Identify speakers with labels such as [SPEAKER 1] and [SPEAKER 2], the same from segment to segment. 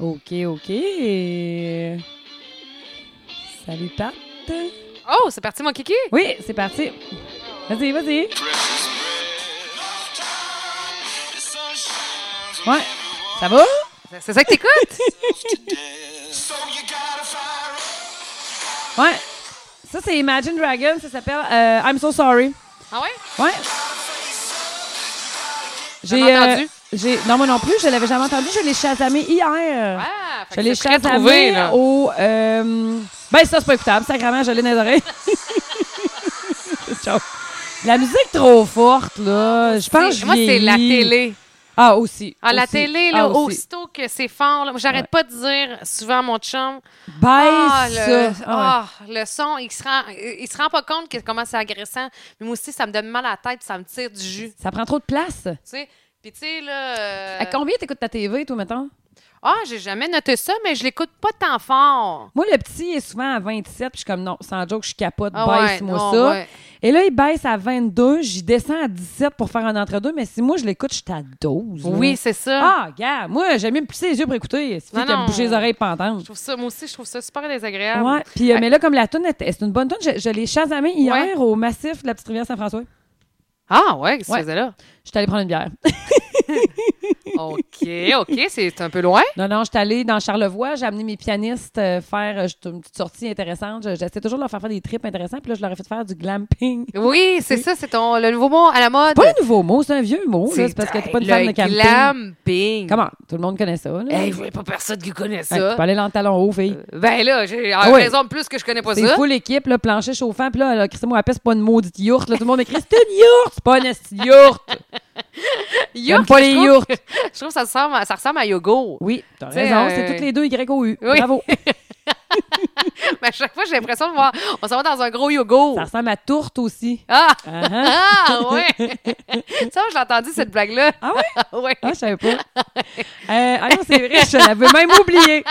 [SPEAKER 1] OK, OK. Et... Salut, Pat.
[SPEAKER 2] Oh, c'est parti, mon kiki!
[SPEAKER 1] Oui, c'est parti. Vas-y, vas-y. Ouais, ça va?
[SPEAKER 2] C'est ça que t'écoutes?
[SPEAKER 1] Ouais. Ça, c'est Imagine Dragon. Ça s'appelle euh, I'm So Sorry.
[SPEAKER 2] ah ouais?
[SPEAKER 1] Ouais. euh,
[SPEAKER 2] J'ai entendu.
[SPEAKER 1] j'ai- non, moi non plus, je l'avais jamais entendu. Je l'ai chasamé hier.
[SPEAKER 2] Ah, fait
[SPEAKER 1] je
[SPEAKER 2] que
[SPEAKER 1] l'ai
[SPEAKER 2] c'est très
[SPEAKER 1] chasamé
[SPEAKER 2] trouvé, là.
[SPEAKER 1] au... euh, ben, ça, c'est pas écoutable. Sacrement, je l'ai dans les oreilles. C'est chaud. La musique trop forte, là. Je pense que je
[SPEAKER 2] Moi, Ah, c'est la
[SPEAKER 1] vieillis.
[SPEAKER 2] télé.
[SPEAKER 1] Ah, aussi.
[SPEAKER 2] Ah, la
[SPEAKER 1] aussi.
[SPEAKER 2] télé, là,
[SPEAKER 1] Ah, aussi.
[SPEAKER 2] aussitôt que c'est fort, là, moi, j'arrête
[SPEAKER 1] Ouais.
[SPEAKER 2] pas de dire souvent à mon chum,
[SPEAKER 1] Baisse
[SPEAKER 2] ah,
[SPEAKER 1] ça.
[SPEAKER 2] le,
[SPEAKER 1] Ah,
[SPEAKER 2] ah, le son, il se, rend, il se rend pas compte que comment c'est agressant. Mais moi aussi, ça me donne mal à la tête, ça me tire du jus, tu
[SPEAKER 1] ouais. Ça prend trop de place.
[SPEAKER 2] sais. Puis, tu sais, là. euh,
[SPEAKER 1] À combien t'écoutes ta TV, toi, mettons?
[SPEAKER 2] Ah, j'ai jamais noté ça, mais je l'écoute pas tant fort.
[SPEAKER 1] Moi, le petit est souvent à 27, puis je suis comme non, sans joke, je capote,
[SPEAKER 2] Ah ouais,
[SPEAKER 1] baisse-moi
[SPEAKER 2] non,
[SPEAKER 1] ça.
[SPEAKER 2] ouais.
[SPEAKER 1] Et là, il baisse à 22, j'y descends à 17 pour faire un entre-deux, mais si moi je l'écoute, je suis à 12. là.
[SPEAKER 2] Oui, c'est ça.
[SPEAKER 1] Ah, gars, moi, j'aime mieux me pousser les yeux pour écouter. Il suffit
[SPEAKER 2] Non,
[SPEAKER 1] de me
[SPEAKER 2] non. Ah
[SPEAKER 1] bouger les oreilles
[SPEAKER 2] Je
[SPEAKER 1] pentantes.
[SPEAKER 2] trouve ça, moi aussi, je trouve ça super désagréable.
[SPEAKER 1] Ouais. Puis, euh,
[SPEAKER 2] Hey.
[SPEAKER 1] mais là, comme la toune, était- c'est une bonne toune. Je, je l'ai chasamée hier au massif de la petite rivière Saint-François.
[SPEAKER 2] Ah, ouais, qu'est-ce que
[SPEAKER 1] Ouais.
[SPEAKER 2] tu faisais là?
[SPEAKER 1] Je suis allée prendre une bière.
[SPEAKER 2] OK, OK, c'est un peu loin.
[SPEAKER 1] non, non, je suis allée dans Charlevoix. J'ai amené mes pianistes euh, faire euh, juste une petite sortie intéressante. Je- J'essaie toujours de leur faire faire des trips intéressants. Puis là, je leur ai fait faire du glamping.
[SPEAKER 2] Oui, c'est ça, c'est ton le nouveau mot à la mode.
[SPEAKER 1] Pas un nouveau mot, c'est un vieux mot. là, C'est parce que t'es pas une
[SPEAKER 2] le
[SPEAKER 1] fan de camping.
[SPEAKER 2] glamping.
[SPEAKER 1] Comment? Tout le monde connaît ça. Là.
[SPEAKER 2] Hey, je voyais pas personne qui connaît
[SPEAKER 1] Hey, tu
[SPEAKER 2] ça.
[SPEAKER 1] peux aller dans le talon haut, fille.
[SPEAKER 2] Ben là, j'ai
[SPEAKER 1] Ah ouais.
[SPEAKER 2] raison de plus que je connais pas
[SPEAKER 1] C'est
[SPEAKER 2] ça.
[SPEAKER 1] full équipe, là, plancher chauffant. Puis là, là moi appelle, c'est pas une maudite yourte. Là, tout le monde écrit, c'est une yourte, c'est pas une esti de yourte. J'aime
[SPEAKER 2] Yourte,
[SPEAKER 1] pas
[SPEAKER 2] je
[SPEAKER 1] les
[SPEAKER 2] trouve-
[SPEAKER 1] yourtes.
[SPEAKER 2] Je trouve que ça ressemble à, ça ressemble à yogourt.
[SPEAKER 1] Oui, t'as
[SPEAKER 2] T'sais,
[SPEAKER 1] raison,
[SPEAKER 2] euh,
[SPEAKER 1] c'est toutes les deux YOU.
[SPEAKER 2] Oui.
[SPEAKER 1] Bravo.
[SPEAKER 2] Mais à chaque fois, j'ai l'impression de voir. On s'en va dans un gros yogourt.
[SPEAKER 1] Ça ressemble à tourte aussi.
[SPEAKER 2] Ah!
[SPEAKER 1] Ah, ah.
[SPEAKER 2] Ah, ouais! ça, je l'ai entendu, cette blague-là.
[SPEAKER 1] Ah ouais?
[SPEAKER 2] Ah, ouais.
[SPEAKER 1] Ah, je savais pas. Euh, ah non, c'est vrai, je l'avais même oublié.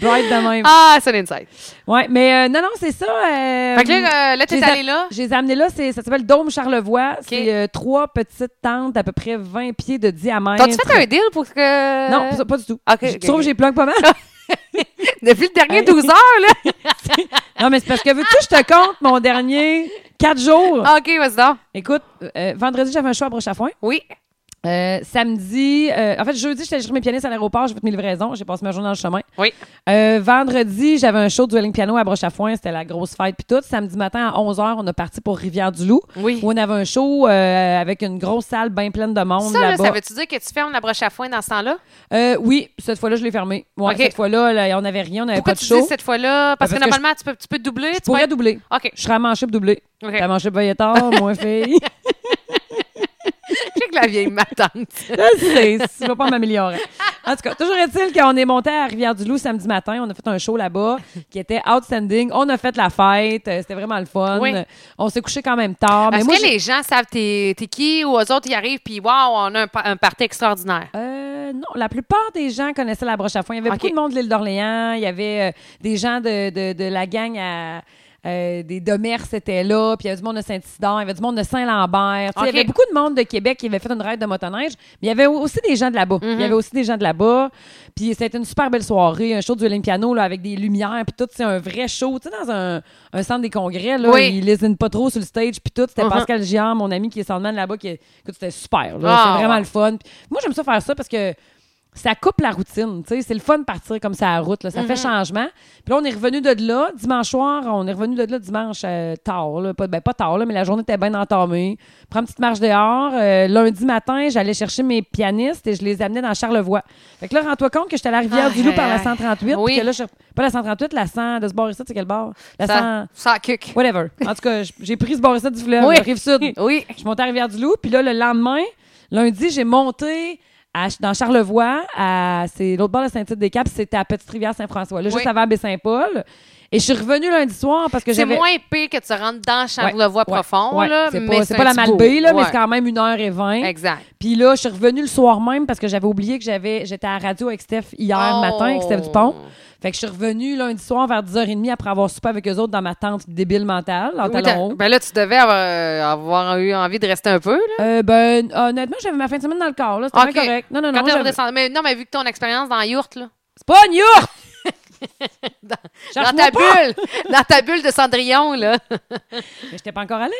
[SPEAKER 1] Bright de même.
[SPEAKER 2] Ah, c'est l'inside.
[SPEAKER 1] Ouais, mais euh, non, non, c'est ça. euh,
[SPEAKER 2] Fait que là, euh, là,
[SPEAKER 1] je les
[SPEAKER 2] t'es
[SPEAKER 1] a-
[SPEAKER 2] allé là.
[SPEAKER 1] Je les ai amenés là, c'est- ça s'appelle Dôme Charlevoix. C'est euh, trois petites tentes d'à peu près 20 pieds de diamètre.
[SPEAKER 2] T'as-tu fait un deal pour que.
[SPEAKER 1] Non, pas- pas du tout.
[SPEAKER 2] Ok,
[SPEAKER 1] je
[SPEAKER 2] ok,
[SPEAKER 1] trouve
[SPEAKER 2] ok.
[SPEAKER 1] que j'ai plug pas mal.
[SPEAKER 2] Depuis le dernier
[SPEAKER 1] Hey.
[SPEAKER 2] 12 heures, là.
[SPEAKER 1] non, Ah, mais c'est parce que veux-tu que je te compte mon dernier quatre jours?
[SPEAKER 2] Ah, OK, vas-y donc.
[SPEAKER 1] Écoute, euh, vendredi, j'avais un choix à Brochafouin.
[SPEAKER 2] Oui.
[SPEAKER 1] Euh, samedi, euh, en fait, jeudi, j'étais chercher mes pianistes à l'aéroport, j'ai fait mes livraisons, j'ai passé ma journée dans le chemin.
[SPEAKER 2] Oui.
[SPEAKER 1] Euh, vendredi, j'avais un show de dueling piano à Brochafouin, c'était la grosse fête puis tout. Samedi matin à 11h, on a parti pour Rivière-du-Loup
[SPEAKER 2] Oui.
[SPEAKER 1] où on avait un show euh, avec une grosse salle bien pleine de monde
[SPEAKER 2] Ça, là,
[SPEAKER 1] là-bas.
[SPEAKER 2] ça veut-tu dire que tu fermes la broche à foin dans ce temps-là?
[SPEAKER 1] Euh, oui, cette fois-là, je l'ai fermé. Ouais,
[SPEAKER 2] Ok.
[SPEAKER 1] Cette fois-là, là, on n'avait rien, on n'avait
[SPEAKER 2] Pourquoi
[SPEAKER 1] pas de
[SPEAKER 2] tu
[SPEAKER 1] show.
[SPEAKER 2] dis cette
[SPEAKER 1] Ben,
[SPEAKER 2] fois-là? Parce,
[SPEAKER 1] parce
[SPEAKER 2] que
[SPEAKER 1] que
[SPEAKER 2] normalement, tu, peux, tu peux doubler.
[SPEAKER 1] Je
[SPEAKER 2] tu peux
[SPEAKER 1] pourrais
[SPEAKER 2] être-
[SPEAKER 1] doubler.
[SPEAKER 2] OK.
[SPEAKER 1] Je serais à mancher pour doubler.
[SPEAKER 2] OK.
[SPEAKER 1] T'as manché veillé tard, moi, fille.
[SPEAKER 2] Je sais que la vieille
[SPEAKER 1] Ah,
[SPEAKER 2] m'attente.
[SPEAKER 1] Je sais, tu vas pas m'améliorer. En tout cas, toujours est-il qu'on est monté à Rivière-du-Loup samedi matin. On a fait un show là-bas qui était outstanding. On a fait la fête. euh, C'était vraiment le fun.
[SPEAKER 2] Oui.
[SPEAKER 1] On s'est couché quand même tard.
[SPEAKER 2] Est-ce
[SPEAKER 1] mais moi,
[SPEAKER 2] que
[SPEAKER 1] j'ai-
[SPEAKER 2] les gens savent t'es t'es qui ou eux autres, ils arrivent puis waouh, on a un, pa- un party extraordinaire?
[SPEAKER 1] Euh, non, la plupart des gens connaissaient la broche à foin. Il y avait
[SPEAKER 2] Ok.
[SPEAKER 1] beaucoup de monde de l'île d'Orléans. Il y avait euh, des gens de, de, de la gang à. euh, des Domers étaient là, puis il y avait du monde de Saint-Isidore, il y avait du monde de Saint-Lambert. Tu sais, Il
[SPEAKER 2] Ok.
[SPEAKER 1] y avait beaucoup de monde de Québec qui avait fait une raide de motoneige, mais il y avait aussi des gens de là-bas.
[SPEAKER 2] Mhm.
[SPEAKER 1] Il y avait aussi des gens de là-bas. Puis c'était une super belle soirée, un show du Dueling Piano là, avec des lumières, puis tout. C'est un vrai show. Tu sais, dans un, un centre des congrès, là,
[SPEAKER 2] Oui.
[SPEAKER 1] ils lésinent pas trop sur le stage, puis tout. C'était
[SPEAKER 2] Mhm.
[SPEAKER 1] Pascal Giard, mon ami qui est soundman là-bas, qui est- écoute, c'était super. là.
[SPEAKER 2] Ah,
[SPEAKER 1] c'est vraiment
[SPEAKER 2] ouais.
[SPEAKER 1] le fun. Puis moi, j'aime ça faire ça parce que ça coupe la routine. tu sais. C'est le fun de partir comme ça à la route. là. Ça
[SPEAKER 2] Mm-hmm.
[SPEAKER 1] fait changement. Puis là, on est revenu de là. Dimanche soir, on est revenu de là dimanche euh, tard. là. Pas, ben, pas tard, là, mais la journée était bien entamée. Prends une petite marche dehors. Euh, lundi matin, j'allais chercher mes pianistes et je les amenais dans Charlevoix. Fait que là, rends-toi compte que j'étais à la Rivière-du-Loup
[SPEAKER 2] Aïe,
[SPEAKER 1] par la
[SPEAKER 2] aïe, aïe.
[SPEAKER 1] 138.
[SPEAKER 2] Oui.
[SPEAKER 1] puis que là, je- pas la 138, la 100 de ce bord ici, c'est quel bord? La 100...
[SPEAKER 2] ça kick.
[SPEAKER 1] Whatever. En tout cas, j- j'ai pris ce bord ici du fleuve,
[SPEAKER 2] Oui.
[SPEAKER 1] Rive-Sud.
[SPEAKER 2] Oui.
[SPEAKER 1] Je suis montée à Rivière-du-Loup, puis là, le lendemain, lundi, j'ai monté à- dans Charlevoix, à, c'est l'autre bord de Saint-Tite-des-Caps, c'était à Petite-Rivière-Saint-François, là,
[SPEAKER 2] Oui.
[SPEAKER 1] juste avant Baie-Saint-Paul. Et je suis revenue lundi soir parce que
[SPEAKER 2] C'est
[SPEAKER 1] j'avais.
[SPEAKER 2] moins épais que tu rentres dans Charlevoix
[SPEAKER 1] Ouais,
[SPEAKER 2] profond,
[SPEAKER 1] ouais,
[SPEAKER 2] là,
[SPEAKER 1] c'est
[SPEAKER 2] mais
[SPEAKER 1] pas, c'est pas la Malbaie, là, mais c'est
[SPEAKER 2] même...
[SPEAKER 1] quand même 1h20.
[SPEAKER 2] Exact.
[SPEAKER 1] Puis là, je suis revenue le soir même parce que j'avais oublié que j'avais j'étais à la radio avec Steph hier
[SPEAKER 2] Oh.
[SPEAKER 1] matin, avec Steph Dupont. Fait que je suis revenue lundi soir vers 10h30 après avoir soupé avec eux autres dans ma tente débile mentale, en
[SPEAKER 2] Oui,
[SPEAKER 1] talons
[SPEAKER 2] t'as-
[SPEAKER 1] hauts.
[SPEAKER 2] ben là, tu devais avoir, euh, avoir eu envie de rester un peu. Là.
[SPEAKER 1] Euh, ben, honnêtement, j'avais ma fin de semaine dans le corps, là. C'était
[SPEAKER 2] Ok.
[SPEAKER 1] bien correct. Non, non, non.
[SPEAKER 2] Quand t'es
[SPEAKER 1] j'avais-
[SPEAKER 2] redescendu- Mais non, mais vu que ton expérience dans Yurt, là,
[SPEAKER 1] C'est pas une yourte!
[SPEAKER 2] Dans-
[SPEAKER 1] Cherche-moi
[SPEAKER 2] dans ta
[SPEAKER 1] pas!
[SPEAKER 2] bulle, dans ta bulle de Cendrillon, là.
[SPEAKER 1] Mais j'étais pas encore allée.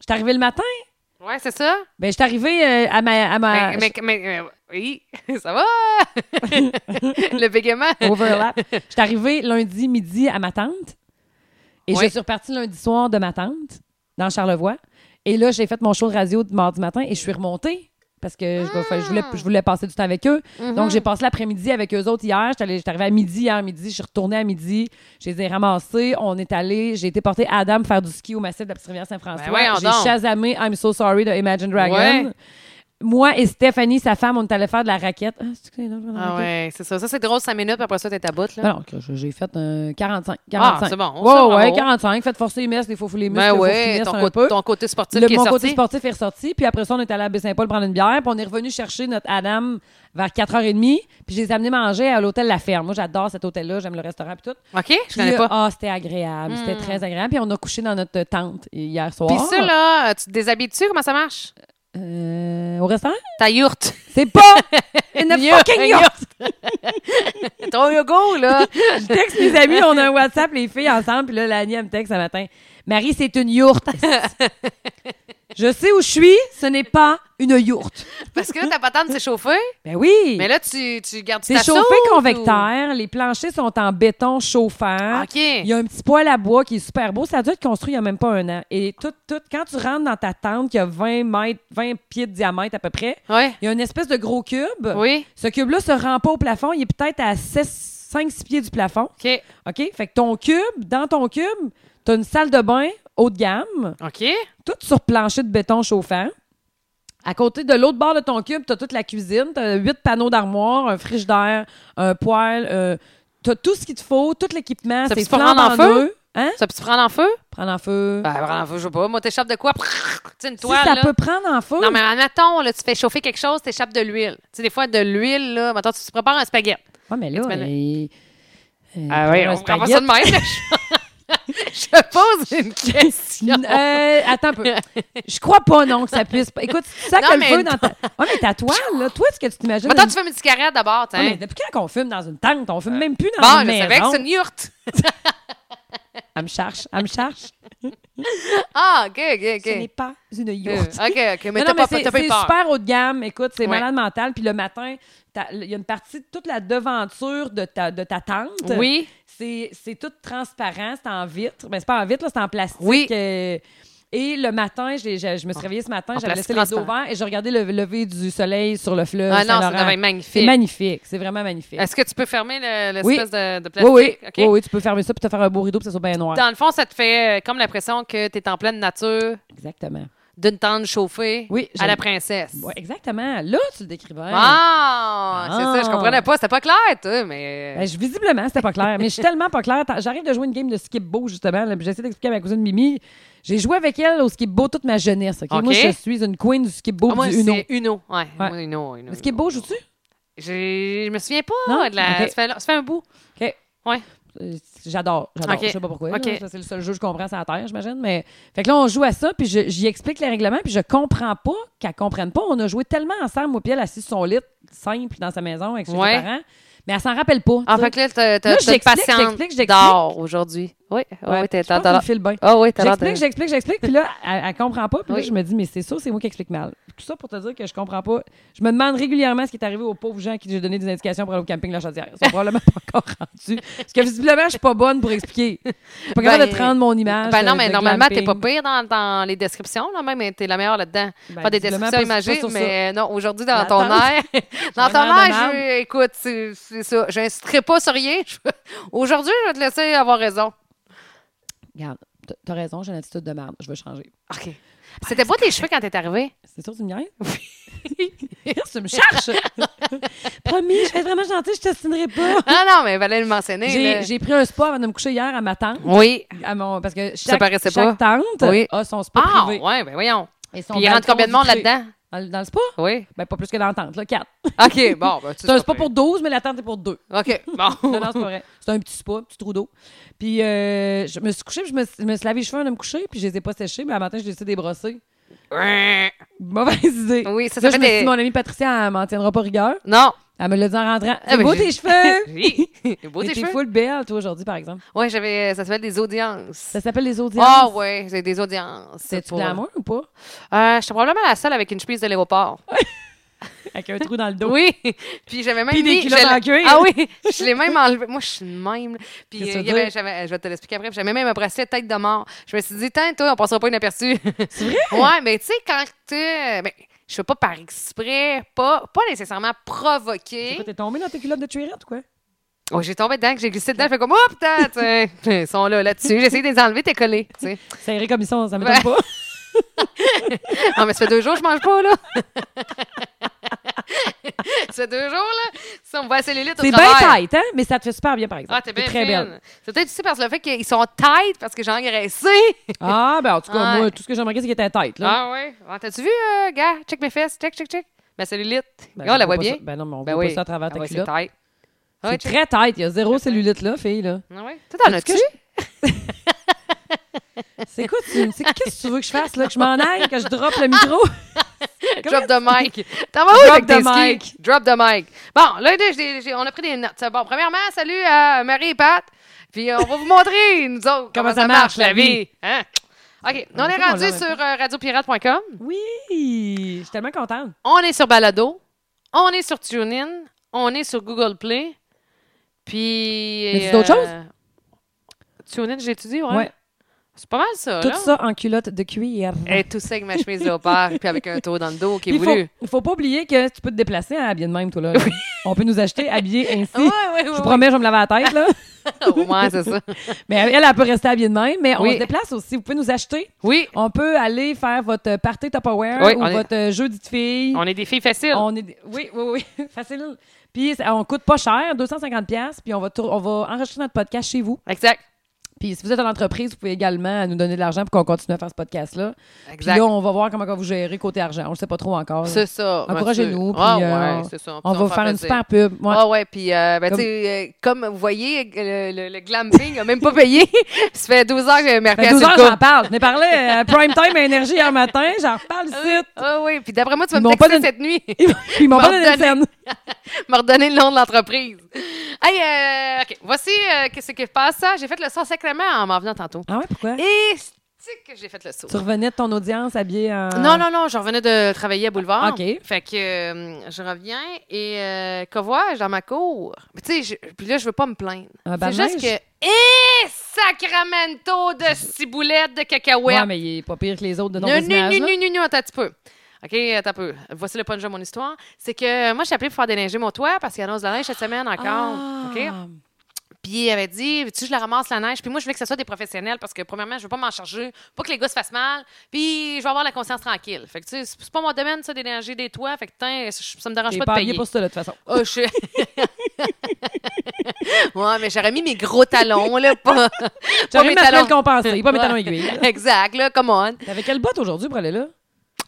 [SPEAKER 1] J'étais arrivée le matin.
[SPEAKER 2] Ouais, c'est ça.
[SPEAKER 1] Ben, j'étais arrivée euh, à ma. À ma
[SPEAKER 2] Ben, mais, mais- mais- mais- oui, ça va. le bégaiement.
[SPEAKER 1] Overlap. J'étais arrivée lundi midi à ma tante. Et
[SPEAKER 2] Oui.
[SPEAKER 1] je suis repartie lundi soir de ma tante, dans Charlevoix. Et là, j'ai fait mon show de radio de mardi matin et je suis remontée. Parce que je, enfin, je voulais, je voulais passer du temps avec eux.
[SPEAKER 2] Mm-hmm.
[SPEAKER 1] Donc, j'ai passé l'après-midi avec eux autres hier. J'étais allée- j'étais arrivée à midi, hier midi. Je suis retournée à midi. Je les ai ramassés. On est allés. J'ai été portée à Adam faire du ski au massif de la petite rivière Saint-François.
[SPEAKER 2] Ben voyons
[SPEAKER 1] j'ai
[SPEAKER 2] donc.
[SPEAKER 1] chasamé I'm So Sorry de Imagine Dragon.
[SPEAKER 2] Ouais.
[SPEAKER 1] Moi et Stéphanie, sa femme, on est allés faire de la raquette. Ah, c'est-tu que c'est énorme, la
[SPEAKER 2] Ah
[SPEAKER 1] raquette?
[SPEAKER 2] ouais, c'est ça. Ça, c'est drôle, 5 minutes, puis après ça, t'es à bout, là.
[SPEAKER 1] Ben non, que je- j'ai fait un 45. 45.
[SPEAKER 2] Ah, c'est bon,
[SPEAKER 1] Ouais,
[SPEAKER 2] ça,
[SPEAKER 1] ouais,
[SPEAKER 2] bravo.
[SPEAKER 1] 45. Faites forcer les muscles, il faut les muscles,
[SPEAKER 2] Ben
[SPEAKER 1] faut
[SPEAKER 2] ouais,
[SPEAKER 1] finir
[SPEAKER 2] ton,
[SPEAKER 1] un
[SPEAKER 2] cô-
[SPEAKER 1] peu.
[SPEAKER 2] ton côté sportif
[SPEAKER 1] Le,
[SPEAKER 2] qui est
[SPEAKER 1] mon
[SPEAKER 2] sorti.
[SPEAKER 1] côté sportif est ressorti. Puis après ça, on est allé à Baie-Saint-Paul prendre une bière. Puis on est revenu chercher notre Adam vers 4h30. Puis je les ai amenés manger à l'hôtel La Ferme. Moi, j'adore cet hôtel-là. J'aime le restaurant et tout.
[SPEAKER 2] OK, je
[SPEAKER 1] Puis,
[SPEAKER 2] connais
[SPEAKER 1] euh,
[SPEAKER 2] pas. Hmm.
[SPEAKER 1] Ah, c'était agréable. C'était très agréable. Puis on a couché dans notre tente hier soir.
[SPEAKER 2] Puis ça, là, tu te déshabilles-tu? Comment ça marche?
[SPEAKER 1] Euh, au restaurant?
[SPEAKER 2] Ta yourte.
[SPEAKER 1] C'est pas une fucking
[SPEAKER 2] Une
[SPEAKER 1] yacht.
[SPEAKER 2] Ton yoga, là.
[SPEAKER 1] Je texte mes amis, on a un WhatsApp, les filles ensemble, puis là, Lani, elle me texte ce matin. Marie, c'est une yourte. je sais où je suis, ce n'est pas une yourte.
[SPEAKER 2] Parce que là, ta patente s'est chauffée.
[SPEAKER 1] Ben oui!
[SPEAKER 2] Mais là, tu, tu gardes ta
[SPEAKER 1] c'est chauffé
[SPEAKER 2] sauce
[SPEAKER 1] convecteur, les planchers sont en béton
[SPEAKER 2] ou-
[SPEAKER 1] chauffant.
[SPEAKER 2] Ah, OK.
[SPEAKER 1] Il y a un petit poêle à bois qui est super beau. Ça a dû être construit il n'y a même pas un an. Et tout, tout, quand tu rentres dans ta tente qui a 20 mètres, 20 pieds de diamètre à peu près,
[SPEAKER 2] Ouais.
[SPEAKER 1] il y a une espèce de gros cube.
[SPEAKER 2] Oui.
[SPEAKER 1] Ce cube-là se rend pas au plafond. Il est peut-être à 5-6 pieds du plafond.
[SPEAKER 2] OK.
[SPEAKER 1] OK? Fait que ton cube, dans ton cube, t'as une salle de bain haut de gamme,
[SPEAKER 2] OK.
[SPEAKER 1] toute sur plancher de béton chauffant. À côté de l'autre bord de ton cube, t'as toute la cuisine, t'as huit panneaux d'armoire, un frigidaire, un poêle, euh, t'as tout ce qu'il te faut, tout l'équipement.
[SPEAKER 2] Ça
[SPEAKER 1] C'est
[SPEAKER 2] peut se prendre en
[SPEAKER 1] flambant
[SPEAKER 2] feu?
[SPEAKER 1] neuf. Hein?
[SPEAKER 2] Ça peut-tu prendre en feu?
[SPEAKER 1] Prendre en feu.
[SPEAKER 2] Ben, prendre en feu, je sais pas. Moi, t'échappes de quoi? Tu sais, une
[SPEAKER 1] si
[SPEAKER 2] toile,
[SPEAKER 1] ça
[SPEAKER 2] là.
[SPEAKER 1] peut prendre en feu,
[SPEAKER 2] Non, mais admettons, là, tu fais chauffer quelque chose, t'échappes de l'huile. Tu sais, des fois, de l'huile, là, mettons, tu, tu prépares un spaghetti.
[SPEAKER 1] Ouais, Ah, mais là,
[SPEAKER 2] Tu mets le-
[SPEAKER 1] il- euh,
[SPEAKER 2] Ah oui,
[SPEAKER 1] un
[SPEAKER 2] on prend pas
[SPEAKER 1] spaghetti.
[SPEAKER 2] ça de même. je pose une question.
[SPEAKER 1] Euh, attends un peu. Je crois pas, non, que ça puisse. pas- Écoute, si tu
[SPEAKER 2] Non,
[SPEAKER 1] sacres le
[SPEAKER 2] mais
[SPEAKER 1] feu
[SPEAKER 2] une
[SPEAKER 1] dans ta. Ouais, mais ta toile, là, toi, ce que tu t'imagines.
[SPEAKER 2] Mettons,
[SPEAKER 1] une-
[SPEAKER 2] tu fumes une cigarette d'abord, tu
[SPEAKER 1] Ouais, Oh, mais
[SPEAKER 2] sais.
[SPEAKER 1] depuis quand on fume dans une tente, on fume même plus dans
[SPEAKER 2] Bon,
[SPEAKER 1] une
[SPEAKER 2] je
[SPEAKER 1] maison.
[SPEAKER 2] savais que c'est une yourte.
[SPEAKER 1] Elle me cherche, elle me cherche.
[SPEAKER 2] Ah, OK, OK, OK.
[SPEAKER 1] Ce n'est pas une
[SPEAKER 2] Euh,
[SPEAKER 1] yourte.
[SPEAKER 2] OK, OK, mais
[SPEAKER 1] Non,
[SPEAKER 2] t'as
[SPEAKER 1] non,
[SPEAKER 2] pas
[SPEAKER 1] mais c'est
[SPEAKER 2] t'as pas eu
[SPEAKER 1] c'est
[SPEAKER 2] peur.
[SPEAKER 1] super haut de gamme. Écoute, c'est
[SPEAKER 2] Ouais.
[SPEAKER 1] malade mental. Puis le matin, t'as- il y a une partie de toute la devanture de ta, de ta tente.
[SPEAKER 2] Oui.
[SPEAKER 1] C'est c'est tout transparent, c'est en vitre. Ben, c'est pas en vitre, là, c'est en plastique.
[SPEAKER 2] Oui.
[SPEAKER 1] euh, et le matin, j'ai- j'ai- je, me suis réveillée ce matin,
[SPEAKER 2] En
[SPEAKER 1] j'avais laissé
[SPEAKER 2] plastique
[SPEAKER 1] les yeux
[SPEAKER 2] transparent.
[SPEAKER 1] ouverts et j'ai regardé le lever du soleil sur le fleuve.
[SPEAKER 2] Ah non, ça
[SPEAKER 1] Saint-Laurent.
[SPEAKER 2] devait être
[SPEAKER 1] C'est
[SPEAKER 2] magnifique.
[SPEAKER 1] magnifique, c'est vraiment magnifique.
[SPEAKER 2] Est-ce que tu peux fermer le- l'espèce
[SPEAKER 1] Oui.
[SPEAKER 2] de, de
[SPEAKER 1] Oui,
[SPEAKER 2] plastique?
[SPEAKER 1] oui.
[SPEAKER 2] OK.
[SPEAKER 1] Oui, oui, tu peux fermer ça puis te faire un beau rideau puis ça soit bien noir.
[SPEAKER 2] Dans le fond, ça te fait euh, comme l'impression que tu es en pleine nature,
[SPEAKER 1] Exactement.
[SPEAKER 2] d'une tente chauffée
[SPEAKER 1] Oui,
[SPEAKER 2] à la
[SPEAKER 1] j'aime-
[SPEAKER 2] princesse.
[SPEAKER 1] Ouais, exactement. Là, tu le décrivais.
[SPEAKER 2] Ah, c'est ça, je
[SPEAKER 1] Ah.
[SPEAKER 2] comprenais pas, c'était pas clair, toi, mais euh,
[SPEAKER 1] Ben, je- visiblement, c'était pas clair. Mais je suis tellement pas claire. Tant- J'arrive de jouer une game de skip beau, justement. là, puis J'essaie d'expliquer à ma cousine Mimi. J'ai joué avec elle au skip beau toute ma jeunesse. ok?
[SPEAKER 2] Ok.
[SPEAKER 1] Moi, je suis une queen du skip beau
[SPEAKER 2] Ah, moi
[SPEAKER 1] du Uno.
[SPEAKER 2] c'est Uno, ouais,
[SPEAKER 1] Ouais.
[SPEAKER 2] moi, Uno, Uno.
[SPEAKER 1] Le skip beau, joues-tu?
[SPEAKER 2] J'ai- Je me souviens pas
[SPEAKER 1] Non?
[SPEAKER 2] de la
[SPEAKER 1] Ok.
[SPEAKER 2] ça, fait, ça fait un bout.
[SPEAKER 1] OK.
[SPEAKER 2] Ouais.
[SPEAKER 1] Euh, J'adore, j'adore.
[SPEAKER 2] Ok.
[SPEAKER 1] Je sais pas pourquoi. là.
[SPEAKER 2] Ok.
[SPEAKER 1] Ça, C'est le seul jeu que je comprends sur la terre, j'imagine. Mais fait que là, on joue à ça, puis je- j'y explique les règlements, puis je comprends pas qu'elle comprenne pas. On a joué tellement ensemble, moi, puis elle assise sur son lit simple dans sa maison avec ses
[SPEAKER 2] Ouais. Ah,
[SPEAKER 1] parents, mais elle s'en rappelle pas.
[SPEAKER 2] En
[SPEAKER 1] tu sais.
[SPEAKER 2] fait que là t'as
[SPEAKER 1] Là,
[SPEAKER 2] t'as t'as
[SPEAKER 1] j'explique,
[SPEAKER 2] une patiente
[SPEAKER 1] j'explique, j'explique.
[SPEAKER 2] d'or aujourd'hui. Oui,
[SPEAKER 1] Ouais,
[SPEAKER 2] oui, t'es
[SPEAKER 1] je pense qu'elle
[SPEAKER 2] t'as t'as-
[SPEAKER 1] file bien.
[SPEAKER 2] Ah oui, t'as l'air
[SPEAKER 1] J'explique,
[SPEAKER 2] de-
[SPEAKER 1] j'explique, j'explique. Puis là, elle, elle comprend pas. Puis
[SPEAKER 2] Oui.
[SPEAKER 1] là, je me dis, mais c'est ça, c'est moi qui explique mal. Tout ça pour te dire que je comprends pas. Je me demande régulièrement ce qui est arrivé aux pauvres gens qui j'ai donné des indications pour aller au camping La Chaudière. Ils sont probablement pas encore rendus. Parce que visiblement, je suis pas bonne pour expliquer. Je suis pas
[SPEAKER 2] Ben,
[SPEAKER 1] capable de te rendre mon image.
[SPEAKER 2] Ben non,
[SPEAKER 1] de-
[SPEAKER 2] mais
[SPEAKER 1] de
[SPEAKER 2] normalement, t'es pas
[SPEAKER 1] glamping.
[SPEAKER 2] pire dans, dans les descriptions, là, même, t'es la meilleure là-dedans.
[SPEAKER 1] Ben,
[SPEAKER 2] pas des
[SPEAKER 1] visiblement,
[SPEAKER 2] descriptions
[SPEAKER 1] pas- pas
[SPEAKER 2] imagées,
[SPEAKER 1] sur ça.
[SPEAKER 2] mais euh, non, aujourd'hui, dans
[SPEAKER 1] La
[SPEAKER 2] ton
[SPEAKER 1] tente.
[SPEAKER 2] air, dans
[SPEAKER 1] J'ai
[SPEAKER 2] ton
[SPEAKER 1] un air de
[SPEAKER 2] air, je, écoute, c'est c'est ça, je n'insisterai pas sur rien. Je- Aujourd'hui, je vais te laisser avoir raison.
[SPEAKER 1] Regarde, t'as- t'as raison, j'ai une attitude de merde. Je veux changer.
[SPEAKER 2] OK. C'était pas tes cheveux quand t'es arrivée?
[SPEAKER 1] C'est sûr du mien? Oui. tu me cherches! Promis, je vais être vraiment gentille, je ne t'ostinerai pas.
[SPEAKER 2] Ah non, Eh, mais il fallait le mentionner. là.
[SPEAKER 1] J'ai j'ai pris un spa avant de me coucher hier à ma tante.
[SPEAKER 2] Oui.
[SPEAKER 1] À mon, Ah parce que
[SPEAKER 2] Ça
[SPEAKER 1] chaque,
[SPEAKER 2] paraissait
[SPEAKER 1] chaque tante
[SPEAKER 2] Oui.
[SPEAKER 1] a son spa
[SPEAKER 2] Ah,
[SPEAKER 1] privé.
[SPEAKER 2] ouais, ben voyons.
[SPEAKER 1] Et son
[SPEAKER 2] Puis il rentre
[SPEAKER 1] balcon
[SPEAKER 2] combien de monde
[SPEAKER 1] vitré.
[SPEAKER 2] là-dedans?
[SPEAKER 1] Dans, le- dans le spa?
[SPEAKER 2] Oui.
[SPEAKER 1] Ben, pas plus que dans la tente, là, quatre.
[SPEAKER 2] OK, bon. Ben, tu
[SPEAKER 1] C'est un
[SPEAKER 2] sais,
[SPEAKER 1] spa
[SPEAKER 2] pas
[SPEAKER 1] pour 12, mais la tente est pour deux.
[SPEAKER 2] OK,
[SPEAKER 1] Non,
[SPEAKER 2] bon.
[SPEAKER 1] non, c'est pas vrai. C'est un petit spa, un petit trou d'eau. Puis euh, je me suis couchée, puis je me, suis- je me suis lavé les cheveux avant de me coucher, puis je les ai pas séchés, mais à matin, je les ai débrassés. Mauvaise idée.
[SPEAKER 2] Oui, ça, ça
[SPEAKER 1] Là,
[SPEAKER 2] fait
[SPEAKER 1] je me suis
[SPEAKER 2] des...
[SPEAKER 1] dit, mon amie Patricia, elle m'en tiendra pas rigueur.
[SPEAKER 2] Non.
[SPEAKER 1] Elle me l'a dit en rentrant. C'est
[SPEAKER 2] ben,
[SPEAKER 1] beau
[SPEAKER 2] j'ai-
[SPEAKER 1] tes cheveux!
[SPEAKER 2] Oui. C'est beau
[SPEAKER 1] Mais
[SPEAKER 2] tes
[SPEAKER 1] t'es
[SPEAKER 2] cheveux.
[SPEAKER 1] full belle, toi, aujourd'hui, par exemple.
[SPEAKER 2] Oui, j'avais. Ça s'appelle des audiences.
[SPEAKER 1] Ça s'appelle les audiences.
[SPEAKER 2] Ah, ouais, j'ai des audiences.
[SPEAKER 1] C'est-tu
[SPEAKER 2] pour-
[SPEAKER 1] glamour ou pas?
[SPEAKER 2] Euh, J'étais probablement la seule avec une chemise de l'aéroport.
[SPEAKER 1] Avec un trou dans le dos.
[SPEAKER 2] Oui. Puis j'avais même.
[SPEAKER 1] Puis des
[SPEAKER 2] mis-
[SPEAKER 1] culottes
[SPEAKER 2] je l'ai-
[SPEAKER 1] en cuir.
[SPEAKER 2] Ah oui. Je l'ai même enlevé. Moi, je suis de même. Puis
[SPEAKER 1] Qu'est-ce que
[SPEAKER 2] euh,
[SPEAKER 1] ça
[SPEAKER 2] il
[SPEAKER 1] veut
[SPEAKER 2] y avait-
[SPEAKER 1] dire?
[SPEAKER 2] j'avais- je vais te l'expliquer après. Puis J'avais même un bracelet tête de mort. Je me suis dit, tiens, toi, on passera pas inaperçu.
[SPEAKER 1] C'est vrai?
[SPEAKER 2] ouais, mais tu sais, quand tu. Ben, je fais pas par exprès, pas, pas nécessairement
[SPEAKER 1] C'est
[SPEAKER 2] provoquer.
[SPEAKER 1] quoi, T'es tombé dans tes culottes de tuerette ou quoi?
[SPEAKER 2] Oh, j'ai tombé dedans, que j'ai glissé dedans, je fais comme, oh putain, tu sais. ils sont là, là-dessus. J'ai essayé de les enlever, t'es collé, tu sais.
[SPEAKER 1] Ça irait comme ça, ça m'étonne pas.
[SPEAKER 2] Ah, mais ça fait deux jours, je mange pas, là. ça fait deux jours, là. Ça, on voit la cellulite au
[SPEAKER 1] C'est bien
[SPEAKER 2] travers.
[SPEAKER 1] tight, hein? Mais ça te fait super bien, par exemple.
[SPEAKER 2] Ah, t'es bien
[SPEAKER 1] très
[SPEAKER 2] fine.
[SPEAKER 1] belle.
[SPEAKER 2] C'est peut-être aussi parce que le fait qu'ils sont tight, parce que j'ai engraissé.
[SPEAKER 1] Ah, ben, en tout cas,
[SPEAKER 2] Ouais.
[SPEAKER 1] moi, tout ce que j'aimerais, c'est qu'elle était tight, là.
[SPEAKER 2] Ah, ouais. Ah, T'as-tu vu, euh, gars? Check mes fesses. Check, check, check. Ma cellulite.
[SPEAKER 1] Ben,
[SPEAKER 2] Regarde, Ah, on la voit
[SPEAKER 1] pas
[SPEAKER 2] bien.
[SPEAKER 1] ça. Ben non, mais on
[SPEAKER 2] Ben
[SPEAKER 1] voit
[SPEAKER 2] oui.
[SPEAKER 1] pas ça à travers ta
[SPEAKER 2] Ah ouais, c'est
[SPEAKER 1] culotte.
[SPEAKER 2] tight. Ah ouais,
[SPEAKER 1] C'est
[SPEAKER 2] check.
[SPEAKER 1] très tight. Il y a zéro cellulite, là, fille, là.
[SPEAKER 2] Ah ouais. Toi, t'en as-tu?
[SPEAKER 1] Est-ce que C'est quoi, tu... c'est- Qu'est-ce que tu veux que je fasse, là? Que je m'en aille, que je droppe le micro? Comment-
[SPEAKER 2] Drop the mic. T'en vas où
[SPEAKER 1] Drop
[SPEAKER 2] avec
[SPEAKER 1] the
[SPEAKER 2] tes skis?
[SPEAKER 1] mic.
[SPEAKER 2] Drop the mic. Bon, là, là, j'ai- j'ai- on a pris des notes. Bon, premièrement, salut à Marie et Pat. Puis euh, on va vous montrer, nous autres,
[SPEAKER 1] Comment ça marche, la vie.
[SPEAKER 2] Hein? OK, on
[SPEAKER 1] On
[SPEAKER 2] est
[SPEAKER 1] est pas
[SPEAKER 2] rendu
[SPEAKER 1] mal, là,
[SPEAKER 2] sur euh, radiopirate.com.
[SPEAKER 1] Oui! Je suis tellement contente.
[SPEAKER 2] On est sur Balado. On est sur TuneIn. On est sur Google Play. Puis...
[SPEAKER 1] Mais c'est d'autres
[SPEAKER 2] choses? TuneIn, j'ai étudié, ouais.
[SPEAKER 1] Ouais.
[SPEAKER 2] C'est pas mal, ça,
[SPEAKER 1] Tout
[SPEAKER 2] là.
[SPEAKER 1] ça en culotte de cuir.
[SPEAKER 2] Et tout ça avec ma chemise léopard, puis avec un tour dans le dos qui est
[SPEAKER 1] Il
[SPEAKER 2] voulu.
[SPEAKER 1] faut, faut pas oublier que tu peux te déplacer à habiller de même, toi, là. On peut nous acheter habillés ainsi.
[SPEAKER 2] Ouais, ouais, ouais,
[SPEAKER 1] Je
[SPEAKER 2] ouais.
[SPEAKER 1] promets, je vais me laver la tête, là.
[SPEAKER 2] Ouais, c'est ça.
[SPEAKER 1] Mais elle, elle peut rester habillée de même, mais
[SPEAKER 2] Oui.
[SPEAKER 1] on se déplace aussi. Vous pouvez nous acheter.
[SPEAKER 2] Oui,
[SPEAKER 1] On peut aller faire votre party Tupperware
[SPEAKER 2] Oui,
[SPEAKER 1] ou
[SPEAKER 2] on est-
[SPEAKER 1] votre euh, jeu de fille.
[SPEAKER 2] on est des filles faciles.
[SPEAKER 1] On est des- Oui, oui, oui. Facile. Puis ça- on coûte pas cher, 250$, piastres, puis on va, tour- on va enregistrer notre podcast chez vous.
[SPEAKER 2] Exact.
[SPEAKER 1] Puis si vous êtes en entreprise, vous pouvez également nous donner de l'argent pour qu'on continue à faire ce podcast-là. Puis
[SPEAKER 2] Exact.
[SPEAKER 1] là, on va voir comment on va vous gérer côté argent. On ne sait pas trop encore.
[SPEAKER 2] C'est ça.
[SPEAKER 1] Encouragez-nous,
[SPEAKER 2] Mathieu. Ah
[SPEAKER 1] puis, euh,
[SPEAKER 2] ouais, c'est ça.
[SPEAKER 1] On
[SPEAKER 2] Puis
[SPEAKER 1] va vous faire une
[SPEAKER 2] plaisir.
[SPEAKER 1] super pub. Ouais.
[SPEAKER 2] Ah ouais, puis euh, ben,
[SPEAKER 1] Comme-
[SPEAKER 2] tu sais, euh, comme... vous voyez, euh, le, le- le glamping a même pas payé. Ça fait 12 ans que j'ai
[SPEAKER 1] Fait
[SPEAKER 2] merveilleux
[SPEAKER 1] 12
[SPEAKER 2] sur
[SPEAKER 1] heures,
[SPEAKER 2] le
[SPEAKER 1] j'en
[SPEAKER 2] couple.
[SPEAKER 1] parle. Je n'ai parlé à Prime Time à Énergie hier matin. J'en reparle ici.
[SPEAKER 2] Ah oui, puis d'après moi, tu vas
[SPEAKER 1] Ils
[SPEAKER 2] me
[SPEAKER 1] m'ont pas
[SPEAKER 2] texter
[SPEAKER 1] donné-
[SPEAKER 2] cette nuit.
[SPEAKER 1] Ils, ils m'ont pas
[SPEAKER 2] M'ont
[SPEAKER 1] donné de scène.
[SPEAKER 2] me redonner le nom de l'entreprise. Hey, euh, OK. Voici euh, qu'est-ce qui passe. J'ai fait le saut sacrément en m'en venant tantôt.
[SPEAKER 1] Ah ouais, pourquoi?
[SPEAKER 2] Et c'est que j'ai fait le saut.
[SPEAKER 1] Tu revenais de ton audience habillée en...
[SPEAKER 2] Non, non, non, je revenais de travailler à Boulevard.
[SPEAKER 1] Ah, OK.
[SPEAKER 2] Fait que euh, je reviens et euh, que vois-je dans ma cour? Mais Tu sais, je- puis là, je veux pas me plaindre.
[SPEAKER 1] Un
[SPEAKER 2] C'est
[SPEAKER 1] bas de
[SPEAKER 2] juste
[SPEAKER 1] Ah, ben neige?
[SPEAKER 2] que. Eh, sacramento de ciboulette de cacahuètes!
[SPEAKER 1] Ouais, mais il est pas pire que les autres de
[SPEAKER 2] Non,
[SPEAKER 1] nos
[SPEAKER 2] non, non,
[SPEAKER 1] personnages.
[SPEAKER 2] non, non, non, attends un petit peu. OK, attends un peu. Voici le punch de mon histoire. C'est que euh, moi, je t'ai appelé pour faire déneiger mon toit parce qu'il annonce de la neige cette semaine encore.
[SPEAKER 1] Ah.
[SPEAKER 2] OK? Puis il avait dit, tu je la ramasse la neige. Puis moi, je voulais que ce soit des professionnels parce que, premièrement, je veux pas m'en charger, pas que les gars se fassent mal. Puis je vais avoir la conscience tranquille. Fait que, tu sais, c'est c'est pas mon domaine, ça, d'énergie des toits. Fait que, tain, je- ça me dérange
[SPEAKER 1] T'es
[SPEAKER 2] pas,
[SPEAKER 1] pas
[SPEAKER 2] de
[SPEAKER 1] habillé
[SPEAKER 2] payer.
[SPEAKER 1] pour ça, là, de toute façon.
[SPEAKER 2] Oh, je... ouais, mais j'aurais mis mes gros talons, là, pas, pas
[SPEAKER 1] J'aurais
[SPEAKER 2] mes
[SPEAKER 1] ma semelle
[SPEAKER 2] talons.
[SPEAKER 1] compensée, pas mes
[SPEAKER 2] Ouais.
[SPEAKER 1] talons aiguilles.
[SPEAKER 2] Exact, là, come on.
[SPEAKER 1] T'avais quelle botte aujourd'hui pour aller là?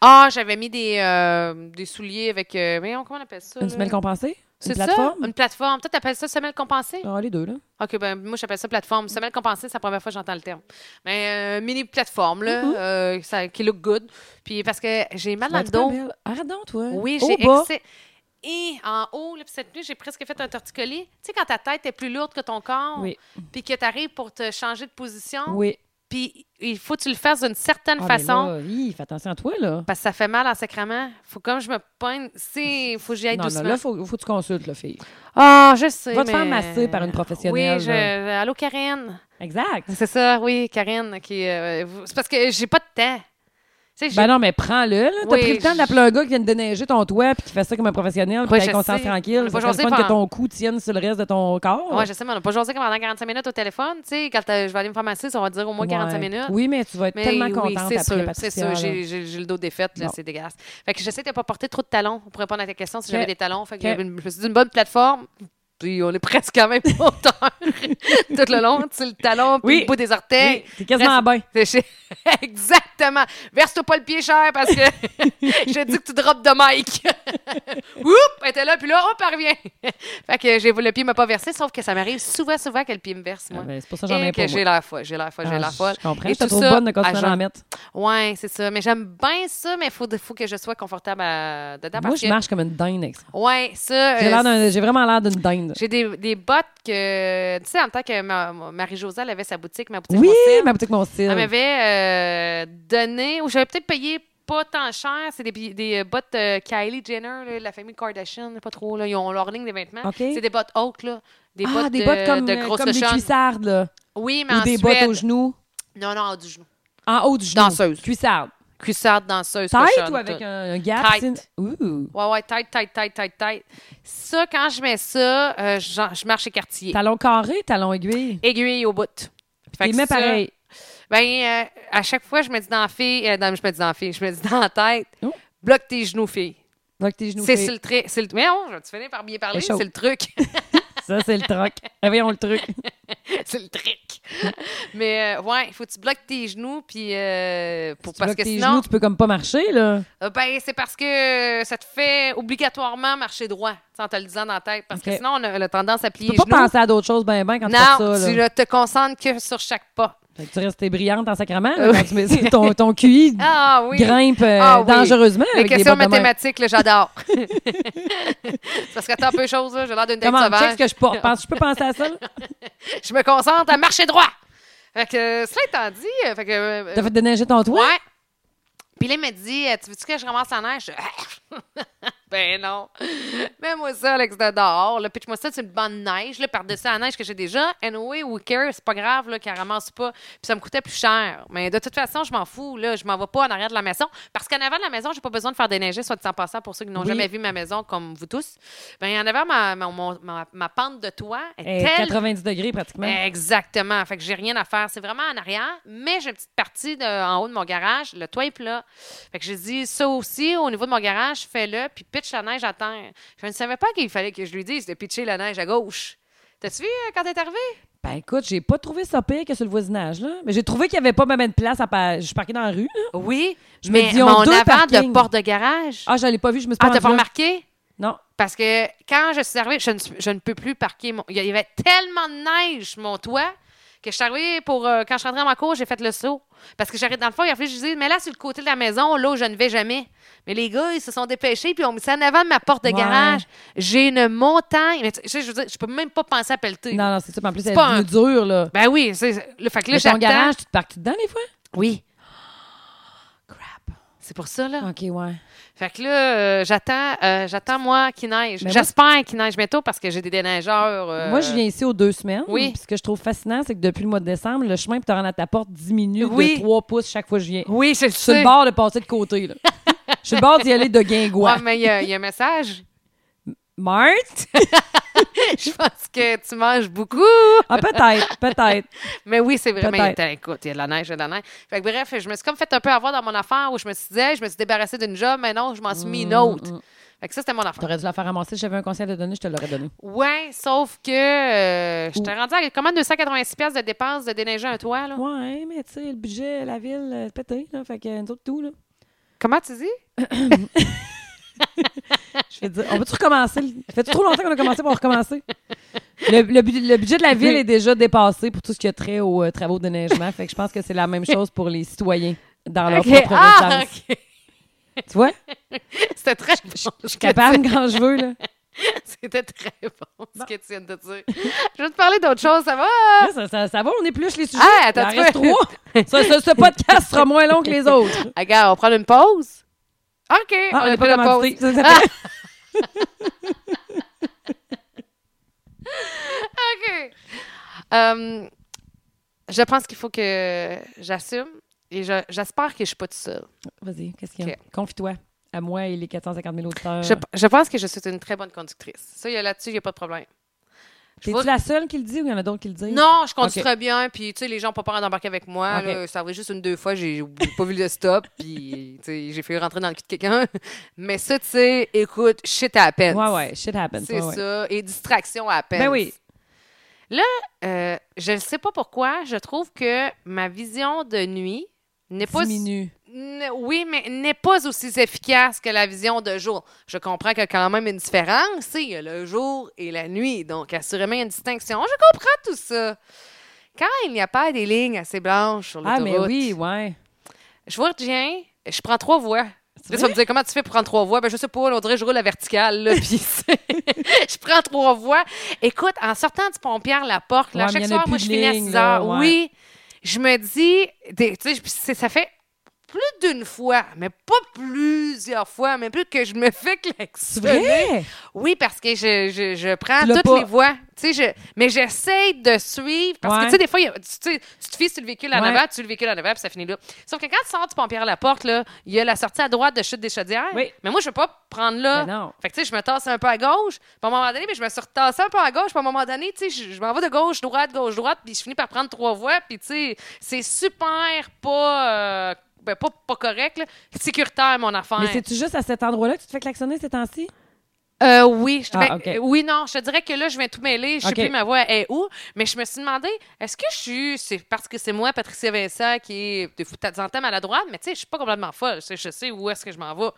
[SPEAKER 2] Ah, j'avais mis des, euh, des souliers avec, euh, voyons, comment on appelle ça?
[SPEAKER 1] Une
[SPEAKER 2] là?
[SPEAKER 1] semelle compensée?
[SPEAKER 2] C'est ça?
[SPEAKER 1] plateforme?
[SPEAKER 2] Une plateforme. Toi, t'appelles ça semelle compensée?
[SPEAKER 1] Ah, les deux, là.
[SPEAKER 2] OK, ben moi, j'appelle ça plateforme. Semelle compensée, c'est la première fois que j'entends le terme. Mais euh, mini plateforme, là,
[SPEAKER 1] Mm-hmm.
[SPEAKER 2] euh, ça, qui look good. Puis parce que j'ai mal dans
[SPEAKER 1] Ouais,
[SPEAKER 2] le
[SPEAKER 1] tu peux,
[SPEAKER 2] dos.
[SPEAKER 1] belle. Arrête Ah, donc, toi.
[SPEAKER 2] Oui,
[SPEAKER 1] Au
[SPEAKER 2] j'ai
[SPEAKER 1] bas.
[SPEAKER 2] excès. Et en haut, là, puis cette nuit, j'ai presque fait un torticolis. Tu sais, quand ta tête est plus lourde que ton corps,
[SPEAKER 1] Oui.
[SPEAKER 2] puis que tu arrives pour te changer de position,
[SPEAKER 1] Oui.
[SPEAKER 2] puis il faut que tu le fasses d'une certaine
[SPEAKER 1] Ah, mais
[SPEAKER 2] façon.
[SPEAKER 1] là, hi, fais attention à toi, là.
[SPEAKER 2] Parce que ça fait mal en sacrement. Faut comme je me pointe, c'est faut que j'y aille
[SPEAKER 1] Non, non,
[SPEAKER 2] doucement.
[SPEAKER 1] là, faut, faut que tu consultes, là, fille.
[SPEAKER 2] Ah, je sais.
[SPEAKER 1] Va te faire
[SPEAKER 2] mais-
[SPEAKER 1] masser par une professionnelle,
[SPEAKER 2] Oui, je... euh, allô Karine.
[SPEAKER 1] Exact.
[SPEAKER 2] C'est ça, oui, Karine. Qui, euh, vous- C'est parce que j'ai pas de temps. sais, j'ai-
[SPEAKER 1] Ben non, mais prends-le. là. T'as
[SPEAKER 2] Oui,
[SPEAKER 1] pris le temps
[SPEAKER 2] je-
[SPEAKER 1] d'appeler un gars qui vient de déneiger ton toit puis qui fait ça comme un professionnel
[SPEAKER 2] Ouais,
[SPEAKER 1] puis t'as
[SPEAKER 2] je
[SPEAKER 1] conscience
[SPEAKER 2] sais. On
[SPEAKER 1] tranquille.
[SPEAKER 2] a
[SPEAKER 1] C'est
[SPEAKER 2] pas
[SPEAKER 1] le
[SPEAKER 2] jasé
[SPEAKER 1] fun que
[SPEAKER 2] pendant-
[SPEAKER 1] ton cou tienne sur le reste de ton corps.
[SPEAKER 2] Ouais, je sais, mais on n'a pas jasé comme pendant 45 minutes au téléphone. Tu sais, quand euh, je vais aller me faire masser, ça va dire au moins 45
[SPEAKER 1] Ouais.
[SPEAKER 2] minutes.
[SPEAKER 1] Oui, mais tu vas être
[SPEAKER 2] Mais
[SPEAKER 1] tellement
[SPEAKER 2] oui,
[SPEAKER 1] contente
[SPEAKER 2] c'est
[SPEAKER 1] après,
[SPEAKER 2] sûr,
[SPEAKER 1] Patricia.
[SPEAKER 2] c'est sûr.
[SPEAKER 1] là.
[SPEAKER 2] J'ai, j'ai- j'ai le dos défaite, là,
[SPEAKER 1] Bon.
[SPEAKER 2] c'est dégueulasse. Fait que j'essaie de pas porter trop de talons pour répondre à ta question si
[SPEAKER 1] Ok.
[SPEAKER 2] j'avais des talons. Fait que
[SPEAKER 1] Ok.
[SPEAKER 2] j'avais une- je me suis dit une bonne plateforme. Puis on est presque quand même en hauteur tout le long. Tu sais, le talon, puis
[SPEAKER 1] Oui.
[SPEAKER 2] le bout des orteils.
[SPEAKER 1] Oui, T'es quasiment bien.
[SPEAKER 2] C'est chez- Exactement. Verse-toi pas le pied cher parce que je te dis que tu drops de Mike. Oups, elle était là, puis là, hop, elle revient. fait que j'ai, le pied m'a pas versé, sauf que ça m'arrive souvent, souvent que le pied me verse, moi.
[SPEAKER 1] Ah ben, c'est pour ça que j'en ai
[SPEAKER 2] Et
[SPEAKER 1] pas.
[SPEAKER 2] que
[SPEAKER 1] moi.
[SPEAKER 2] j'ai l'air folle, j'ai l'air folle, j'ai
[SPEAKER 1] Ah,
[SPEAKER 2] l'air folle.
[SPEAKER 1] Je comprends.
[SPEAKER 2] Et
[SPEAKER 1] Je te
[SPEAKER 2] tout
[SPEAKER 1] trouve
[SPEAKER 2] ça ah,
[SPEAKER 1] bonne de continuer
[SPEAKER 2] à
[SPEAKER 1] à en mettre.
[SPEAKER 2] Ouais, c'est ça. Mais j'aime bien ça, mais il faut, faut que je sois confortable à- dedans.
[SPEAKER 1] Moi,
[SPEAKER 2] parce
[SPEAKER 1] je
[SPEAKER 2] que-
[SPEAKER 1] marche comme une dinde avec ça.
[SPEAKER 2] Ouais, ça.
[SPEAKER 1] J'ai
[SPEAKER 2] euh,
[SPEAKER 1] l'air d'un- j'ai vraiment l'air d'une dinde.
[SPEAKER 2] j'ai des, des bottes que. Tu sais, en tant que ma- ma- Marie-Josée, elle avait sa boutique, ma boutique
[SPEAKER 1] Oui,
[SPEAKER 2] Moncel,
[SPEAKER 1] ma boutique, mon style.
[SPEAKER 2] elle m'avait euh, donné, ou j'avais peut-être payé pas tant cher, c'est des, bi- des euh, bottes euh, Kylie Jenner, là, la famille Kardashian, pas trop, là, ils ont leur ligne de vêtements.
[SPEAKER 1] OK.
[SPEAKER 2] C'est des bottes hautes, là. Des
[SPEAKER 1] ah,
[SPEAKER 2] bottes
[SPEAKER 1] des
[SPEAKER 2] de,
[SPEAKER 1] bottes comme,
[SPEAKER 2] de
[SPEAKER 1] euh,
[SPEAKER 2] grosses
[SPEAKER 1] comme des
[SPEAKER 2] cochonnes.
[SPEAKER 1] cuissardes, là.
[SPEAKER 2] Oui, mais
[SPEAKER 1] Ou
[SPEAKER 2] en
[SPEAKER 1] des
[SPEAKER 2] Suède.
[SPEAKER 1] bottes aux genoux.
[SPEAKER 2] Non, non, en haut du genou.
[SPEAKER 1] En haut du genou.
[SPEAKER 2] Danseuse.
[SPEAKER 1] Cuissarde.
[SPEAKER 2] Cuissarde, danseuse,
[SPEAKER 1] Tight
[SPEAKER 2] cochonne,
[SPEAKER 1] ou avec
[SPEAKER 2] tout.
[SPEAKER 1] un, un gap?
[SPEAKER 2] Tight.
[SPEAKER 1] c'est- Ouh.
[SPEAKER 2] Ouais, ouais, tight, tight, tight, tight, tight. Ça, quand je mets ça, euh, j'en- je marche chez Cartier.
[SPEAKER 1] Talon carré, talon aiguille.
[SPEAKER 2] Aiguille au bout. Fait
[SPEAKER 1] T'es
[SPEAKER 2] que
[SPEAKER 1] mets
[SPEAKER 2] ça,
[SPEAKER 1] pareil.
[SPEAKER 2] Ben, euh, à chaque fois, je me dis dans la fille, euh, dans- je me dis dans la fille, je me dis dans la tête,
[SPEAKER 1] Oh.
[SPEAKER 2] bloque tes genoux, fille.
[SPEAKER 1] Donc, tes genoux.
[SPEAKER 2] C'est
[SPEAKER 1] fait-
[SPEAKER 2] c'est le truc. C'est le... Mais non, je vais te finir par bien parler,
[SPEAKER 1] C'est chaud.
[SPEAKER 2] c'est le truc.
[SPEAKER 1] Ça, c'est le truc. Réveillons le truc.
[SPEAKER 2] c'est le truc. Mais, euh, ouais, il faut que tu bloques tes genoux, puis. euh, pour,
[SPEAKER 1] Tu
[SPEAKER 2] parce
[SPEAKER 1] bloques
[SPEAKER 2] que
[SPEAKER 1] tes
[SPEAKER 2] sinon.
[SPEAKER 1] genoux, tu peux comme pas marcher, là.
[SPEAKER 2] Euh, Ben, c'est parce que ça te fait obligatoirement marcher droit, tu sais, en te le disant dans la tête. Parce
[SPEAKER 1] Ok.
[SPEAKER 2] que sinon, on a, on a tendance à plier
[SPEAKER 1] Tu
[SPEAKER 2] les
[SPEAKER 1] peux
[SPEAKER 2] genoux.
[SPEAKER 1] pas penser à d'autres choses ben ben quand tu
[SPEAKER 2] non,
[SPEAKER 1] fais ça,
[SPEAKER 2] tu
[SPEAKER 1] là.
[SPEAKER 2] ne te concentres que sur chaque pas.
[SPEAKER 1] Fait que tu restes t'es brillante en sacrament, là, quand tu mets ça. ton, ton QI
[SPEAKER 2] Ah oui.
[SPEAKER 1] grimpe euh,
[SPEAKER 2] Ah oui.
[SPEAKER 1] dangereusement
[SPEAKER 2] Les
[SPEAKER 1] avec des
[SPEAKER 2] questions
[SPEAKER 1] bottes de main.
[SPEAKER 2] mathématiques, là, j'adore. C'est parce que t'as un peu chose, là, j'ai l'air d'une tête
[SPEAKER 1] Comment, check
[SPEAKER 2] sauvage.
[SPEAKER 1] ce que je porte. Pense- Je peux penser à ça, là?
[SPEAKER 2] Je me concentre à marcher droit. Fait que, euh, cela étant dit, euh, fait que. euh,
[SPEAKER 1] T'as fait déneiger ton toit?
[SPEAKER 2] Ouais. Puis là, il m'a dit euh, Tu veux-tu que je ramasse la neige Je- Ben non. Mets-moi ça, Alex, de dehors. là. Pitch-moi ça, c'est une bonne neige. là, Par-dessus la neige que j'ai déjà. Anyway, we care. C'est pas grave là, qu'elle ramasse pas. Puis ça me coûtait plus cher. Mais de toute façon, je m'en fous. Là. Je m'en vais pas en arrière de la maison. Parce qu'en avant de la maison, j'ai pas besoin de faire déneiger, soit dit en passant, pour ceux qui n'ont
[SPEAKER 1] Oui.
[SPEAKER 2] jamais vu ma maison comme vous tous. Ben en avant, ma, ma, mon- ma- ma pente de toit est
[SPEAKER 1] Eh,
[SPEAKER 2] tellement
[SPEAKER 1] 90 degrés, pratiquement.
[SPEAKER 2] Exactement. Fait que j'ai rien à faire. C'est vraiment en arrière, mais j'ai une petite partie de- en haut de mon garage. Le toit est plat. Fait que j'ai dit ça aussi au niveau de mon garage, fais-le, puis pitch la neige à terre. Je ne savais pas qu'il fallait que je lui dise de pitcher la neige à gauche. T'as-tu vu euh, quand t'es arrivé?
[SPEAKER 1] Ben écoute, j'ai pas trouvé ça pire que sur le voisinage, là. Mais j'ai trouvé qu'il y avait pas même de place à pa- Je parquais dans la rue, là.
[SPEAKER 2] Oui.
[SPEAKER 1] Je
[SPEAKER 2] mais
[SPEAKER 1] me dis, on
[SPEAKER 2] mon
[SPEAKER 1] deux
[SPEAKER 2] avant
[SPEAKER 1] parkings.
[SPEAKER 2] de porte de garage. Ah,
[SPEAKER 1] Ah, je l'ai pas vu, je me suis
[SPEAKER 2] t'as
[SPEAKER 1] rendue
[SPEAKER 2] pas
[SPEAKER 1] là.
[SPEAKER 2] remarqué?
[SPEAKER 1] Non.
[SPEAKER 2] Parce que quand je suis arrivée, je ne, suis- je ne peux plus parquer mon. Il y avait tellement de neige sur mon toit que je suis arrivée pour. euh, quand je suis rentrée à ma cour, j'ai fait le saut. Parce que j'arrête dans le fond, il a fallu que je dise, mais là, sur le côté de la maison, là où je ne vais jamais. Mais les gars, ils se sont dépêchés, puis on mis ça en avant de ma porte de
[SPEAKER 1] Ouais.
[SPEAKER 2] garage. J'ai une montagne. Mais tu sais, je veux dire, je peux même pas penser à pelleter.
[SPEAKER 1] Non, non, c'est ça. Mais En plus,
[SPEAKER 2] C'est
[SPEAKER 1] elle
[SPEAKER 2] pas
[SPEAKER 1] est
[SPEAKER 2] un-
[SPEAKER 1] devenue dure, là.
[SPEAKER 2] Ben oui, c'est. Le fait que là,
[SPEAKER 1] Mais ton
[SPEAKER 2] j'attends.
[SPEAKER 1] garage, tu te parques dedans, des fois?
[SPEAKER 2] Oui.
[SPEAKER 1] Crap.
[SPEAKER 2] C'est pour ça, là.
[SPEAKER 1] OK, ouais.
[SPEAKER 2] Fait que là, euh, j'attends, euh, j'attends, moi, qu'il neige.
[SPEAKER 1] Mais moi,
[SPEAKER 2] J'espère qu'il neige bientôt parce que j'ai des déneigeurs. euh,
[SPEAKER 1] Moi, je viens ici aux deux semaines.
[SPEAKER 2] oui.
[SPEAKER 1] Puis Ce que je trouve fascinant, c'est que depuis le mois de décembre, le chemin pour te rendre à ta porte diminue
[SPEAKER 2] Oui.
[SPEAKER 1] de 3 pouces chaque fois que je viens.
[SPEAKER 2] Oui, c'est
[SPEAKER 1] Je suis sur le bord de passer de côté, là. Je suis le bord d'y aller de guingois.
[SPEAKER 2] Ouais, Ah, mais il y, a- il y a un message.
[SPEAKER 1] Marthe?
[SPEAKER 2] Je pense que tu manges beaucoup.
[SPEAKER 1] Ah, peut-être, peut-être.
[SPEAKER 2] Mais oui, c'est vrai. Mais
[SPEAKER 1] Peut-être.
[SPEAKER 2] attends, écoute, il y a de la neige, il y a de la neige. Fait que bref, je me suis comme fait un peu avoir dans mon affaire où je me suis dit, hey, je me suis débarrassée d'une job, mais non, je m'en suis mis
[SPEAKER 1] Mm,
[SPEAKER 2] une autre. Fait que ça, c'était mon affaire.
[SPEAKER 1] T'aurais dû la faire ramasser. Si j'avais un conseil à te donner, je te l'aurais donné.
[SPEAKER 2] Ouais, sauf que euh, je t'ai rendu à comment 286$ piastres de dépenses de déneiger un toit, là.
[SPEAKER 1] Ouais, mais tu sais, le budget, la ville, euh, c'est pété, là. Fait que euh, nous autres, tout, là.
[SPEAKER 2] Comment tu dis?
[SPEAKER 1] Je vais dire, on peut-tu recommencer? le- Ça fait trop longtemps qu'on a commencé pour recommencer. Le, le bu- le budget de la ville est déjà dépassé pour tout ce qui a trait aux euh, travaux de déneigement. Fait que je pense que c'est la même chose pour les citoyens dans leur
[SPEAKER 2] Ok.
[SPEAKER 1] propre
[SPEAKER 2] Ah,
[SPEAKER 1] résidence.
[SPEAKER 2] ok.
[SPEAKER 1] Tu vois?
[SPEAKER 2] C'était très
[SPEAKER 1] Je
[SPEAKER 2] bon.
[SPEAKER 1] je suis capable quand je veux, là.
[SPEAKER 2] C'était très bon, ce
[SPEAKER 1] Bon.
[SPEAKER 2] que tu viens de dire. Je vais te parler d'autre chose, ça va?
[SPEAKER 1] Là, ça, ça, ça va, on épluche les sujets.
[SPEAKER 2] Ah,
[SPEAKER 1] Il
[SPEAKER 2] attends,
[SPEAKER 1] en
[SPEAKER 2] tu
[SPEAKER 1] reste
[SPEAKER 2] vois.
[SPEAKER 1] trois. Ça- ça- ce podcast sera moins long que les autres.
[SPEAKER 2] Ah, Regarde, on prend une pause? OK,
[SPEAKER 1] Ah, on
[SPEAKER 2] a
[SPEAKER 1] n'a
[SPEAKER 2] pris
[SPEAKER 1] pas
[SPEAKER 2] la pause. Ah!
[SPEAKER 1] commandité. Ça, ça fait-
[SPEAKER 2] Euh, OK. Hum, je pense qu'il faut que j'assume Et je- j'espère que je suis pas toute seule.
[SPEAKER 1] Vas-y, qu'est-ce qu'il y a?
[SPEAKER 2] Ok.
[SPEAKER 1] Confie-toi à moi et les 450 000 auditeurs.
[SPEAKER 2] Je, je pense que je suis une très bonne conductrice. Ça, il y a- là-dessus, il n'y a pas de problème. Je
[SPEAKER 1] T'es-tu
[SPEAKER 2] vois-
[SPEAKER 1] la seule qui le dit ou il y en a d'autres qui le disent?
[SPEAKER 2] Non, je conduis
[SPEAKER 1] Ok.
[SPEAKER 2] très bien, puis tu sais, les gens n'ont pas peur d'embarquer avec moi.
[SPEAKER 1] Ok.
[SPEAKER 2] là. ça arrivait juste une, deux fois, j'ai pas vu le stop, puis tu sais, j'ai fait rentrer dans le cul de quelqu'un. Mais ça, tu sais, écoute, shit happens.
[SPEAKER 1] Ouais, ouais, shit happens.
[SPEAKER 2] C'est
[SPEAKER 1] ouais, ouais.
[SPEAKER 2] ça, et distraction à peine.
[SPEAKER 1] Ben oui.
[SPEAKER 2] Euh, je ne sais pas pourquoi, je trouve que ma vision de nuit n'est pas...
[SPEAKER 1] Diminue.
[SPEAKER 2] N- Oui, mais n'est pas aussi efficace que la vision de jour. Je comprends qu'il y a quand même une différence. tu sais, Il y a le jour et la nuit. Donc, assurément, il y a une distinction. Je comprends tout ça. Quand il n'y a pas des lignes assez blanches sur
[SPEAKER 1] Ah,
[SPEAKER 2] l'autoroute,
[SPEAKER 1] mais oui, ouais.
[SPEAKER 2] je vois rien, je prends trois voies.
[SPEAKER 1] C'est
[SPEAKER 2] Là, tu vas me dire, comment tu fais pour prendre trois voies? Ben, je sais pas, on dirait que je roule la verticale, là, puis c'est- je prends trois voies. Écoute, en sortant du Pompière, la porte, là,
[SPEAKER 1] Ouais, mais
[SPEAKER 2] chaque
[SPEAKER 1] y en a
[SPEAKER 2] soir,
[SPEAKER 1] plus
[SPEAKER 2] moi,
[SPEAKER 1] de
[SPEAKER 2] je finis à
[SPEAKER 1] lignes,
[SPEAKER 2] 6
[SPEAKER 1] là,
[SPEAKER 2] heures.
[SPEAKER 1] ouais.
[SPEAKER 2] Oui, je me dis, des- tu sais, je- c'est- ça fait plus d'une fois, mais pas plusieurs fois, mais plus que je me fais
[SPEAKER 1] C'est
[SPEAKER 2] klaxonner.
[SPEAKER 1] vrai?
[SPEAKER 2] Oui, parce que je, je, je prends
[SPEAKER 1] Tu l'as
[SPEAKER 2] toutes
[SPEAKER 1] pas.
[SPEAKER 2] les voies. Tu sais, je, mais j'essaie de suivre. Parce
[SPEAKER 1] Ouais.
[SPEAKER 2] que, tu sais, des fois, il y a- tu, sais, tu te fies sur le véhicule en
[SPEAKER 1] Ouais.
[SPEAKER 2] avant, tu sur le véhicule en avant, puis ça finit là. Sauf que quand tu sors du pompier à la porte, là, il y a la sortie à droite de Chute des Chaudières.
[SPEAKER 1] Oui.
[SPEAKER 2] Mais moi, je ne veux pas prendre là.
[SPEAKER 1] Ben non.
[SPEAKER 2] Fait que, tu sais, je me tasse un peu à gauche. Puis à un moment donné, mais je me suis retassée un peu à gauche. Puis à un moment donné, tu sais, je, je m'en vais de gauche, droite, gauche, droite. Puis je finis par prendre trois voies. Puis, tu sais, c'est super pas. euh, ben, pas, pas correct, là. sécuritaire, mon affaire.
[SPEAKER 1] Mais c'est-tu juste à cet endroit-là que tu te fais klaxonner ces temps-ci?
[SPEAKER 2] Euh, oui, je,
[SPEAKER 1] Ah,
[SPEAKER 2] ben,
[SPEAKER 1] ok.
[SPEAKER 2] euh, oui, non, je te dirais que là, je viens tout mêler. Je
[SPEAKER 1] Ok.
[SPEAKER 2] sais plus ma voix est où, mais je me suis demandé, est-ce que je suis, c'est parce que c'est moi, Patricia Vincent, qui est de fou- de temps en temps à la droite, mais tu sais, je suis pas complètement folle. Je sais, je sais où est-ce que je m'en vais.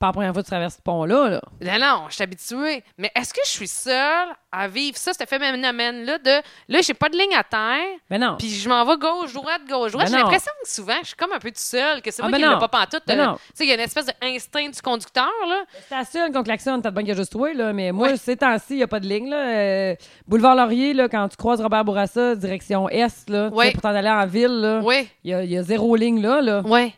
[SPEAKER 1] Pas la première fois que tu traverses ce pont-là, là.
[SPEAKER 2] Non, non, je suis habituée. Mais est-ce que je suis seule à vivre ça, ce phénomène-là de, là, j'ai pas de ligne à terre,
[SPEAKER 1] Ben non.
[SPEAKER 2] puis je m'en vais gauche, droite, gauche, droite.
[SPEAKER 1] Ben
[SPEAKER 2] J'ai
[SPEAKER 1] non.
[SPEAKER 2] l'impression que souvent, je suis comme un peu toute seule, que c'est
[SPEAKER 1] Ah,
[SPEAKER 2] moi
[SPEAKER 1] ben
[SPEAKER 2] qui l'ai
[SPEAKER 1] non.
[SPEAKER 2] pas pantoute.
[SPEAKER 1] Ben
[SPEAKER 2] euh,
[SPEAKER 1] non.
[SPEAKER 2] tu sais, il y a une espèce d'instinct du conducteur, là.
[SPEAKER 1] C'est la seule qu'on klaxonne, t'as de bonne qu'il y a juste toi, là. Mais moi,
[SPEAKER 2] Ouais.
[SPEAKER 1] ces temps-ci, il n'y a pas de ligne, là. Euh, boulevard Laurier, là, quand tu croises Robert Bourassa, direction Est, là, tu
[SPEAKER 2] Ouais.
[SPEAKER 1] sais, pour t'en aller en ville, là,
[SPEAKER 2] Oui,
[SPEAKER 1] il y, a, il y a zéro ligne, là, là.
[SPEAKER 2] oui.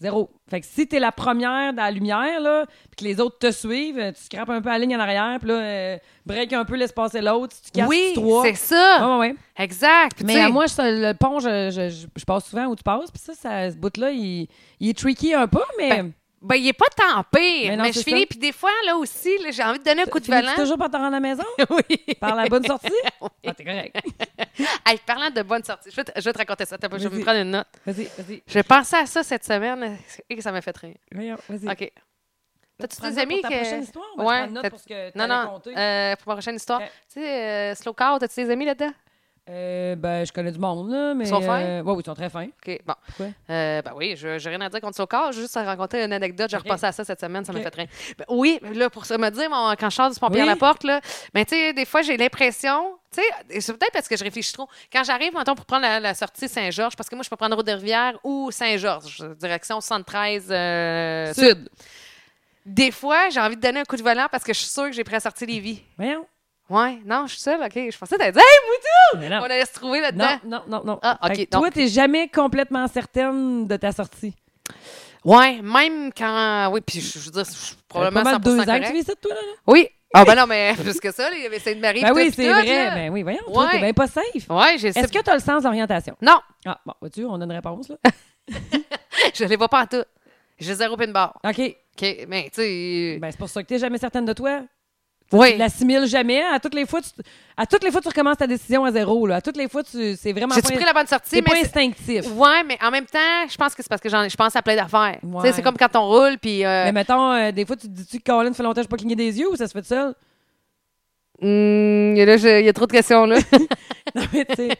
[SPEAKER 1] Zéro. Fait que si t'es la première dans la lumière, là, puis que les autres te suivent, euh, tu scrapes un peu la ligne en arrière, puis là, euh, break un peu laisse passer l'autre, si tu casses
[SPEAKER 2] Oui,
[SPEAKER 1] tu trois.
[SPEAKER 2] c'est ça.
[SPEAKER 1] Ouais, ouais, ouais.
[SPEAKER 2] Exact. Puis
[SPEAKER 1] Mais
[SPEAKER 2] tu sais-
[SPEAKER 1] à moi, je, le pont, je, je- je- je passe souvent où tu passes, puis ça, ça- ce bout-là, il, il est tricky un peu, mais...
[SPEAKER 2] Ben, Ben, il est pas tant pire,
[SPEAKER 1] Mais
[SPEAKER 2] mais,
[SPEAKER 1] non,
[SPEAKER 2] je
[SPEAKER 1] c'est
[SPEAKER 2] finis.
[SPEAKER 1] ça.
[SPEAKER 2] Puis des fois, là aussi, là, j'ai envie de donner un coup de
[SPEAKER 1] Finis-tu
[SPEAKER 2] volant.
[SPEAKER 1] toujours par te rendre à la maison?
[SPEAKER 2] oui.
[SPEAKER 1] Par la bonne sortie? Ah, t'es correct.
[SPEAKER 2] Hey, parlant de bonne sortie, je vais te, je vais te raconter ça. Attends, je vais me
[SPEAKER 1] Vas-y.
[SPEAKER 2] prendre une note.
[SPEAKER 1] Vas-y, vas-y.
[SPEAKER 2] J'ai pensé à ça cette semaine et ça m'a fait rire.
[SPEAKER 1] Voyons, vas-y.
[SPEAKER 2] OK. T'as-tu
[SPEAKER 1] Prends
[SPEAKER 2] des
[SPEAKER 1] ça
[SPEAKER 2] amis
[SPEAKER 1] pour ta prochaine histoire? On va
[SPEAKER 2] Ouais,
[SPEAKER 1] te prendre une note
[SPEAKER 2] t'as-
[SPEAKER 1] pour ce que
[SPEAKER 2] Non,
[SPEAKER 1] t'allais
[SPEAKER 2] non.
[SPEAKER 1] raconter.
[SPEAKER 2] euh, pour ma prochaine histoire.
[SPEAKER 1] Ok.
[SPEAKER 2] Tu sais, euh, Slow Car, t'as-tu des amis là-dedans?
[SPEAKER 1] Euh, ben, je connais du monde, là, mais...
[SPEAKER 2] Ils sont fins?
[SPEAKER 1] euh, ouais, oui, ils sont très fins.
[SPEAKER 2] OK, bon.
[SPEAKER 1] Pourquoi?
[SPEAKER 2] Euh, ben oui, je j'ai rien à dire contre Socar. Juste à raconter une anecdote. J'ai
[SPEAKER 1] Ok.
[SPEAKER 2] repensé à ça cette semaine, ça m'a
[SPEAKER 1] Ok.
[SPEAKER 2] fait rien. Ben oui, là, pour ça me dire, mon- quand je sors du pompier à
[SPEAKER 1] Oui.
[SPEAKER 2] la porte, là, ben, tu sais, des fois, j'ai l'impression, tu sais, et c'est peut-être parce que je réfléchis trop. Quand j'arrive, mettons, pour prendre la, la sortie Saint-Georges, parce que moi, je peux prendre Route de Rivière ou Saint-Georges, direction 73 euh, Sud. Des fois, j'ai envie de donner un coup de volant parce que je suis sûre que j'ai pris la sortie Lévis.
[SPEAKER 1] Voyons.
[SPEAKER 2] Ouais, non, je suis seule, OK. Je pensais t'as dit, hey,
[SPEAKER 1] Mais non.
[SPEAKER 2] on allait se trouver là-dedans.
[SPEAKER 1] Non, non, non, non.
[SPEAKER 2] Ah, ok,
[SPEAKER 1] Fait que
[SPEAKER 2] non.
[SPEAKER 1] Toi, t'es jamais complètement certaine de ta sortie.
[SPEAKER 2] Ouais, même quand. Oui, puis je je veux dire, je suis probablement
[SPEAKER 1] Euh, Pas
[SPEAKER 2] 100%
[SPEAKER 1] mal deux ans
[SPEAKER 2] correcte.
[SPEAKER 1] que tu vis ça, toi, là? là?
[SPEAKER 2] Oui. Ah ben non, mais plus que ça, là, il y avait Sainte-Marie.
[SPEAKER 1] Ben
[SPEAKER 2] puis
[SPEAKER 1] oui,
[SPEAKER 2] tout,
[SPEAKER 1] c'est
[SPEAKER 2] puis tout,
[SPEAKER 1] vrai.
[SPEAKER 2] là.
[SPEAKER 1] Ben oui, voyons, toi,
[SPEAKER 2] Ouais.
[SPEAKER 1] t'es bien pas safe.
[SPEAKER 2] Ouais, j'ai
[SPEAKER 1] Est-ce que t'as le sens d'orientation?
[SPEAKER 2] Non,
[SPEAKER 1] Ah, bon, vois-tu, on a une réponse, là.
[SPEAKER 2] je les vois pas en tout. J'ai zéro pin bar.
[SPEAKER 1] OK.
[SPEAKER 2] OK, mais tu sais...
[SPEAKER 1] Ben, c'est pour ça que t'es jamais certaine de toi. Tu
[SPEAKER 2] oui.
[SPEAKER 1] l'assimiles jamais. À toutes les fois, tu, à toutes les fois, tu recommences ta décision à zéro, là. À toutes les fois, tu, c'est vraiment
[SPEAKER 2] J'ai-tu
[SPEAKER 1] pas,
[SPEAKER 2] pris la bonne sortie,
[SPEAKER 1] c'est pas
[SPEAKER 2] mais... c'est-
[SPEAKER 1] instinctif.
[SPEAKER 2] Ouais, mais en même temps, je pense que c'est parce que j'en- je pense à plein d'affaires. Tu
[SPEAKER 1] Ouais.
[SPEAKER 2] sais, c'est comme quand on roule, puis... euh,
[SPEAKER 1] Mais mettons, euh, des fois, tu te dis-tu que Colin fait longtemps que je pas cligné des yeux ou ça se fait tout seul?
[SPEAKER 2] hmm, là, je- il y a trop de questions, là.
[SPEAKER 1] Non, mais tu sais,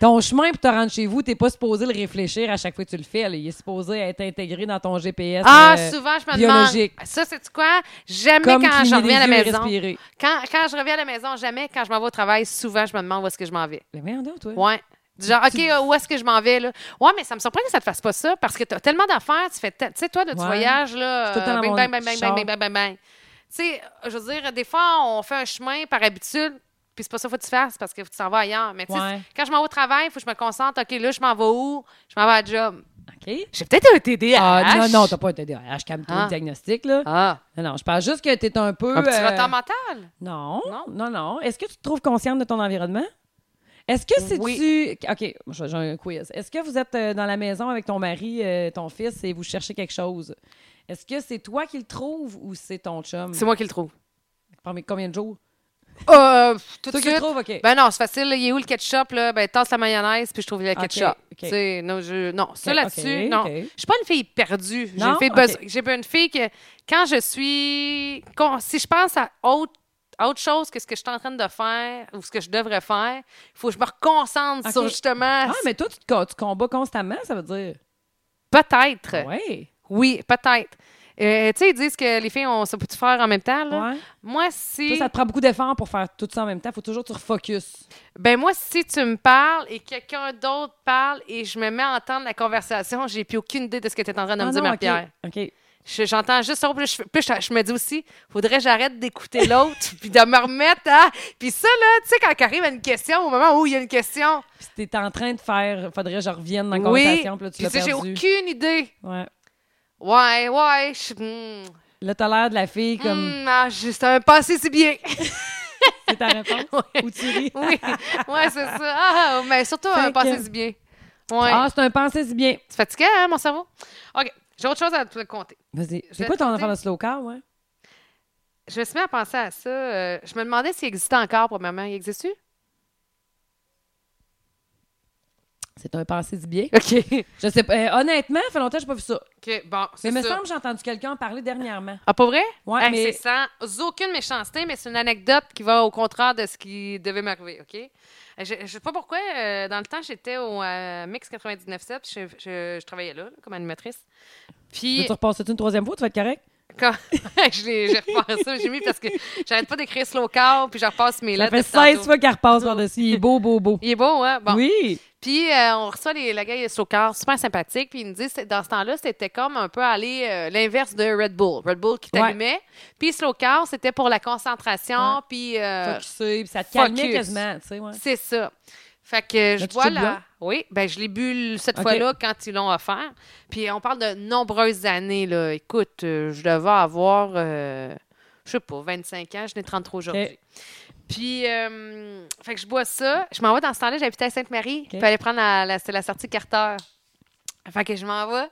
[SPEAKER 1] ton chemin pour te rendre chez vous, t'es pas supposé le réfléchir à chaque fois que tu le fais. là. Il est supposé être intégré dans ton GPS.
[SPEAKER 2] ah,
[SPEAKER 1] euh,
[SPEAKER 2] souvent, je me
[SPEAKER 1] biologique.
[SPEAKER 2] demande... Ça, c'est quoi? Jamais
[SPEAKER 1] comme
[SPEAKER 2] quand
[SPEAKER 1] cligner
[SPEAKER 2] je reviens à la
[SPEAKER 1] des yeux et
[SPEAKER 2] maison...
[SPEAKER 1] respirer.
[SPEAKER 2] Quand, quand je reviens à la maison, jamais quand je m'en vais au travail, souvent, je me demande où est-ce que je m'en vais.
[SPEAKER 1] Mais voyons donc, toi.
[SPEAKER 2] Ouais. Du genre, OK, euh, où est-ce que je m'en vais, là? Ouais, mais ça me surprend que ça te fasse pas ça parce que t'as tellement d'affaires, tu fais. te- Tu sais, toi, là, tu
[SPEAKER 1] Ouais.
[SPEAKER 2] voyages, là.
[SPEAKER 1] Je suis tout le temps
[SPEAKER 2] euh,
[SPEAKER 1] dans
[SPEAKER 2] Bang,
[SPEAKER 1] mon
[SPEAKER 2] bang, bang, bang,
[SPEAKER 1] char.
[SPEAKER 2] bang, bang, bang, bang, bang. Tu sais, euh, je veux dire, des fois, on fait un chemin par habitude, puis c'est pas ça qu'il faut que tu fasses parce que tu t'en vas ailleurs. Mais tu sais,
[SPEAKER 1] Ouais.
[SPEAKER 2] quand je m'en vais au travail, il faut que je me concentre. OK, là, je m'en vais où? Je m'en vais à la job.
[SPEAKER 1] OK.
[SPEAKER 2] J'ai peut-être un TDAH.
[SPEAKER 1] Ah, non, non, t'as pas un TDAH, calme-toi,
[SPEAKER 2] Ah.
[SPEAKER 1] le diagnostic, là.
[SPEAKER 2] Ah,
[SPEAKER 1] Non, non, je pense juste que t'es un peu.
[SPEAKER 2] un petit
[SPEAKER 1] euh,
[SPEAKER 2] retard mental.
[SPEAKER 1] Non,
[SPEAKER 2] Non?
[SPEAKER 1] non, non. Est-ce que tu te trouves consciente de ton environnement? Est-ce que si
[SPEAKER 2] Oui.
[SPEAKER 1] tu. OK, j'ai j'ai un quiz. Est-ce que vous êtes euh, dans la maison avec ton mari, euh, ton fils, et vous cherchez quelque chose? Est-ce que c'est toi qui le trouves ou c'est ton chum?
[SPEAKER 2] C'est moi qui le trouve.
[SPEAKER 1] Parmi combien de jours?
[SPEAKER 2] Euh, tout de
[SPEAKER 1] Toi qui le
[SPEAKER 2] suite.
[SPEAKER 1] trouves, OK.
[SPEAKER 2] Ben non, c'est facile. là. Il est où le ketchup? Là? Ben, tasse la mayonnaise, puis je trouve le
[SPEAKER 1] Ok,
[SPEAKER 2] ketchup.
[SPEAKER 1] ok.
[SPEAKER 2] Tu sais, Non, je, non ça
[SPEAKER 1] Ok,
[SPEAKER 2] là-dessus,
[SPEAKER 1] ok,
[SPEAKER 2] non.
[SPEAKER 1] ok.
[SPEAKER 2] Je suis pas une fille perdue. J'ai
[SPEAKER 1] Non?
[SPEAKER 2] une fille,
[SPEAKER 1] Ok.
[SPEAKER 2] beso- j'ai pas une fille que, quand je suis... quand- si je pense à autre, à autre chose que ce que je suis en train de faire ou ce que je devrais faire, il faut que je me reconcentre
[SPEAKER 1] Ok.
[SPEAKER 2] sur justement...
[SPEAKER 1] Ah, mais toi, tu, te co- tu combats constamment, ça veut dire?
[SPEAKER 2] Peut-être.
[SPEAKER 1] Oui.
[SPEAKER 2] Oui, peut-être. Euh, tu sais, ils disent que les filles, on ça peut tout faire en même temps. Là.
[SPEAKER 1] Ouais.
[SPEAKER 2] Moi, si...
[SPEAKER 1] Toi, ça te prend beaucoup d'efforts pour faire tout ça en même temps. faut toujours que tu refocuses.
[SPEAKER 2] Ben moi, si tu me parles et quelqu'un d'autre parle et je me mets à entendre la conversation, j'ai plus aucune idée de ce que tu es en train de me
[SPEAKER 1] Ah
[SPEAKER 2] dire,
[SPEAKER 1] non,
[SPEAKER 2] ma
[SPEAKER 1] ok,
[SPEAKER 2] pierre.
[SPEAKER 1] OK.
[SPEAKER 2] Je- J'entends juste ça, puis je, puis je- je me dis aussi, faudrait que j'arrête d'écouter l'autre, puis de me remettre à... Puis ça, là, tu sais, quand arrive à une question, au moment où il y a une question,
[SPEAKER 1] Puis si t'es en train de faire, faudrait que je revienne dans la
[SPEAKER 2] oui,
[SPEAKER 1] conversation, puis là, tu
[SPEAKER 2] puis
[SPEAKER 1] l'as
[SPEAKER 2] tu sais,
[SPEAKER 1] perdu.
[SPEAKER 2] j'ai aucune idée.
[SPEAKER 1] Ouais.
[SPEAKER 2] Ouais, ouais, je... hmm,
[SPEAKER 1] Là, t'as l'air de la fille comme...
[SPEAKER 2] hmm, ah, je- ça m'a passé si bien.
[SPEAKER 1] C'est ta réponse?
[SPEAKER 2] Ouais.
[SPEAKER 1] Ou tu ris?
[SPEAKER 2] oui, ouais, c'est ça. Ah, mais surtout,
[SPEAKER 1] Fait
[SPEAKER 2] un passé
[SPEAKER 1] que-
[SPEAKER 2] si bien. Ouais.
[SPEAKER 1] Ah, c'est un pensée si bien.
[SPEAKER 2] C'est fatiguant, hein, mon cerveau? OK, j'ai autre chose à te compter.
[SPEAKER 1] Vas-y.
[SPEAKER 2] Je
[SPEAKER 1] C'est
[SPEAKER 2] vais
[SPEAKER 1] quoi
[SPEAKER 2] te
[SPEAKER 1] ton
[SPEAKER 2] compter.
[SPEAKER 1] affaire de slow car, ouais?
[SPEAKER 2] Je me suis mis à penser à ça. euh, je me demandais s'il existait encore, premièrement. Il existe-tu?
[SPEAKER 1] C'est un pensée si bien.
[SPEAKER 2] OK.
[SPEAKER 1] Je sais pas. euh, honnêtement, ça fait longtemps que j'ai pas vu ça.
[SPEAKER 2] OK, bon,
[SPEAKER 1] Mais
[SPEAKER 2] c'est
[SPEAKER 1] il me
[SPEAKER 2] ça.
[SPEAKER 1] semble que j'ai entendu quelqu'un en parler dernièrement.
[SPEAKER 2] Ah, pas vrai?
[SPEAKER 1] Ouais,
[SPEAKER 2] Hey,
[SPEAKER 1] mais-
[SPEAKER 2] C'est sans aucune méchanceté, mais c'est une anecdote qui va au contraire de ce qui devait m'arriver, OK? Euh, Je, je sais pas pourquoi, euh, dans le temps, j'étais au euh, Mix 99.7, puis je, je, je travaillais là, là, comme animatrice. Puis...
[SPEAKER 1] Tu repasses une troisième fois, tu vas être correct?
[SPEAKER 2] Quand... je l'ai- j'ai repassé, j'ai mis parce que j'arrête pas d'écrire slow car, puis je repasse mes
[SPEAKER 1] Ça
[SPEAKER 2] lettres.
[SPEAKER 1] fait
[SPEAKER 2] depuis tantôt.
[SPEAKER 1] 16 fois qu'elle repasse par-dessus. Il est beau, beau, beau.
[SPEAKER 2] Il est beau, hein? Bon.
[SPEAKER 1] Oui.
[SPEAKER 2] Puis euh, on reçoit les, la gueule slow car, super sympathique. Puis ils nous disent, c'est- dans ce temps-là, c'était comme un peu aller euh, l'inverse de Red Bull. Red Bull qui
[SPEAKER 1] Ouais.
[SPEAKER 2] t'allumait. Puis slow car, c'était pour la concentration.
[SPEAKER 1] Ouais.
[SPEAKER 2] Puis euh,
[SPEAKER 1] Focusé, puis ça te
[SPEAKER 2] focus.
[SPEAKER 1] calmait quasiment, tu sais, ouais.
[SPEAKER 2] c'est ça. Fait que euh, je
[SPEAKER 1] As-tu
[SPEAKER 2] vois
[SPEAKER 1] tout blanc?
[SPEAKER 2] là. Oui, ben je l'ai bu l- cette
[SPEAKER 1] Ok.
[SPEAKER 2] fois-là quand ils l'ont offert. Puis on parle de nombreuses années. là. Écoute, euh, je devais avoir, euh, je sais pas, 25 ans. Je n'ai 33 aujourd'hui.
[SPEAKER 1] Ok.
[SPEAKER 2] Puis, euh, fait que je bois ça. Je m'en vais dans ce temps-là. J'habitais à Sainte-Marie. Je
[SPEAKER 1] OK.
[SPEAKER 2] peux aller prendre la, la- c'est la sortie Carter. Fait que je m'en vais.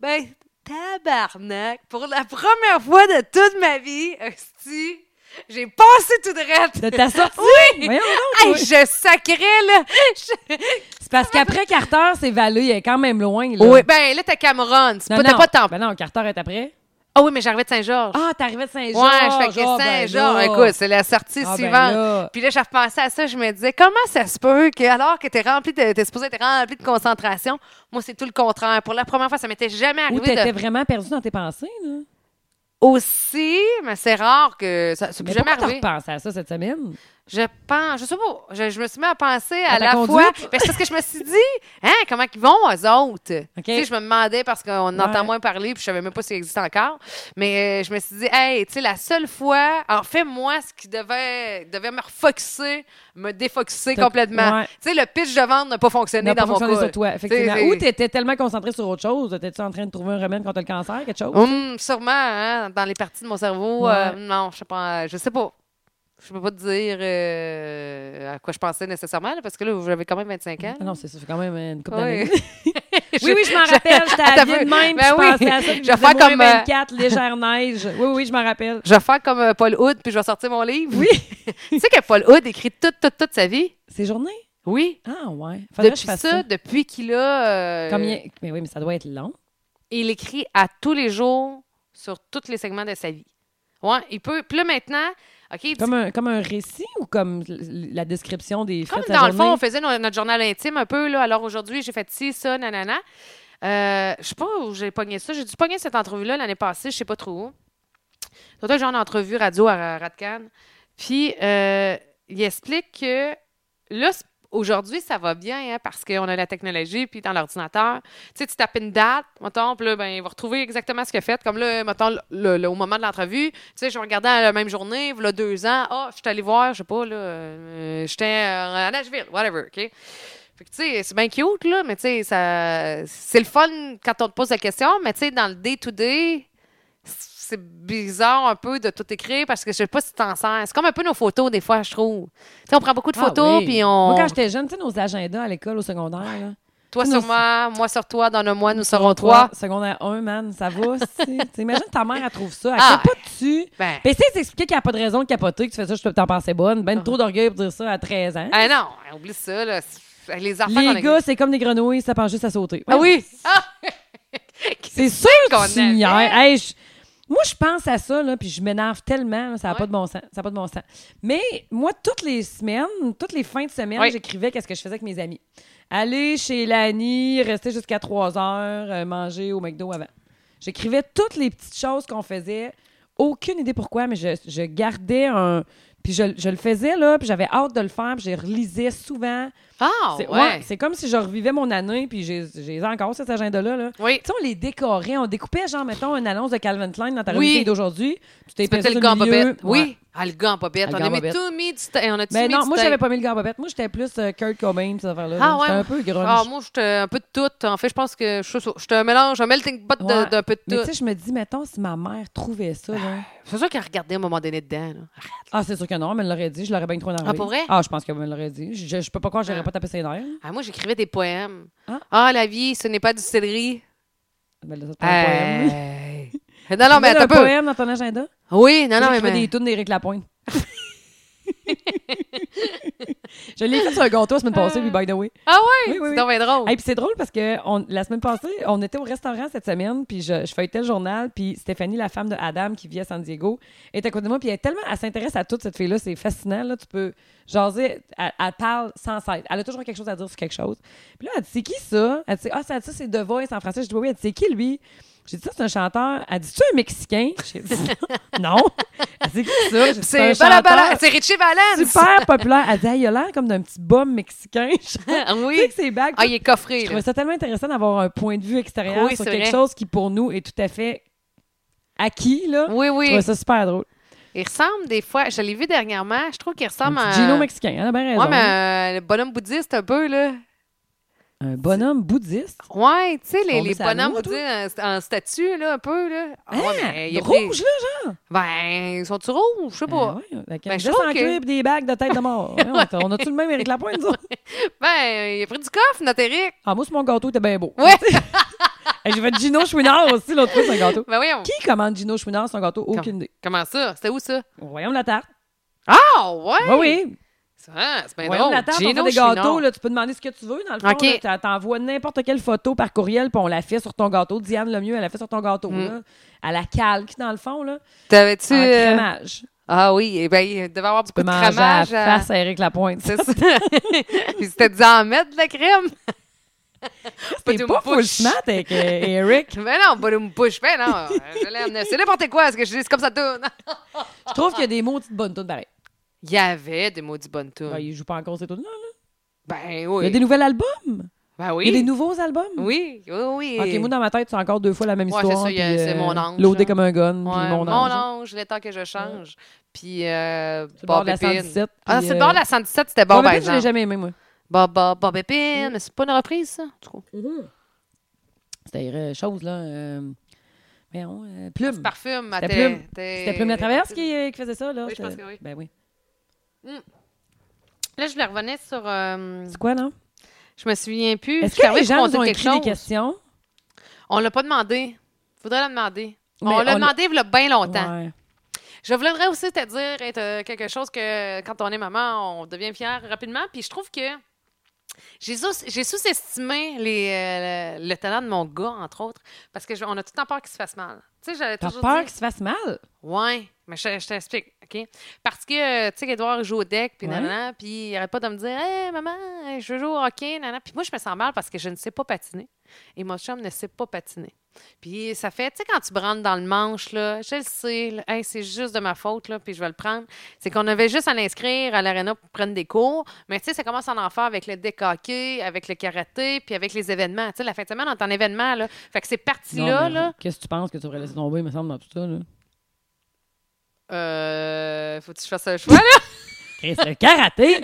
[SPEAKER 2] Ben, tabarnak! Pour la première fois de toute ma vie, hostie, j'ai passé tout de
[SPEAKER 1] De ta sortie?
[SPEAKER 2] Oui!
[SPEAKER 1] Voyons donc,
[SPEAKER 2] Hey,
[SPEAKER 1] toi.
[SPEAKER 2] je sacrais, là! Je-
[SPEAKER 1] C'est parce qu'après Carter, c'est Vallée, elle est quand même loin, là.
[SPEAKER 2] Oui, ben là, t'as Cameron. C'est
[SPEAKER 1] Non,
[SPEAKER 2] pas, t'as
[SPEAKER 1] non.
[SPEAKER 2] pas de temps.
[SPEAKER 1] Ben non, Carter est après.
[SPEAKER 2] Ah oui, mais j'arrivais de Saint-Georges. Ah, ben,
[SPEAKER 1] Ah, t'arrivais de Saint-Jean. ben
[SPEAKER 2] ouais, je fais que Saint-Georges. Écoute, c'est la sortie
[SPEAKER 1] Ah, ben
[SPEAKER 2] suivante.
[SPEAKER 1] là.
[SPEAKER 2] Puis là, je repensais à ça, je me disais, comment ça se peut que, alors que t'es rempli de, t'es supposé être rempli de concentration, moi, c'est tout le contraire. Pour la première fois, ça m'était jamais
[SPEAKER 1] Ou
[SPEAKER 2] arrivé
[SPEAKER 1] t'étais
[SPEAKER 2] de...
[SPEAKER 1] vraiment perdu dans tes pensées, là.
[SPEAKER 2] aussi, mais c'est rare que ça, ça m'est
[SPEAKER 1] Mais
[SPEAKER 2] jamais
[SPEAKER 1] pourquoi t'as
[SPEAKER 2] arrivé.
[SPEAKER 1] repensé à ça cette semaine?
[SPEAKER 2] Je pense, je sais pas, je, je me suis mis à penser à,
[SPEAKER 1] À ta
[SPEAKER 2] la
[SPEAKER 1] conduite?
[SPEAKER 2] fois, ben, c'est parce que je me suis dit, hein, comment ils vont, eux autres?
[SPEAKER 1] OK.
[SPEAKER 2] Tu sais, je me demandais parce qu'on
[SPEAKER 1] Ouais.
[SPEAKER 2] entend moins parler, puis je savais même pas s'il existe encore, mais euh, je me suis dit, hey, tu sais, la seule fois, en fait, moi, ce qui devait, devait me refocuser, me défocuser
[SPEAKER 1] T'as-
[SPEAKER 2] complètement.
[SPEAKER 1] ouais.
[SPEAKER 2] Tu sais, le pitch de vente n'a pas fonctionné
[SPEAKER 1] n'a
[SPEAKER 2] dans
[SPEAKER 1] pas
[SPEAKER 2] mon
[SPEAKER 1] fonctionné
[SPEAKER 2] cas.
[SPEAKER 1] sur toi, effectivement.
[SPEAKER 2] C'est- c'est-
[SPEAKER 1] Ou t'étais tellement concentré sur autre chose, t'étais-tu en train de trouver un remède contre le cancer, quelque chose?
[SPEAKER 2] Hum, sûrement, hein, dans les parties de mon cerveau. euh,
[SPEAKER 1] Ouais.
[SPEAKER 2] non, je sais pas. Je sais pas. Je peux pas te dire euh, à quoi je pensais nécessairement, là, parce que là, j'avais quand même 25 ans.
[SPEAKER 1] Ah non, c'est ça, fait quand même une couple
[SPEAKER 2] Ouais.
[SPEAKER 1] d'années. Oui, oui, je m'en rappelle, j'étais
[SPEAKER 2] Attends
[SPEAKER 1] à
[SPEAKER 2] un
[SPEAKER 1] vie
[SPEAKER 2] peu.
[SPEAKER 1] de même,
[SPEAKER 2] Ben
[SPEAKER 1] puis je
[SPEAKER 2] oui.
[SPEAKER 1] pensais à ça, puis
[SPEAKER 2] Je vais
[SPEAKER 1] je
[SPEAKER 2] faire
[SPEAKER 1] faisais moins
[SPEAKER 2] comme, euh,
[SPEAKER 1] 24, légère neige. Oui, oui, je m'en rappelle.
[SPEAKER 2] Je vais faire comme euh, Paul Hood, puis je vais sortir mon livre. Oui. tu sais que Paul Hood écrit toute, toute, toute sa vie?
[SPEAKER 1] Ces journées?
[SPEAKER 2] Oui.
[SPEAKER 1] Ah ouais, faudrait que je
[SPEAKER 2] depuis ça,
[SPEAKER 1] fasse ça.
[SPEAKER 2] depuis qu'il a... euh,
[SPEAKER 1] Combien? Mais oui, mais ça doit être long.
[SPEAKER 2] il écrit à tous les jours sur tous les segments de sa vie. Ouais, il peut... Puis là, maintenant, OK, il dit
[SPEAKER 1] Comme un, comme un récit ou comme l- la description des faits
[SPEAKER 2] Comme
[SPEAKER 1] de sa
[SPEAKER 2] dans le fond, on
[SPEAKER 1] journée?
[SPEAKER 2] faisait no- notre journal intime un peu, là. Alors aujourd'hui, j'ai fait ci, ça, nanana. Euh, je sais pas où j'ai pogné ça. J'ai dû pogner cette entrevue-là l'année passée, je sais pas trop où. Surtout que j'ai une entrevue radio à Radcan. Puis, euh, il explique que là, c- aujourd'hui, ça va bien, hein, parce qu'on a la technologie, puis dans l'ordinateur. Tu sais, tu tapes une date, mettons, puis là, ben, il va retrouver exactement ce qu'il a fait. Comme là, mettons, le- le- le- au moment de l'entrevue, tu sais, je regardais la même journée, il y a deux ans, ah, je suis allée voir, je sais pas, là, euh, j'étais euh, à Nashville, whatever, OK? Fait que, tu sais, c'est bien cute, là, mais tu sais, ça- c'est le fun quand on te pose la question, mais tu sais, dans le day-to-day, c'est bizarre un peu de tout écrire parce que je sais pas si t'en sers. C'est comme un peu nos photos, des fois, je trouve. Tu sais, on prend beaucoup de
[SPEAKER 1] Ah
[SPEAKER 2] photos,
[SPEAKER 1] oui.
[SPEAKER 2] puis on.
[SPEAKER 1] Moi, quand j'étais jeune, tu sais, nos agendas à l'école, au secondaire, là.
[SPEAKER 2] Toi
[SPEAKER 1] Nous-
[SPEAKER 2] sur moi, moi sur toi, dans le mois, nous serons
[SPEAKER 1] Secondaire
[SPEAKER 2] trois.
[SPEAKER 1] trois, Secondaire 1, man, ça va, si. Tu sais, Imagine ta mère, elle trouve ça. Elle
[SPEAKER 2] Ah,
[SPEAKER 1] capote-tu?
[SPEAKER 2] Ben,
[SPEAKER 1] Puis essaye d'expliquer qu'elle n'a pas de raison de capoter, que tu fais ça, je peux t'en penser bonne. Ben trop d'orgueil pour dire ça à 13 ans.
[SPEAKER 2] ah non, hein, oublie ça, là. C'est- Les enfants qu'on a-
[SPEAKER 1] Les gars, c'est comme des grenouilles, ça pense juste à sauter.
[SPEAKER 2] Ah oui! Ah!
[SPEAKER 1] C'est sûr que
[SPEAKER 2] qu'on
[SPEAKER 1] tu
[SPEAKER 2] avait.
[SPEAKER 1] m'ignorais. Hey, je- Moi, je pense à ça, là, puis je m'énerve tellement, là, ça n'a
[SPEAKER 2] Ouais.
[SPEAKER 1] pas de bon sens. Ça a pas de bon sens. Mais moi, toutes les semaines, toutes les fins de semaine,
[SPEAKER 2] Ouais.
[SPEAKER 1] j'écrivais qu'est-ce que je faisais avec mes amis. Aller chez Lani, rester jusqu'à 3 heures, euh, manger au McDo avant. J'écrivais toutes les petites choses qu'on faisait. Aucune idée pourquoi, mais je, je gardais un... Puis je, je le faisais, là, puis j'avais hâte de le faire, puis je relisais souvent.
[SPEAKER 2] Ah,
[SPEAKER 1] C'est
[SPEAKER 2] ouais.
[SPEAKER 1] ouais, c'est comme si je revivais mon année, puis j'ai j'ai encore cet agenda-là. Là.
[SPEAKER 2] Oui.
[SPEAKER 1] Tu sais, on les décorait, on découpait, genre, mettons, une annonce de Calvin Klein dans ta
[SPEAKER 2] Oui.
[SPEAKER 1] revue d'aujourd'hui. Tu t'es
[SPEAKER 2] Tu mettais
[SPEAKER 1] pété
[SPEAKER 2] le gant en bobette.
[SPEAKER 1] Oui.
[SPEAKER 2] Oui. Ah, le gant en bobette.
[SPEAKER 1] Le
[SPEAKER 2] On
[SPEAKER 1] gant
[SPEAKER 2] a
[SPEAKER 1] en
[SPEAKER 2] mis
[SPEAKER 1] bobette.
[SPEAKER 2] tout mis du ta- On a tout
[SPEAKER 1] Mais
[SPEAKER 2] mis
[SPEAKER 1] Ben non,
[SPEAKER 2] du
[SPEAKER 1] moi,
[SPEAKER 2] tape.
[SPEAKER 1] j'avais pas mis le gant en bobette. Moi, j'étais plus euh, Kurt Cobain, cette affaire-là.
[SPEAKER 2] Ah
[SPEAKER 1] là. J'étais
[SPEAKER 2] ouais.
[SPEAKER 1] un peu grunge.
[SPEAKER 2] Ah, moi, j'étais un peu de tout. En fait, je pense que je suis- j'étais un mélange, un melting pot de-
[SPEAKER 1] Ouais.
[SPEAKER 2] d'un peu
[SPEAKER 1] Mais tu
[SPEAKER 2] de tout. Ah.
[SPEAKER 1] sais, je me dis, mettons, si ma mère trouvait ça, là.
[SPEAKER 2] C'est sûr qu'elle regardait à un moment donné dedans. là.
[SPEAKER 1] Ah, c'est sûr que non, elle me l'aurait dit. Je l'aurais bien trop énervée.
[SPEAKER 2] Ah, pour vrai?
[SPEAKER 1] Ah, je pense qu'elle me l'aurait dit. Je, je peux pas croire que j'aurais
[SPEAKER 2] Ah.
[SPEAKER 1] pas tapé ses nerfs.
[SPEAKER 2] Ah, moi, j'écrivais des poèmes.
[SPEAKER 1] Ah.
[SPEAKER 2] Ah, la vie, ce n'est pas du céleri.
[SPEAKER 1] Ben, là, c'est pas un poème.
[SPEAKER 2] Hey. Euh, Non, non, mais
[SPEAKER 1] Tu mets
[SPEAKER 2] attends
[SPEAKER 1] un
[SPEAKER 2] un peu.
[SPEAKER 1] poème dans ton agenda?
[SPEAKER 2] Oui, non, non, mais. ben.
[SPEAKER 1] J'écrivais des tunes d'Éric Lapointe. je l'ai fait sur un gâteau la semaine passée, lui, by the way.
[SPEAKER 2] Ah
[SPEAKER 1] Oui,
[SPEAKER 2] ouais?
[SPEAKER 1] oui,
[SPEAKER 2] c'est
[SPEAKER 1] oui.
[SPEAKER 2] donc bien drôle.
[SPEAKER 1] Hey, puis c'est drôle parce que on- la semaine passée, on était au restaurant cette semaine, puis je, je feuilletais le journal, puis Stéphanie, la femme de Adam qui vit à San Diego, est à côté de moi, puis elle est tellement, elle s'intéresse à toute cette fille-là, c'est fascinant, là, tu peux jaser, elle, elle parle sans cesse, elle a toujours quelque chose à dire sur quelque chose. Puis là, elle dit, c'est qui ça? Elle dit, ah, ça, ça c'est The Voice en français. Je dis, oui, oui, elle dit, c'est qui lui? J'ai dit, ça, c'est un chanteur. Elle dit, tu un Mexicain? J'ai dit, non. Elle dit, c'est qui ça? J'ai dit,
[SPEAKER 2] C'est
[SPEAKER 1] un
[SPEAKER 2] bala, bala.
[SPEAKER 1] chanteur
[SPEAKER 2] C'est Richie Valens.
[SPEAKER 1] Super populaire. Elle dit, Ah, il a l'air comme d'un petit bum mexicain. Tu sais
[SPEAKER 2] oui.
[SPEAKER 1] que c'est bagues,
[SPEAKER 2] Ah, il est coffré.
[SPEAKER 1] je
[SPEAKER 2] là.
[SPEAKER 1] trouvais ça tellement intéressant d'avoir un point de vue extérieur
[SPEAKER 2] Oui,
[SPEAKER 1] sur
[SPEAKER 2] c'est
[SPEAKER 1] quelque
[SPEAKER 2] vrai.
[SPEAKER 1] chose qui, pour nous, est tout à fait acquis, là.
[SPEAKER 2] Oui,
[SPEAKER 1] Je
[SPEAKER 2] oui.
[SPEAKER 1] trouvais ça super drôle.
[SPEAKER 2] Il ressemble des fois. Je l'ai vu dernièrement. Je trouve qu'il
[SPEAKER 1] Un
[SPEAKER 2] ressemble
[SPEAKER 1] petit
[SPEAKER 2] à.
[SPEAKER 1] Gino mexicain, elle a bien raison.
[SPEAKER 2] euh, Ouais, mais euh, le bonhomme bouddhiste, un peu, là.
[SPEAKER 1] Un bonhomme bouddhiste.
[SPEAKER 2] Ouais, tu sais, les,
[SPEAKER 1] Tombé
[SPEAKER 2] les
[SPEAKER 1] sur la
[SPEAKER 2] bonhommes
[SPEAKER 1] loi, toi?
[SPEAKER 2] bouddhistes en, en statue, là, un peu, là. Ah, ouais,
[SPEAKER 1] Hein?
[SPEAKER 2] mais il y a
[SPEAKER 1] rouge,
[SPEAKER 2] des-
[SPEAKER 1] là, genre.
[SPEAKER 2] Ben, ils sont-tu rouges? Je sais
[SPEAKER 1] Ah
[SPEAKER 2] pas.
[SPEAKER 1] ouais, avec un
[SPEAKER 2] Ben, je
[SPEAKER 1] dress
[SPEAKER 2] trouve
[SPEAKER 1] en
[SPEAKER 2] que-
[SPEAKER 1] cuir pis des bagues de tête de mort. Ouais, on t- on a-tu le même Éric Lapointe, nous autres?
[SPEAKER 2] Ben, il a pris du coffre, notre Eric.
[SPEAKER 1] Ah, moi, c'est mon gâteau, était bien beau.
[SPEAKER 2] Ouais.
[SPEAKER 1] Hey, J'ai fait Gino Chouinard aussi, l'autre fois, c'est un gâteau.
[SPEAKER 2] Ben, voyons.
[SPEAKER 1] Qui commande Gino Chouinard son gâteau? Aucune idée.
[SPEAKER 2] Comment ça? C'était où, ça?
[SPEAKER 1] Voyons la tarte.
[SPEAKER 2] Ah, ouais!
[SPEAKER 1] Oui, oui.
[SPEAKER 2] C'est- Ah, c'est bien
[SPEAKER 1] Voyons
[SPEAKER 2] drôle.
[SPEAKER 1] la tarte, on
[SPEAKER 2] Gino
[SPEAKER 1] fait des
[SPEAKER 2] Chouinard.
[SPEAKER 1] gâteaux. Là, tu peux demander ce que tu veux, dans le fond.
[SPEAKER 2] OK.
[SPEAKER 1] là, tu T'envoies n'importe quelle photo par courriel, puis on la fait sur ton gâteau. Diane Lemieux, elle la fait sur ton gâteau.
[SPEAKER 2] Mm.
[SPEAKER 1] Là, à la calque, dans le fond, là,
[SPEAKER 2] T'avais-tu...
[SPEAKER 1] en
[SPEAKER 2] euh,
[SPEAKER 1] crémage. Tu
[SPEAKER 2] Ah oui, eh ben, il devait avoir beaucoup
[SPEAKER 1] peux
[SPEAKER 2] de
[SPEAKER 1] manger
[SPEAKER 2] cramage.
[SPEAKER 1] à
[SPEAKER 2] à-
[SPEAKER 1] face à Éric Lapointe.
[SPEAKER 2] C'est ça. Puis c'était dit en mettre de la crème.
[SPEAKER 1] T'es
[SPEAKER 2] Bodoum
[SPEAKER 1] pas full
[SPEAKER 2] push.
[SPEAKER 1] smart avec euh, Éric.
[SPEAKER 2] Ben non, bodoum push. Ben non, euh, je l'ai amené. C'est n'importe quoi, ce que je dis, c'est comme ça tourne.
[SPEAKER 1] Je trouve qu'il y a des mots de bonne tunes pareil.
[SPEAKER 2] Il y avait des maudits bonnes tunes.
[SPEAKER 1] Ben, il joue pas encore ces tunes-là. là.
[SPEAKER 2] Ben
[SPEAKER 1] Il y
[SPEAKER 2] Mm. oui.
[SPEAKER 1] a des nouveaux albums.
[SPEAKER 2] Ben oui.
[SPEAKER 1] Il y a des nouveaux albums.
[SPEAKER 2] Oui, oui, oui.
[SPEAKER 1] OK, moi, dans ma tête, c'est encore deux fois la même
[SPEAKER 2] Ouais, c'est
[SPEAKER 1] histoire.
[SPEAKER 2] ça, il y a-
[SPEAKER 1] puis,
[SPEAKER 2] c'est mon ange,
[SPEAKER 1] Loadé
[SPEAKER 2] là.
[SPEAKER 1] comme un gun, puis
[SPEAKER 2] Ouais,
[SPEAKER 1] mon ange. hein.
[SPEAKER 2] le temps que je change. Puis, euh,
[SPEAKER 1] C'est le bord de la
[SPEAKER 2] Bob Épine.
[SPEAKER 1] 117.
[SPEAKER 2] Ah,
[SPEAKER 1] puis,
[SPEAKER 2] c'est le
[SPEAKER 1] euh,
[SPEAKER 2] bord de la 117, c'était bon, ben,
[SPEAKER 1] Bob
[SPEAKER 2] par
[SPEAKER 1] Épine, je l'ai
[SPEAKER 2] exemple.
[SPEAKER 1] jamais Mm. aimé, moi.
[SPEAKER 2] Bob, Bob, Bob Épine, mais c'est pas une reprise, ça? en tout cas.
[SPEAKER 1] C'était euh, chose, là. Euh... voyons, euh,
[SPEAKER 2] Ce
[SPEAKER 1] plume.
[SPEAKER 2] parfum,
[SPEAKER 1] C'était
[SPEAKER 2] t'es-
[SPEAKER 1] Plume.
[SPEAKER 2] t'es-
[SPEAKER 1] C'était Plume la Traverse qui, euh, qui faisait ça, là?
[SPEAKER 2] Oui, je pense
[SPEAKER 1] C'était-
[SPEAKER 2] que oui.
[SPEAKER 1] Ben oui.
[SPEAKER 2] Là, je voulais revenir sur. euh,
[SPEAKER 1] C'est quoi, non?
[SPEAKER 2] je me souviens plus. Je
[SPEAKER 1] Est-ce
[SPEAKER 2] suis
[SPEAKER 1] que
[SPEAKER 2] arrivée
[SPEAKER 1] les
[SPEAKER 2] pour
[SPEAKER 1] gens
[SPEAKER 2] qu'on
[SPEAKER 1] nous ont
[SPEAKER 2] dise
[SPEAKER 1] écrit
[SPEAKER 2] quelque
[SPEAKER 1] des
[SPEAKER 2] chose.
[SPEAKER 1] questions?
[SPEAKER 2] On l'a pas demandé. Faudrait la demander.
[SPEAKER 1] Mais
[SPEAKER 2] on l'a
[SPEAKER 1] on l'a-
[SPEAKER 2] demandé il y a bien longtemps.
[SPEAKER 1] Ouais.
[SPEAKER 2] Je voudrais aussi te dire être, euh, quelque chose que quand on est maman, on devient fier rapidement. Puis je trouve que j'ai sous- j'ai sous-estimé les, euh, le, le talent de mon gars, entre autres, parce que je- on a tout le temps peur qu'il se fasse mal. Tu sais, j'avais
[SPEAKER 1] T'as
[SPEAKER 2] toujours
[SPEAKER 1] peur
[SPEAKER 2] dit-
[SPEAKER 1] qu'il se fasse mal?
[SPEAKER 2] Ouais, mais je, je t'explique, OK? Parce que, euh, tu sais, qu'Edouard joue au deck, puis
[SPEAKER 1] Ouais.
[SPEAKER 2] nanana, puis il arrête pas de me dire « Hey, maman, je veux jouer au hockey, nanana. » Puis moi, je me sens mal parce que je ne sais pas patiner. Et mon chum ne sait pas patiner. Puis ça fait, tu sais, quand tu branles dans le manche, là, je le sais, là, Hey, c'est juste de ma faute, là, puis je vais le prendre. C'est qu'on avait juste à l'inscrire à l'aréna pour prendre des cours, mais tu sais, ça commence à en faire avec le deck hockey, avec le karaté, puis avec les événements. Tu sais, la fin de semaine, on est en événement, là. Fait que ces
[SPEAKER 1] Non,
[SPEAKER 2] parties-là,
[SPEAKER 1] mais
[SPEAKER 2] là,
[SPEAKER 1] Qu'est-ce que tu penses que tu devrais laisser tomber, il me semble, dans tout ça, là?
[SPEAKER 2] euh, faut que je fasse un choix, là?
[SPEAKER 1] Chris, le karaté?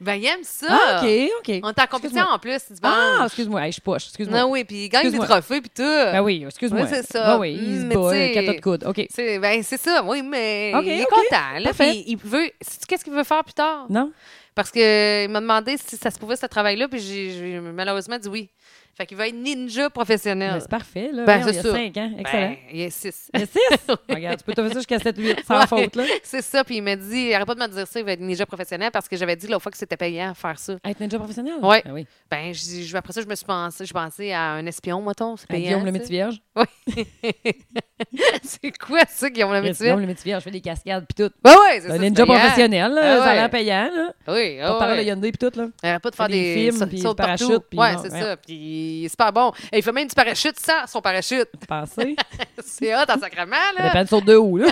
[SPEAKER 2] Ben, il aime ça.
[SPEAKER 1] Ah, OK, OK.
[SPEAKER 2] On est en compétition
[SPEAKER 1] Excuse-moi.
[SPEAKER 2] en plus. Tu
[SPEAKER 1] Ah, excuse-moi, hey, je poche, excuse-moi.
[SPEAKER 2] Non, oui, puis il gagne des
[SPEAKER 1] Excuse-moi.
[SPEAKER 2] trophées, puis tout.
[SPEAKER 1] Ben oui, excuse-moi.
[SPEAKER 2] Oui, c'est ça.
[SPEAKER 1] Ben oui, il se
[SPEAKER 2] Mais
[SPEAKER 1] bat,
[SPEAKER 2] tu sais-
[SPEAKER 1] le kata de coude. OK.
[SPEAKER 2] C'est ben, c'est ça, oui, mais
[SPEAKER 1] Ok,
[SPEAKER 2] il est
[SPEAKER 1] ok,
[SPEAKER 2] content. Là,
[SPEAKER 1] parfait.
[SPEAKER 2] puis il veut. Sais-tu qu'est-ce qu'il veut faire plus tard?
[SPEAKER 1] Non?
[SPEAKER 2] Parce que il m'a demandé si ça se pouvait, ce travail-là, puis j'ai j'ai malheureusement dit oui. Fait qu'il va être ninja
[SPEAKER 1] Ben,
[SPEAKER 2] professionnel.
[SPEAKER 1] c'est parfait, là.
[SPEAKER 2] Ben,
[SPEAKER 1] Voyons,
[SPEAKER 2] c'est
[SPEAKER 1] il y a
[SPEAKER 2] ça.
[SPEAKER 1] 5 ans.
[SPEAKER 2] Ben,
[SPEAKER 1] Excellent.
[SPEAKER 2] il est six.
[SPEAKER 1] Il y a 6? Regarde, tu peux te faire ça jusqu'à 7, 8, sans
[SPEAKER 2] Ouais.
[SPEAKER 1] faute, là.
[SPEAKER 2] C'est ça, puis il m'a dit, arrête pas de me dire ça, il va être ninja professionnel parce que j'avais dit l'autre fois que c'était payant à faire ça.
[SPEAKER 1] Être ninja professionnel?
[SPEAKER 2] Ouais.
[SPEAKER 1] Ben oui.
[SPEAKER 2] Ben, j'ai- je- après ça, je me suis pensé, je pensais à un espion, mettons, c'est
[SPEAKER 1] À
[SPEAKER 2] payant.
[SPEAKER 1] Guillaume le
[SPEAKER 2] ça.
[SPEAKER 1] métier vierge.
[SPEAKER 2] c'est quoi ça, Guillaume le
[SPEAKER 1] Yes,
[SPEAKER 2] métier?
[SPEAKER 1] Guillaume le métier vierge, je fais des cascades puis tout.
[SPEAKER 2] Ben ouais, c'est ça.
[SPEAKER 1] Un
[SPEAKER 2] c'est
[SPEAKER 1] ninja
[SPEAKER 2] payant.
[SPEAKER 1] professionnel, là,
[SPEAKER 2] Ah
[SPEAKER 1] ça a
[SPEAKER 2] ouais.
[SPEAKER 1] l'air payant, là.
[SPEAKER 2] Oui, ah
[SPEAKER 1] Comparé
[SPEAKER 2] ouais.
[SPEAKER 1] à Hyundai puis tout, là.
[SPEAKER 2] Arrête pas de
[SPEAKER 1] Fait
[SPEAKER 2] faire
[SPEAKER 1] des
[SPEAKER 2] des,
[SPEAKER 1] films,
[SPEAKER 2] sa-
[SPEAKER 1] puis
[SPEAKER 2] sauts
[SPEAKER 1] du parachute,
[SPEAKER 2] partout.
[SPEAKER 1] puis
[SPEAKER 2] ouais,
[SPEAKER 1] non,
[SPEAKER 2] c'est
[SPEAKER 1] ouais.
[SPEAKER 2] ça. Puis il est super bon. Et il fait même du parachute sans son parachute.
[SPEAKER 1] Pensez.
[SPEAKER 2] c'est hot en sacrement,
[SPEAKER 1] Ça
[SPEAKER 2] là.
[SPEAKER 1] dépend sur deux où, là.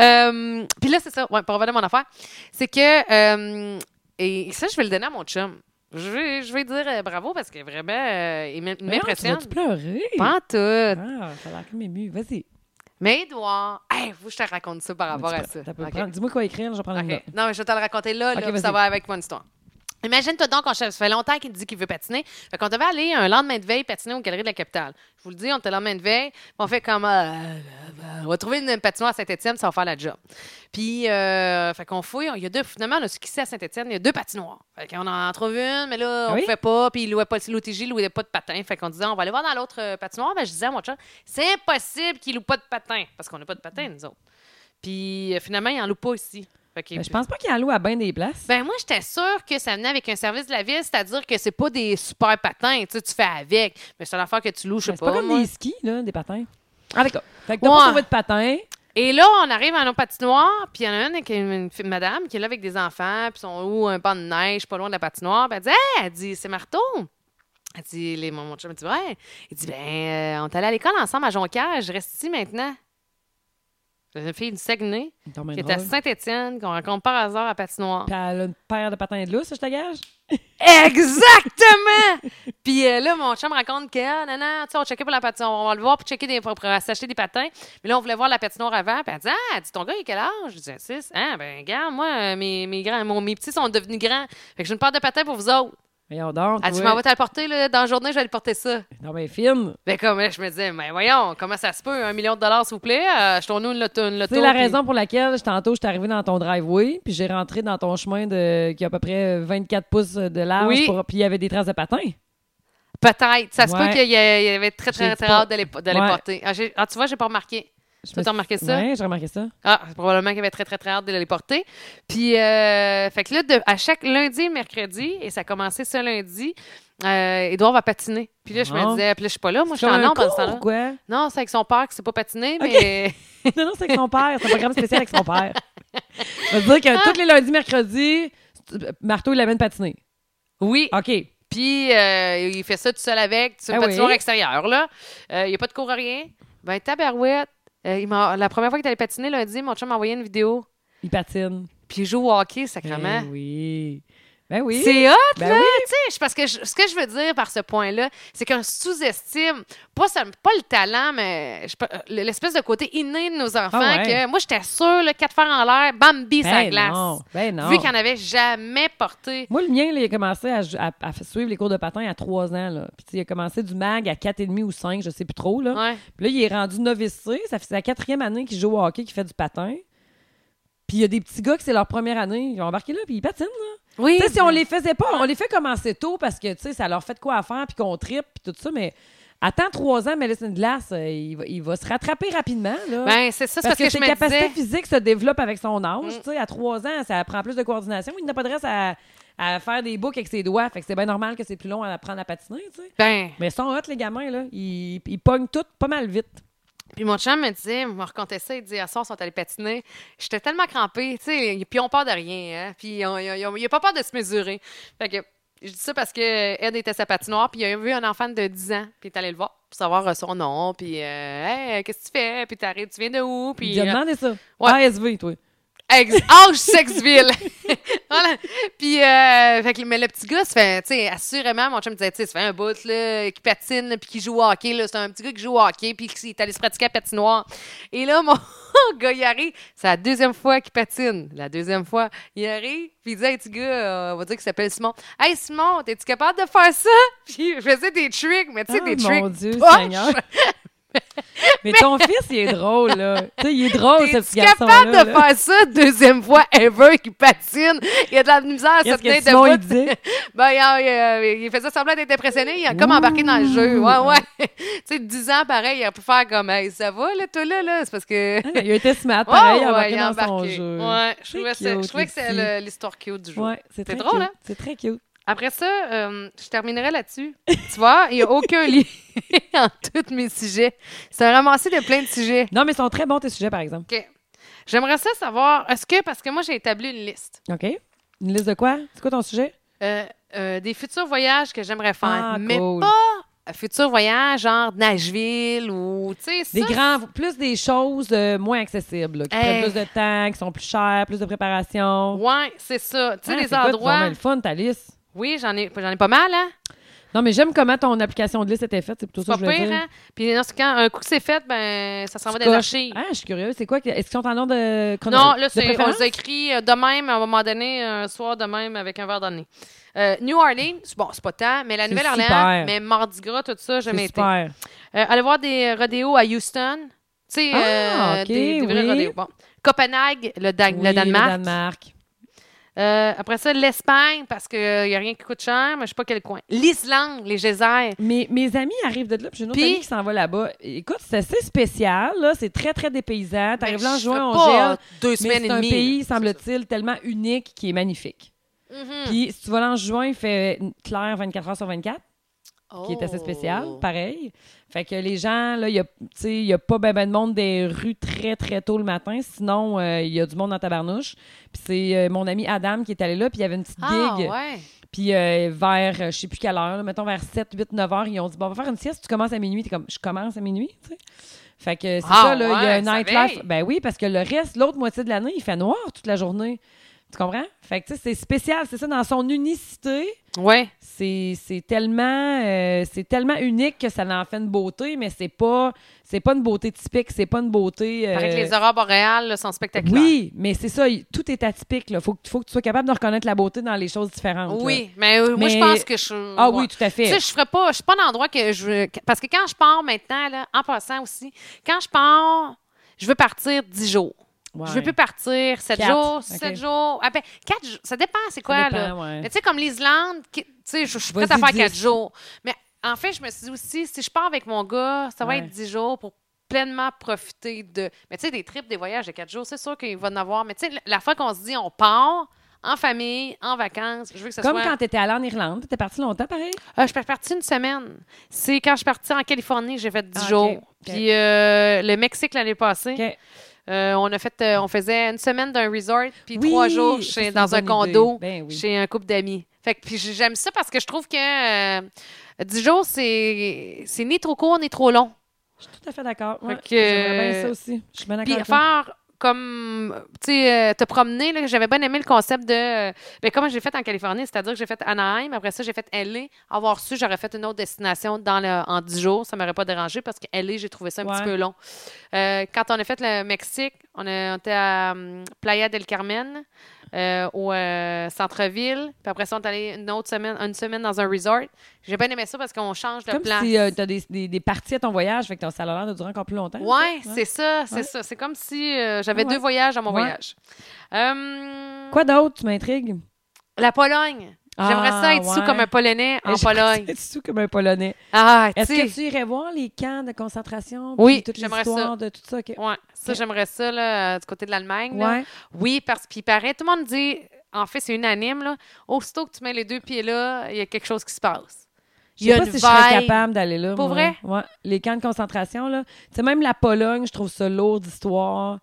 [SPEAKER 2] Euh, puis là, c'est ça. Ouais, pour revenir à mon affaire, c'est que. euh, et ça, je vais le donner à mon chum. Je vais, je vais dire euh, bravo parce que vraiment, euh, il
[SPEAKER 1] Mais non,
[SPEAKER 2] m- il
[SPEAKER 1] tu
[SPEAKER 2] m'impressionne.
[SPEAKER 1] vas-tu pleurer?
[SPEAKER 2] Pas en tout.
[SPEAKER 1] Ah, ça a l'air comme ému. Vas-y.
[SPEAKER 2] Mais Edouard, hey, faut que je te raconte ça par rapport à ça.
[SPEAKER 1] T'as peu-
[SPEAKER 2] Ah, Ok.
[SPEAKER 1] prends- Dis-moi quoi écrire, là, je vais prendre
[SPEAKER 2] OK.
[SPEAKER 1] une note.
[SPEAKER 2] Non, mais je vais te le raconter là, là,
[SPEAKER 1] OK,
[SPEAKER 2] puis
[SPEAKER 1] vas-y.
[SPEAKER 2] ça va avec mon histoire. Imagine-toi donc, on, ça fait longtemps qu'il dit qu'il veut patiner. Fait qu'on devait aller un lendemain de veille patiner aux galeries de la capitale. Je vous le dis, on était le lendemain de veille, puis on fait comme. euh, euh, on va trouver une patinoire à Saint-Etienne, ça va faire la job. Puis, euh, fait qu'on fouille. Il y a deux, finalement, on a esquissé à Saint-Etienne, il y a deux patinoires. Fait qu'on en trouve une, mais là, on
[SPEAKER 1] Oui.
[SPEAKER 2] ne pouvait pas, puis il louait pas, l'OTG louait pas de patin. Fait qu'on disait, on va aller voir dans l'autre euh, patinoire. Ben, je disais à mon chat, c'est impossible qu'il loue pas de patin, parce qu'on n'a pas de patin, nous autres. Puis, euh, finalement, il en loue pas ici. Fait que-
[SPEAKER 1] Mais Ben, je pense pas qu'il y a l'eau à bien des places.
[SPEAKER 2] ben moi, j'étais sûre que ça venait avec un service de la ville, c'est-à-dire que c'est pas des super patins, tu sais, tu fais avec. Mais c'est une affaire que tu loues, je sais
[SPEAKER 1] Mais Ben, C'est
[SPEAKER 2] pas.
[SPEAKER 1] pas comme
[SPEAKER 2] moi.
[SPEAKER 1] des skis, là, des patins. En tout cas, fait que t'as pas
[SPEAKER 2] Ouais.
[SPEAKER 1] trouvé de patin.
[SPEAKER 2] Et là, on arrive à nos patinoires, puis il y en a une, qui est une fille- madame qui est là avec des enfants, puis ils sont où un pan de neige, pas loin de la patinoire. Puis elle dit, Hey! elle dit, c'est Marteau. Elle dit, les, mon, mon chum, elle dit, ouais. Il dit, ben, euh, on est allé à l'école ensemble à Jonquière, je reste ici maintenant. J'ai une fille du Saguenay
[SPEAKER 1] Non, mais
[SPEAKER 2] qui est
[SPEAKER 1] drôle.
[SPEAKER 2] à Saint-Étienne, qu'on rencontre par hasard à patinoire.
[SPEAKER 1] Puis elle a une paire de patins de lousse, je te gage.
[SPEAKER 2] Exactement! puis euh, là, mon chum me raconte que, ah, non, non, tu sais, on checkait pour la patinoire, on va le voir pour checker des, pour, pour s'acheter des patins. Mais là, on voulait voir la patinoire avant. Puis elle dit, ah, dis ton gars, il a quel âge? Je dis, 6. Ah, ben, regarde, moi, euh, mes, mes, grands, mon, mes petits sont devenus grands. Fait que j'ai une paire de patins pour vous autres.
[SPEAKER 1] Voyons donc.
[SPEAKER 2] Elle dit, je
[SPEAKER 1] toi.
[SPEAKER 2] Ah, m'en vais te le porter, là, dans la journée, je vais le porter ça.
[SPEAKER 1] Non, mais fine.
[SPEAKER 2] Ben, comme, là, je me disais, mais voyons, comment ça se peut? Un million de dollars, s'il vous plaît? Euh, Achetons-nous une loto. une
[SPEAKER 1] C'est
[SPEAKER 2] loto,
[SPEAKER 1] la
[SPEAKER 2] puis-
[SPEAKER 1] raison pour laquelle je- tantôt, je suis arrivée dans ton driveway, puis j'ai rentré dans ton chemin de, qui a à peu près 24 pouces de large,
[SPEAKER 2] Oui.
[SPEAKER 1] pour- puis il y avait des traces de patins.
[SPEAKER 2] Peut-être. Ça se
[SPEAKER 1] Ouais.
[SPEAKER 2] peut qu'il y a- il y avait très,
[SPEAKER 1] J'ai
[SPEAKER 2] très, très
[SPEAKER 1] pas-
[SPEAKER 2] hâte de les, de les
[SPEAKER 1] Ouais.
[SPEAKER 2] porter. Ah, j'ai- ah, tu vois, j'ai pas remarqué.
[SPEAKER 1] Je me
[SPEAKER 2] Toi, t'as
[SPEAKER 1] suis-
[SPEAKER 2] remarqué ça?
[SPEAKER 1] Ouais, j'ai remarqué ça.
[SPEAKER 2] Ah, probablement qu'il avait très, très, très hâte de les porter. Puis, euh, fait que là, de- à chaque lundi et mercredi, et ça a commencé ce lundi, euh, Edouard va patiner. Puis là, je
[SPEAKER 1] Ah.
[SPEAKER 2] me disais, puis là, je suis pas là, moi, je suis
[SPEAKER 1] Comme
[SPEAKER 2] en
[SPEAKER 1] un
[SPEAKER 2] nombre pendant ce
[SPEAKER 1] cours,
[SPEAKER 2] temps-là.
[SPEAKER 1] quoi?
[SPEAKER 2] Non, c'est avec son père qui sait pas patiner,
[SPEAKER 1] Ok.
[SPEAKER 2] mais.
[SPEAKER 1] Non, non, c'est avec son père. C'est un programme spécial avec son père. Ça veut dire que tous les
[SPEAKER 2] Ah!
[SPEAKER 1] lundis, mercredis, c'est- Marteau, il l'amène patiner.
[SPEAKER 2] Oui.
[SPEAKER 1] OK.
[SPEAKER 2] Puis, euh, il fait ça tout seul avec, sur
[SPEAKER 1] Ah
[SPEAKER 2] le
[SPEAKER 1] oui.
[SPEAKER 2] patinoire extérieur, là. Euh, Il n'y a pas de cours à rien. Ben, tabarouette. euh, il m'a- la première fois qu'il allait patiner lundi, mon chum m'a envoyé une vidéo.
[SPEAKER 1] Il patine.
[SPEAKER 2] Puis, il joue au hockey,
[SPEAKER 1] Ben
[SPEAKER 2] sacrément.
[SPEAKER 1] oui. Ben oui.
[SPEAKER 2] C'est hot,
[SPEAKER 1] Ben
[SPEAKER 2] là,
[SPEAKER 1] oui.
[SPEAKER 2] tu sais, je- parce que je- ce que je veux dire par ce point-là, c'est qu'on sous-estime, pas, ça- pas le talent, mais je sais pas, euh, l'espèce de côté inné de nos enfants,
[SPEAKER 1] Ah ouais.
[SPEAKER 2] que moi, j'étais sûre, là, quatre fers en l'air, Bambi, sa
[SPEAKER 1] Ben
[SPEAKER 2] glace.
[SPEAKER 1] non. Ben non.
[SPEAKER 2] Vu qu'il n'en avait jamais porté.
[SPEAKER 1] Moi, le mien, là, il a commencé à, jou- à- à suivre les cours de patin à 3 ans. Là. Puis, tu sais, il a commencé du mag à 4,5 ou 5, je sais plus trop. Là.
[SPEAKER 2] Ouais.
[SPEAKER 1] Puis là, il est rendu novice C. Ça fait c'est la quatrième année qu'il joue au hockey, qu'il fait du patin. Puis il y a des petits gars que c'est leur première année. Ils ont embarqué là, puis ils patinent. là.
[SPEAKER 2] Oui.
[SPEAKER 1] Tu sais, si on les faisait pas, on les fait commencer tôt parce que, tu sais, ça leur fait de quoi à faire, puis qu'on tripe, puis tout ça. Mais attends 3 ans, mais laisse une glace, euh, il va, il va se rattraper rapidement. Là.
[SPEAKER 2] Ben, c'est ça, c'est
[SPEAKER 1] Parce
[SPEAKER 2] parce,
[SPEAKER 1] que,
[SPEAKER 2] je
[SPEAKER 1] ses
[SPEAKER 2] me
[SPEAKER 1] capacités
[SPEAKER 2] disais. Mm.
[SPEAKER 1] physiques se développent avec son âge. Tu sais, à trois ans, ça prend plus de coordination. Il n'a pas de reste à, à faire des boucles avec ses doigts. Fait que c'est bien normal que c'est plus long à apprendre à patiner, tu sais.
[SPEAKER 2] Ben,
[SPEAKER 1] Mais ils sont hot, les gamins, là. Ils, ils pognent tout pas mal vite.
[SPEAKER 2] Puis mon chum me disait, me racontait ça, il dit, à soir, ils sont allés patiner. J'étais tellement crampée, tu sais, ils- puis on peur de rien, hein. Puis on, ils ont- ils ont pas peur de se mesurer. Fait que je dis ça parce que Ed était à sa patinoire, puis il a vu un enfant de 10 ans, puis il est allé le voir pour savoir euh, son nom, puis euh, Hey, qu'est-ce que tu fais, puis t'arrives, tu viens de où,
[SPEAKER 1] Puis,
[SPEAKER 2] puis
[SPEAKER 1] ils ont
[SPEAKER 2] euh,
[SPEAKER 1] demandé ça.
[SPEAKER 2] ouais.
[SPEAKER 1] ASV, toi.
[SPEAKER 2] ex- âge sexville. Voilà. Puis, euh, fait que- mais le petit gars, se fait, tu sais, assurément, mon chum me disait, tu sais, ça fait un bout, là, qui patine, puis qui joue au hockey, là. C'est un petit gars qui joue au hockey, puis qui est allé se pratiquer à patinoire. Et là, mon gars, il arrive, c'est la deuxième fois qu'il patine. La deuxième fois, il arrive, puis il dit, hey, petit gars, euh, on va dire qu'il s'appelle Simon. Hey, Simon, es-tu capable de faire ça? Puis, je faisais des tricks, mais tu sais,
[SPEAKER 1] Ah,
[SPEAKER 2] des
[SPEAKER 1] mon
[SPEAKER 2] tricks.
[SPEAKER 1] Dieu,
[SPEAKER 2] poches.
[SPEAKER 1] Seigneur. Mais ton fils, il est drôle, là. Tu sais, il est drôle, ce petit
[SPEAKER 2] T'es-tu
[SPEAKER 1] garçon.
[SPEAKER 2] capable de faire ça deuxième fois ever qui patine? Il a de la misère à se
[SPEAKER 1] Qu'est-ce que
[SPEAKER 2] tenir
[SPEAKER 1] Simon, il
[SPEAKER 2] debout.
[SPEAKER 1] dit?
[SPEAKER 2] Ben, il, a- il a- il faisait semblant d'être impressionné. Il a comme embarqué dans le jeu. Ouais, ouais. tu sais, 10 ans, pareil, il a pu faire comme, hey, ça va, là, toi, là, là? C'est parce que.
[SPEAKER 1] Ah, Il a été smart, pareil,
[SPEAKER 2] Oh,
[SPEAKER 1] embarqué
[SPEAKER 2] ouais, il
[SPEAKER 1] dans
[SPEAKER 2] a
[SPEAKER 1] son
[SPEAKER 2] embarqué.
[SPEAKER 1] jeu.
[SPEAKER 2] Ouais, je trouvais,
[SPEAKER 1] C'est
[SPEAKER 2] ça-
[SPEAKER 1] cute,
[SPEAKER 2] je trouvais que c'est
[SPEAKER 1] le petit.
[SPEAKER 2] le- l'histoire cute du jour.
[SPEAKER 1] Ouais, c'est
[SPEAKER 2] C'est
[SPEAKER 1] très
[SPEAKER 2] drôle,
[SPEAKER 1] cute.
[SPEAKER 2] hein?
[SPEAKER 1] C'est très cute.
[SPEAKER 2] Après ça, euh, je terminerai là-dessus. tu vois, il n'y a aucun lien en tous mes sujets. C'est un ramassé de plein de sujets.
[SPEAKER 1] Non, mais ils sont très bons, tes sujets, par exemple.
[SPEAKER 2] OK. J'aimerais ça savoir, est-ce que, parce que moi, j'ai établi une liste.
[SPEAKER 1] OK? Une liste de quoi? C'est quoi ton sujet?
[SPEAKER 2] Euh, euh, des futurs voyages que j'aimerais faire,
[SPEAKER 1] Ah,
[SPEAKER 2] mais
[SPEAKER 1] cool.
[SPEAKER 2] pas un futur voyage genre Nashville ou tu sais ça.
[SPEAKER 1] Des grands, plus des choses euh, moins accessibles, là, qui
[SPEAKER 2] Hey.
[SPEAKER 1] prennent plus de temps, qui sont plus chères, plus de préparation.
[SPEAKER 2] Ouais, c'est ça. Tu sais
[SPEAKER 1] Ah,
[SPEAKER 2] les
[SPEAKER 1] c'est good, c'est
[SPEAKER 2] endroits.
[SPEAKER 1] vraiment le fun, ta liste.
[SPEAKER 2] Oui, j'en ai j'en ai pas mal hein.
[SPEAKER 1] Non, mais j'aime comment ton application de liste était faite. C'est plutôt ça
[SPEAKER 2] Pas
[SPEAKER 1] que je voulais
[SPEAKER 2] pire
[SPEAKER 1] dire.
[SPEAKER 2] hein. Puis non, c'est quand un coup que c'est fait, ben ça s'en va
[SPEAKER 1] Tu
[SPEAKER 2] dans les
[SPEAKER 1] coches.
[SPEAKER 2] archives.
[SPEAKER 1] Ah, je suis curieuse. C'est quoi? que- Est-ce qu'ils sont en ordre de
[SPEAKER 2] Non,
[SPEAKER 1] chronologique?
[SPEAKER 2] là,
[SPEAKER 1] de
[SPEAKER 2] c'est, on
[SPEAKER 1] préférence?
[SPEAKER 2] les écrit euh, de même, à un moment donné, un soir de même, avec un verre dans le nez. Euh, New Orleans, c'est- bon, c'est pas tant, mais la
[SPEAKER 1] C'est
[SPEAKER 2] Nouvelle-Orléans,
[SPEAKER 1] super.
[SPEAKER 2] mais Mardi Gras, tout ça,
[SPEAKER 1] C'est
[SPEAKER 2] jamais été.
[SPEAKER 1] super.
[SPEAKER 2] Euh, aller voir des rodéos à Houston. Tu sais,
[SPEAKER 1] Ah,
[SPEAKER 2] euh,
[SPEAKER 1] ok,
[SPEAKER 2] des, des vrais
[SPEAKER 1] oui.
[SPEAKER 2] rodéos. Bon. Copenhague, le, Dan-
[SPEAKER 1] Oui,
[SPEAKER 2] le Danemark.
[SPEAKER 1] Le Danemark.
[SPEAKER 2] Euh, après ça, l'Espagne, parce qu'il n'y a rien qui coûte cher, mais je sais pas quel coin. L'Islande, les geysers.
[SPEAKER 1] Mes, mes amis arrivent de là, puis j'ai une autre
[SPEAKER 2] Puis-
[SPEAKER 1] amie qui s'en va là-bas. Écoute, c'est assez spécial, là. C'est très, très dépaysant. T'arrives
[SPEAKER 2] Ben,
[SPEAKER 1] là en
[SPEAKER 2] je
[SPEAKER 1] juin,
[SPEAKER 2] ferais
[SPEAKER 1] on
[SPEAKER 2] pas
[SPEAKER 1] gèle.
[SPEAKER 2] Deux
[SPEAKER 1] Mais
[SPEAKER 2] semaines
[SPEAKER 1] c'est
[SPEAKER 2] et
[SPEAKER 1] un
[SPEAKER 2] demie.
[SPEAKER 1] pays,
[SPEAKER 2] là.
[SPEAKER 1] semble-t-il, tellement unique qui est magnifique.
[SPEAKER 2] Mhm.
[SPEAKER 1] Puis si tu vas là en juin, il fait clair 24 heures sur 24, qui est assez spécial,
[SPEAKER 2] Oh.
[SPEAKER 1] pareil. Fait que les gens, là, il y a- tu sais, il n'y a pas ben, ben de monde des rues très, très tôt le matin. Sinon, euh, il y a du monde dans tabarnouche. Puis c'est euh, mon ami Adam qui est allé là, puis il y avait une petite
[SPEAKER 2] Ah,
[SPEAKER 1] gig.
[SPEAKER 2] ouais.
[SPEAKER 1] Puis euh, vers, euh, je sais plus quelle heure, là, mettons vers 7, 8, 9 heures, ils ont dit Bon, on va faire une sieste, tu commences à minuit. T'es comme Je commence à minuit, tu sais. Fait que c'est
[SPEAKER 2] Ah
[SPEAKER 1] ça, là, il y a
[SPEAKER 2] ouais,
[SPEAKER 1] un
[SPEAKER 2] ça
[SPEAKER 1] nightlife.
[SPEAKER 2] veille.
[SPEAKER 1] Ben oui, parce que le reste, l'autre moitié de l'année, il fait noir toute la journée. Tu comprends? Fait que tu sais, c'est spécial, c'est ça, dans son unicité.
[SPEAKER 2] Ouais.
[SPEAKER 1] C'est c'est tellement, euh, c'est tellement unique que ça en fait une beauté, mais c'est pas, c'est pas une beauté typique, c'est pas une beauté.
[SPEAKER 2] Paraît que
[SPEAKER 1] euh,
[SPEAKER 2] les aurores boréales là, sont spectaculaires.
[SPEAKER 1] oui, mais c'est ça, il- tout est atypique. Il faut, que- faut que tu sois capable de reconnaître la beauté dans les choses différentes. là.
[SPEAKER 2] Oui, mais, euh, moi,
[SPEAKER 1] Mais-
[SPEAKER 2] je pense que je.
[SPEAKER 1] Ah
[SPEAKER 2] ouais.
[SPEAKER 1] oui, tout à
[SPEAKER 2] Tu
[SPEAKER 1] fait.
[SPEAKER 2] sais, je ferais pas. Je suis pas un endroit que je. que- Parce que quand je pars maintenant, là, en passant aussi, quand je pars, je veux partir 10 jours. Je veux plus partir 7
[SPEAKER 1] Quatre,
[SPEAKER 2] jours,
[SPEAKER 1] ok.
[SPEAKER 2] 7 jours. Ah ben, 4 jours. Ça dépend, c'est quoi,
[SPEAKER 1] dépend,
[SPEAKER 2] là.
[SPEAKER 1] ouais.
[SPEAKER 2] Mais tu sais, comme l'Islande, qui- tu sais, je je suis prête à
[SPEAKER 1] Vas-y,
[SPEAKER 2] faire 4
[SPEAKER 1] dix.
[SPEAKER 2] jours. Mais en fait, je me suis dit aussi, si je pars avec mon gars, ça va
[SPEAKER 1] Ouais.
[SPEAKER 2] être 10 jours pour pleinement profiter de. Mais tu sais, des trips, des voyages de 4 jours, c'est sûr qu'il va en avoir. Mais tu sais, la fois qu'on se dit, on part. En famille, en vacances, je veux que ça
[SPEAKER 1] Comme
[SPEAKER 2] soit.
[SPEAKER 1] quand tu étais allée en Irlande, tu parti longtemps pareil.
[SPEAKER 2] Euh, je suis partie une semaine. C'est quand je suis partie en Californie, j'ai fait 10
[SPEAKER 1] Ah, ok,
[SPEAKER 2] jours.
[SPEAKER 1] ok.
[SPEAKER 2] Puis euh, le Mexique l'année passée,
[SPEAKER 1] Ok.
[SPEAKER 2] euh, on a fait, euh, on faisait une semaine d'un resort, puis
[SPEAKER 1] Oui,
[SPEAKER 2] trois jours
[SPEAKER 1] ça,
[SPEAKER 2] chez-
[SPEAKER 1] c'est une
[SPEAKER 2] dans un
[SPEAKER 1] bonne
[SPEAKER 2] condo
[SPEAKER 1] idée. Ben oui.
[SPEAKER 2] chez un couple d'amis. Fait que puis j'ai- j'aime ça parce que je trouve que euh, 10 jours, c'est c'est ni trop court ni trop long.
[SPEAKER 1] Je suis tout à fait d'accord. Ouais,
[SPEAKER 2] Fait que-
[SPEAKER 1] J'aimerais bien ça aussi. Je suis bien d'accord.
[SPEAKER 2] Puis
[SPEAKER 1] avec toi.
[SPEAKER 2] faire comme, tu sais, euh, te promener, là, j'avais bien aimé le concept de, euh, ben, comment j'ai fait en Californie, c'est-à-dire que j'ai fait Anaheim, après ça, j'ai fait LA. Avoir su, j'aurais fait une autre destination dans le, en 10 jours, ça m'aurait pas dérangé parce que LA, j'ai trouvé ça un petit
[SPEAKER 1] Ouais.
[SPEAKER 2] peu long. Euh, quand on a fait le Mexique, on, a- on était à hum, Playa del Carmen, euh, au euh, centre-ville, puis après ça, on est allé une autre semaine, une semaine dans un resort. J'ai bien aimé ça parce qu'on change de
[SPEAKER 1] Comme
[SPEAKER 2] plan.
[SPEAKER 1] si euh, tu as des, des- des parties à ton voyage, fait que ton- ça a l'air de durer encore plus longtemps. hein?
[SPEAKER 2] Ouais,
[SPEAKER 1] ça,
[SPEAKER 2] c'est ça, c'est
[SPEAKER 1] Ouais.
[SPEAKER 2] ça. C'est comme si euh, j'avais
[SPEAKER 1] Ah ouais.
[SPEAKER 2] deux voyages dans mon
[SPEAKER 1] Ouais.
[SPEAKER 2] voyage. Hum,
[SPEAKER 1] Quoi d'autre, tu m'intrigues?
[SPEAKER 2] La Pologne. J'aimerais ça
[SPEAKER 1] Ah,
[SPEAKER 2] être sous
[SPEAKER 1] ouais.
[SPEAKER 2] comme un Polonais en
[SPEAKER 1] J'aimerais
[SPEAKER 2] Pologne.
[SPEAKER 1] ça être sous comme un Polonais.
[SPEAKER 2] Ah, tu
[SPEAKER 1] Est-ce
[SPEAKER 2] sais.
[SPEAKER 1] que tu irais voir les camps de concentration?
[SPEAKER 2] Oui,
[SPEAKER 1] puis toutes les
[SPEAKER 2] j'aimerais ça.
[SPEAKER 1] histoires de tout ça. ok.
[SPEAKER 2] Ouais, ça,
[SPEAKER 1] Ok.
[SPEAKER 2] j'aimerais ça, là, euh, du côté de l'Allemagne. là.
[SPEAKER 1] Ouais.
[SPEAKER 2] Oui, parce qu'il paraît, tout le monde dit, en fait, c'est unanime, là, aussitôt que tu mets les deux pieds là, il y a quelque chose qui se passe.
[SPEAKER 1] Je sais pas si je serais
[SPEAKER 2] vibe.
[SPEAKER 1] capable d'aller là.
[SPEAKER 2] Pour
[SPEAKER 1] moi.
[SPEAKER 2] vrai?
[SPEAKER 1] Ouais. Les camps de concentration, là. Tu sais, même la Pologne, je trouve ça lourd d'histoire.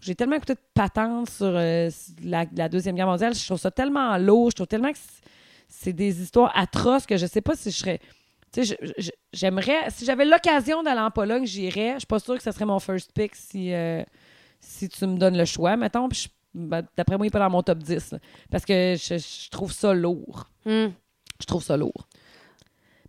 [SPEAKER 1] J'ai tellement écouté de patentes sur euh, la, la Deuxième Guerre mondiale. Je trouve ça tellement lourd. Je trouve tellement que c'est- c'est des histoires atroces que je sais pas si je serais. Tu sais, je- je- j'aimerais. Si j'avais l'occasion d'aller en Pologne, j'irais. Je suis pas sûre que ce serait mon first pick si, euh, si tu me donnes le choix, mettons. Puis je Ben, D'après moi, il n'est pas dans mon top 10. là, parce que je, je trouve ça lourd.
[SPEAKER 2] Hum.
[SPEAKER 1] Je trouve ça lourd.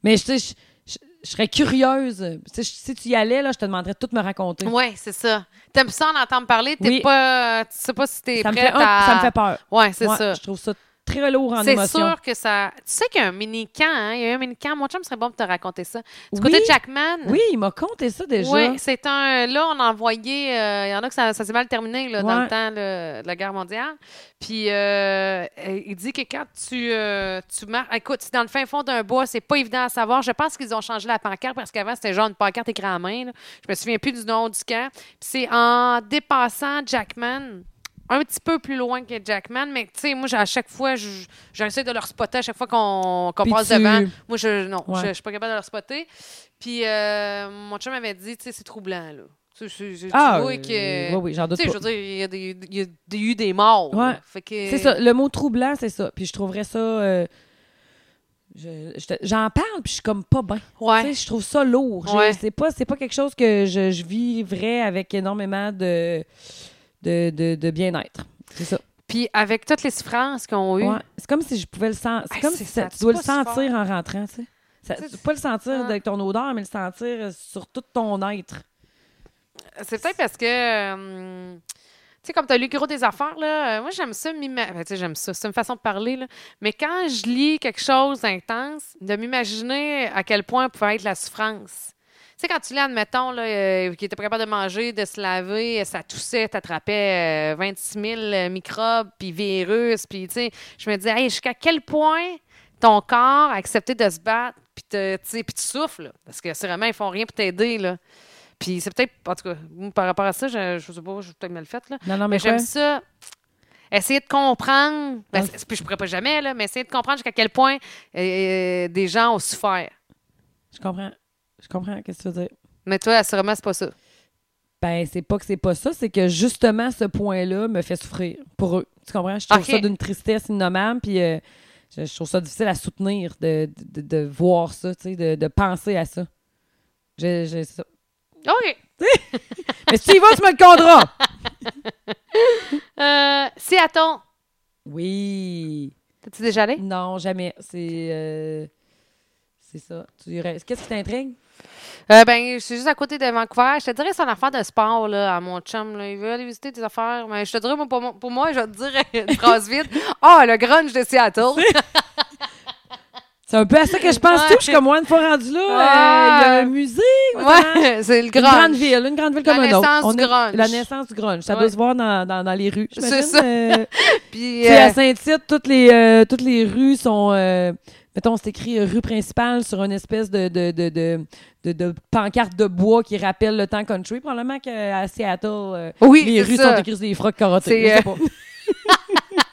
[SPEAKER 1] Mais je, tu sais, je, je- je serais curieuse. Tu sais, je- si tu y allais, là, je te demanderais de tout me raconter.
[SPEAKER 2] Ouais, c'est ça. T'aimes ça en entendre parler, t'es
[SPEAKER 1] Oui.
[SPEAKER 2] pas. Tu sais pas si t'es
[SPEAKER 1] ça, me
[SPEAKER 2] prête
[SPEAKER 1] fait,
[SPEAKER 2] à.
[SPEAKER 1] ça me fait peur.
[SPEAKER 2] Ouais, c'est
[SPEAKER 1] Ouais,
[SPEAKER 2] ça.
[SPEAKER 1] Je trouve ça très lourd en
[SPEAKER 2] C'est
[SPEAKER 1] émotion.
[SPEAKER 2] sûr que ça. Tu sais qu'il y a un mini camp, hein? Il y a eu un mini camp. Mon chum serait bon de te raconter ça.
[SPEAKER 1] Oui.
[SPEAKER 2] Du côté de Jackman.
[SPEAKER 1] Oui, il m'a conté ça déjà.
[SPEAKER 2] Oui, c'est un. Là, on a envoyé. euh, Il y en a que ça, ça s'est mal terminé là, dans
[SPEAKER 1] Ouais.
[SPEAKER 2] le temps le- de la guerre mondiale. Puis euh, il dit que quand tu, euh, tu marches. Écoute, c'est dans le fin fond d'un bois, c'est pas évident à savoir. Je pense qu'ils ont changé la pancarte parce qu'avant, c'était genre une pancarte écran à main. là. Je me souviens plus du nom du camp. Puis c'est en dépassant Jackman. Un petit peu plus loin que Jackman, mais tu sais, moi, j'ai- à chaque fois, je- j'essaie de leur spotter à chaque fois qu'on qu'on
[SPEAKER 1] Puis
[SPEAKER 2] passe
[SPEAKER 1] tu-
[SPEAKER 2] devant. Moi, je non,
[SPEAKER 1] Ouais.
[SPEAKER 2] je, je suis pas capable de le spotter. Puis euh, mon chum m'avait dit, tu sais, c'est troublant, là. Tu, tu- tu
[SPEAKER 1] Ah,
[SPEAKER 2] vois
[SPEAKER 1] euh, oui,
[SPEAKER 2] que...
[SPEAKER 1] oui, j'en
[SPEAKER 2] tu
[SPEAKER 1] doute
[SPEAKER 2] sais, je
[SPEAKER 1] pas.
[SPEAKER 2] veux dire, il y a, des, il y a des- eu des morts.
[SPEAKER 1] Ouais.
[SPEAKER 2] là. Fait que...
[SPEAKER 1] C'est ça, le mot troublant, c'est ça. Puis je trouverais ça. euh, je- je te- J'en parle, puis je suis comme pas bien. Tu
[SPEAKER 2] Ouais.
[SPEAKER 1] sais, Je trouve ça lourd. Je-
[SPEAKER 2] Ouais.
[SPEAKER 1] C'est pas, c'est pas quelque chose que je, je vivrais avec énormément de, de, de- de bien-être. C'est ça.
[SPEAKER 2] Puis avec toutes les souffrances qu'on a eues,
[SPEAKER 1] Ouais. C'est comme si je pouvais le sentir. C'est
[SPEAKER 2] Hey,
[SPEAKER 1] comme
[SPEAKER 2] c'est
[SPEAKER 1] si
[SPEAKER 2] ça,
[SPEAKER 1] ça- tu
[SPEAKER 2] c'est
[SPEAKER 1] dois le
[SPEAKER 2] pas si fort.
[SPEAKER 1] sentir en rentrant. Tu sais. Ça-
[SPEAKER 2] Tu sais,
[SPEAKER 1] tu- pas le sentir
[SPEAKER 2] Ah.
[SPEAKER 1] avec ton odeur, mais le sentir euh, sur tout ton être.
[SPEAKER 2] c'est peut-être parce que... euh, tu sais, comme tu as lu Gros des affaires, là, euh, moi, j'aime ça, m'ima- ben, tu sais, j'aime ça, c'est une façon de parler, là. Mais quand je lis quelque chose d'intense, de m'imaginer à quel point pouvait être la souffrance. Tu sais, quand tu lis, admettons, là, euh, qu'il était pas capable de manger, de se laver, euh, ça toussait, t'attrapais euh, 26 000 euh, microbes, puis virus, puis tu sais, je me disais, hey, jusqu'à quel point ton corps a accepté de se battre, puis te- tu sais, puis tu souffles, là, parce que c'est vraiment, ils font rien pour t'aider, là. Puis c'est peut-être, en tout cas, moi, par rapport à ça, je, je sais pas, je suis peut-être mal faite, là.
[SPEAKER 1] Non, non,
[SPEAKER 2] Mais
[SPEAKER 1] mais, quoi?
[SPEAKER 2] j'aime ça. Essayer de comprendre, ben,
[SPEAKER 1] Dans-
[SPEAKER 2] c'est- puis je pourrais pas jamais, là, mais essayer de comprendre jusqu'à quel point euh, des gens ont souffert.
[SPEAKER 1] Je comprends. Je comprends. Qu'est-ce que tu veux dire?
[SPEAKER 2] Mais toi, assurément, c'est pas ça.
[SPEAKER 1] Ben, c'est pas que c'est pas ça, c'est que justement ce point-là me fait souffrir pour eux. Tu comprends? Je trouve
[SPEAKER 2] Ok.
[SPEAKER 1] ça d'une tristesse innommable, puis euh, je, je trouve ça difficile à soutenir de, de, de- de voir ça, tu sais, de, de penser à ça. Je, je, c'est ça.
[SPEAKER 2] OK.
[SPEAKER 1] Mais si tu y vas, tu me le condras!
[SPEAKER 2] Euh, Seattle.
[SPEAKER 1] Oui!
[SPEAKER 2] T'es-tu déjà allé?
[SPEAKER 1] Non, jamais. C'est. euh, c'est ça. Tu dirais- Qu'est-ce qui t'intrigue?
[SPEAKER 2] Euh, ben, je suis juste à côté de Vancouver. Je te dirais, c'est une affaire de sport, là, à mon chum, là. Il veut aller visiter des affaires. Mais je te dirais, moi, pour, moi- pour moi, je vais te dire une phrase vite. Ah, le grunge de Seattle.
[SPEAKER 1] C'est un peu à ça que je pense
[SPEAKER 2] Ouais.
[SPEAKER 1] tout. Je suis comme moi, une fois rendu là, euh, il y a un musée. notamment.
[SPEAKER 2] ouais, c'est le
[SPEAKER 1] Une grande
[SPEAKER 2] grunge.
[SPEAKER 1] ville, une grande ville
[SPEAKER 2] La
[SPEAKER 1] comme un autre.
[SPEAKER 2] naissance du
[SPEAKER 1] est-
[SPEAKER 2] grunge.
[SPEAKER 1] La naissance du grunge. Ça
[SPEAKER 2] Ouais.
[SPEAKER 1] doit se voir dans, dans, dans les rues. j'imagine.
[SPEAKER 2] ça.
[SPEAKER 1] Euh,
[SPEAKER 2] Puis,
[SPEAKER 1] tu sais,
[SPEAKER 2] euh,
[SPEAKER 1] à Saint-Tite, toutes les, euh, toutes les rues sont. euh, mettons, c'est écrit euh, rue principale sur une espèce de, de, de, de, de- de pancarte de bois qui rappelle le temps country. Probablement qu'à Seattle, euh,
[SPEAKER 2] oui,
[SPEAKER 1] les
[SPEAKER 2] c'est
[SPEAKER 1] rues
[SPEAKER 2] ça.
[SPEAKER 1] sont écrites sur des frocs carottées.
[SPEAKER 2] C'est, euh,
[SPEAKER 1] Je sais pas.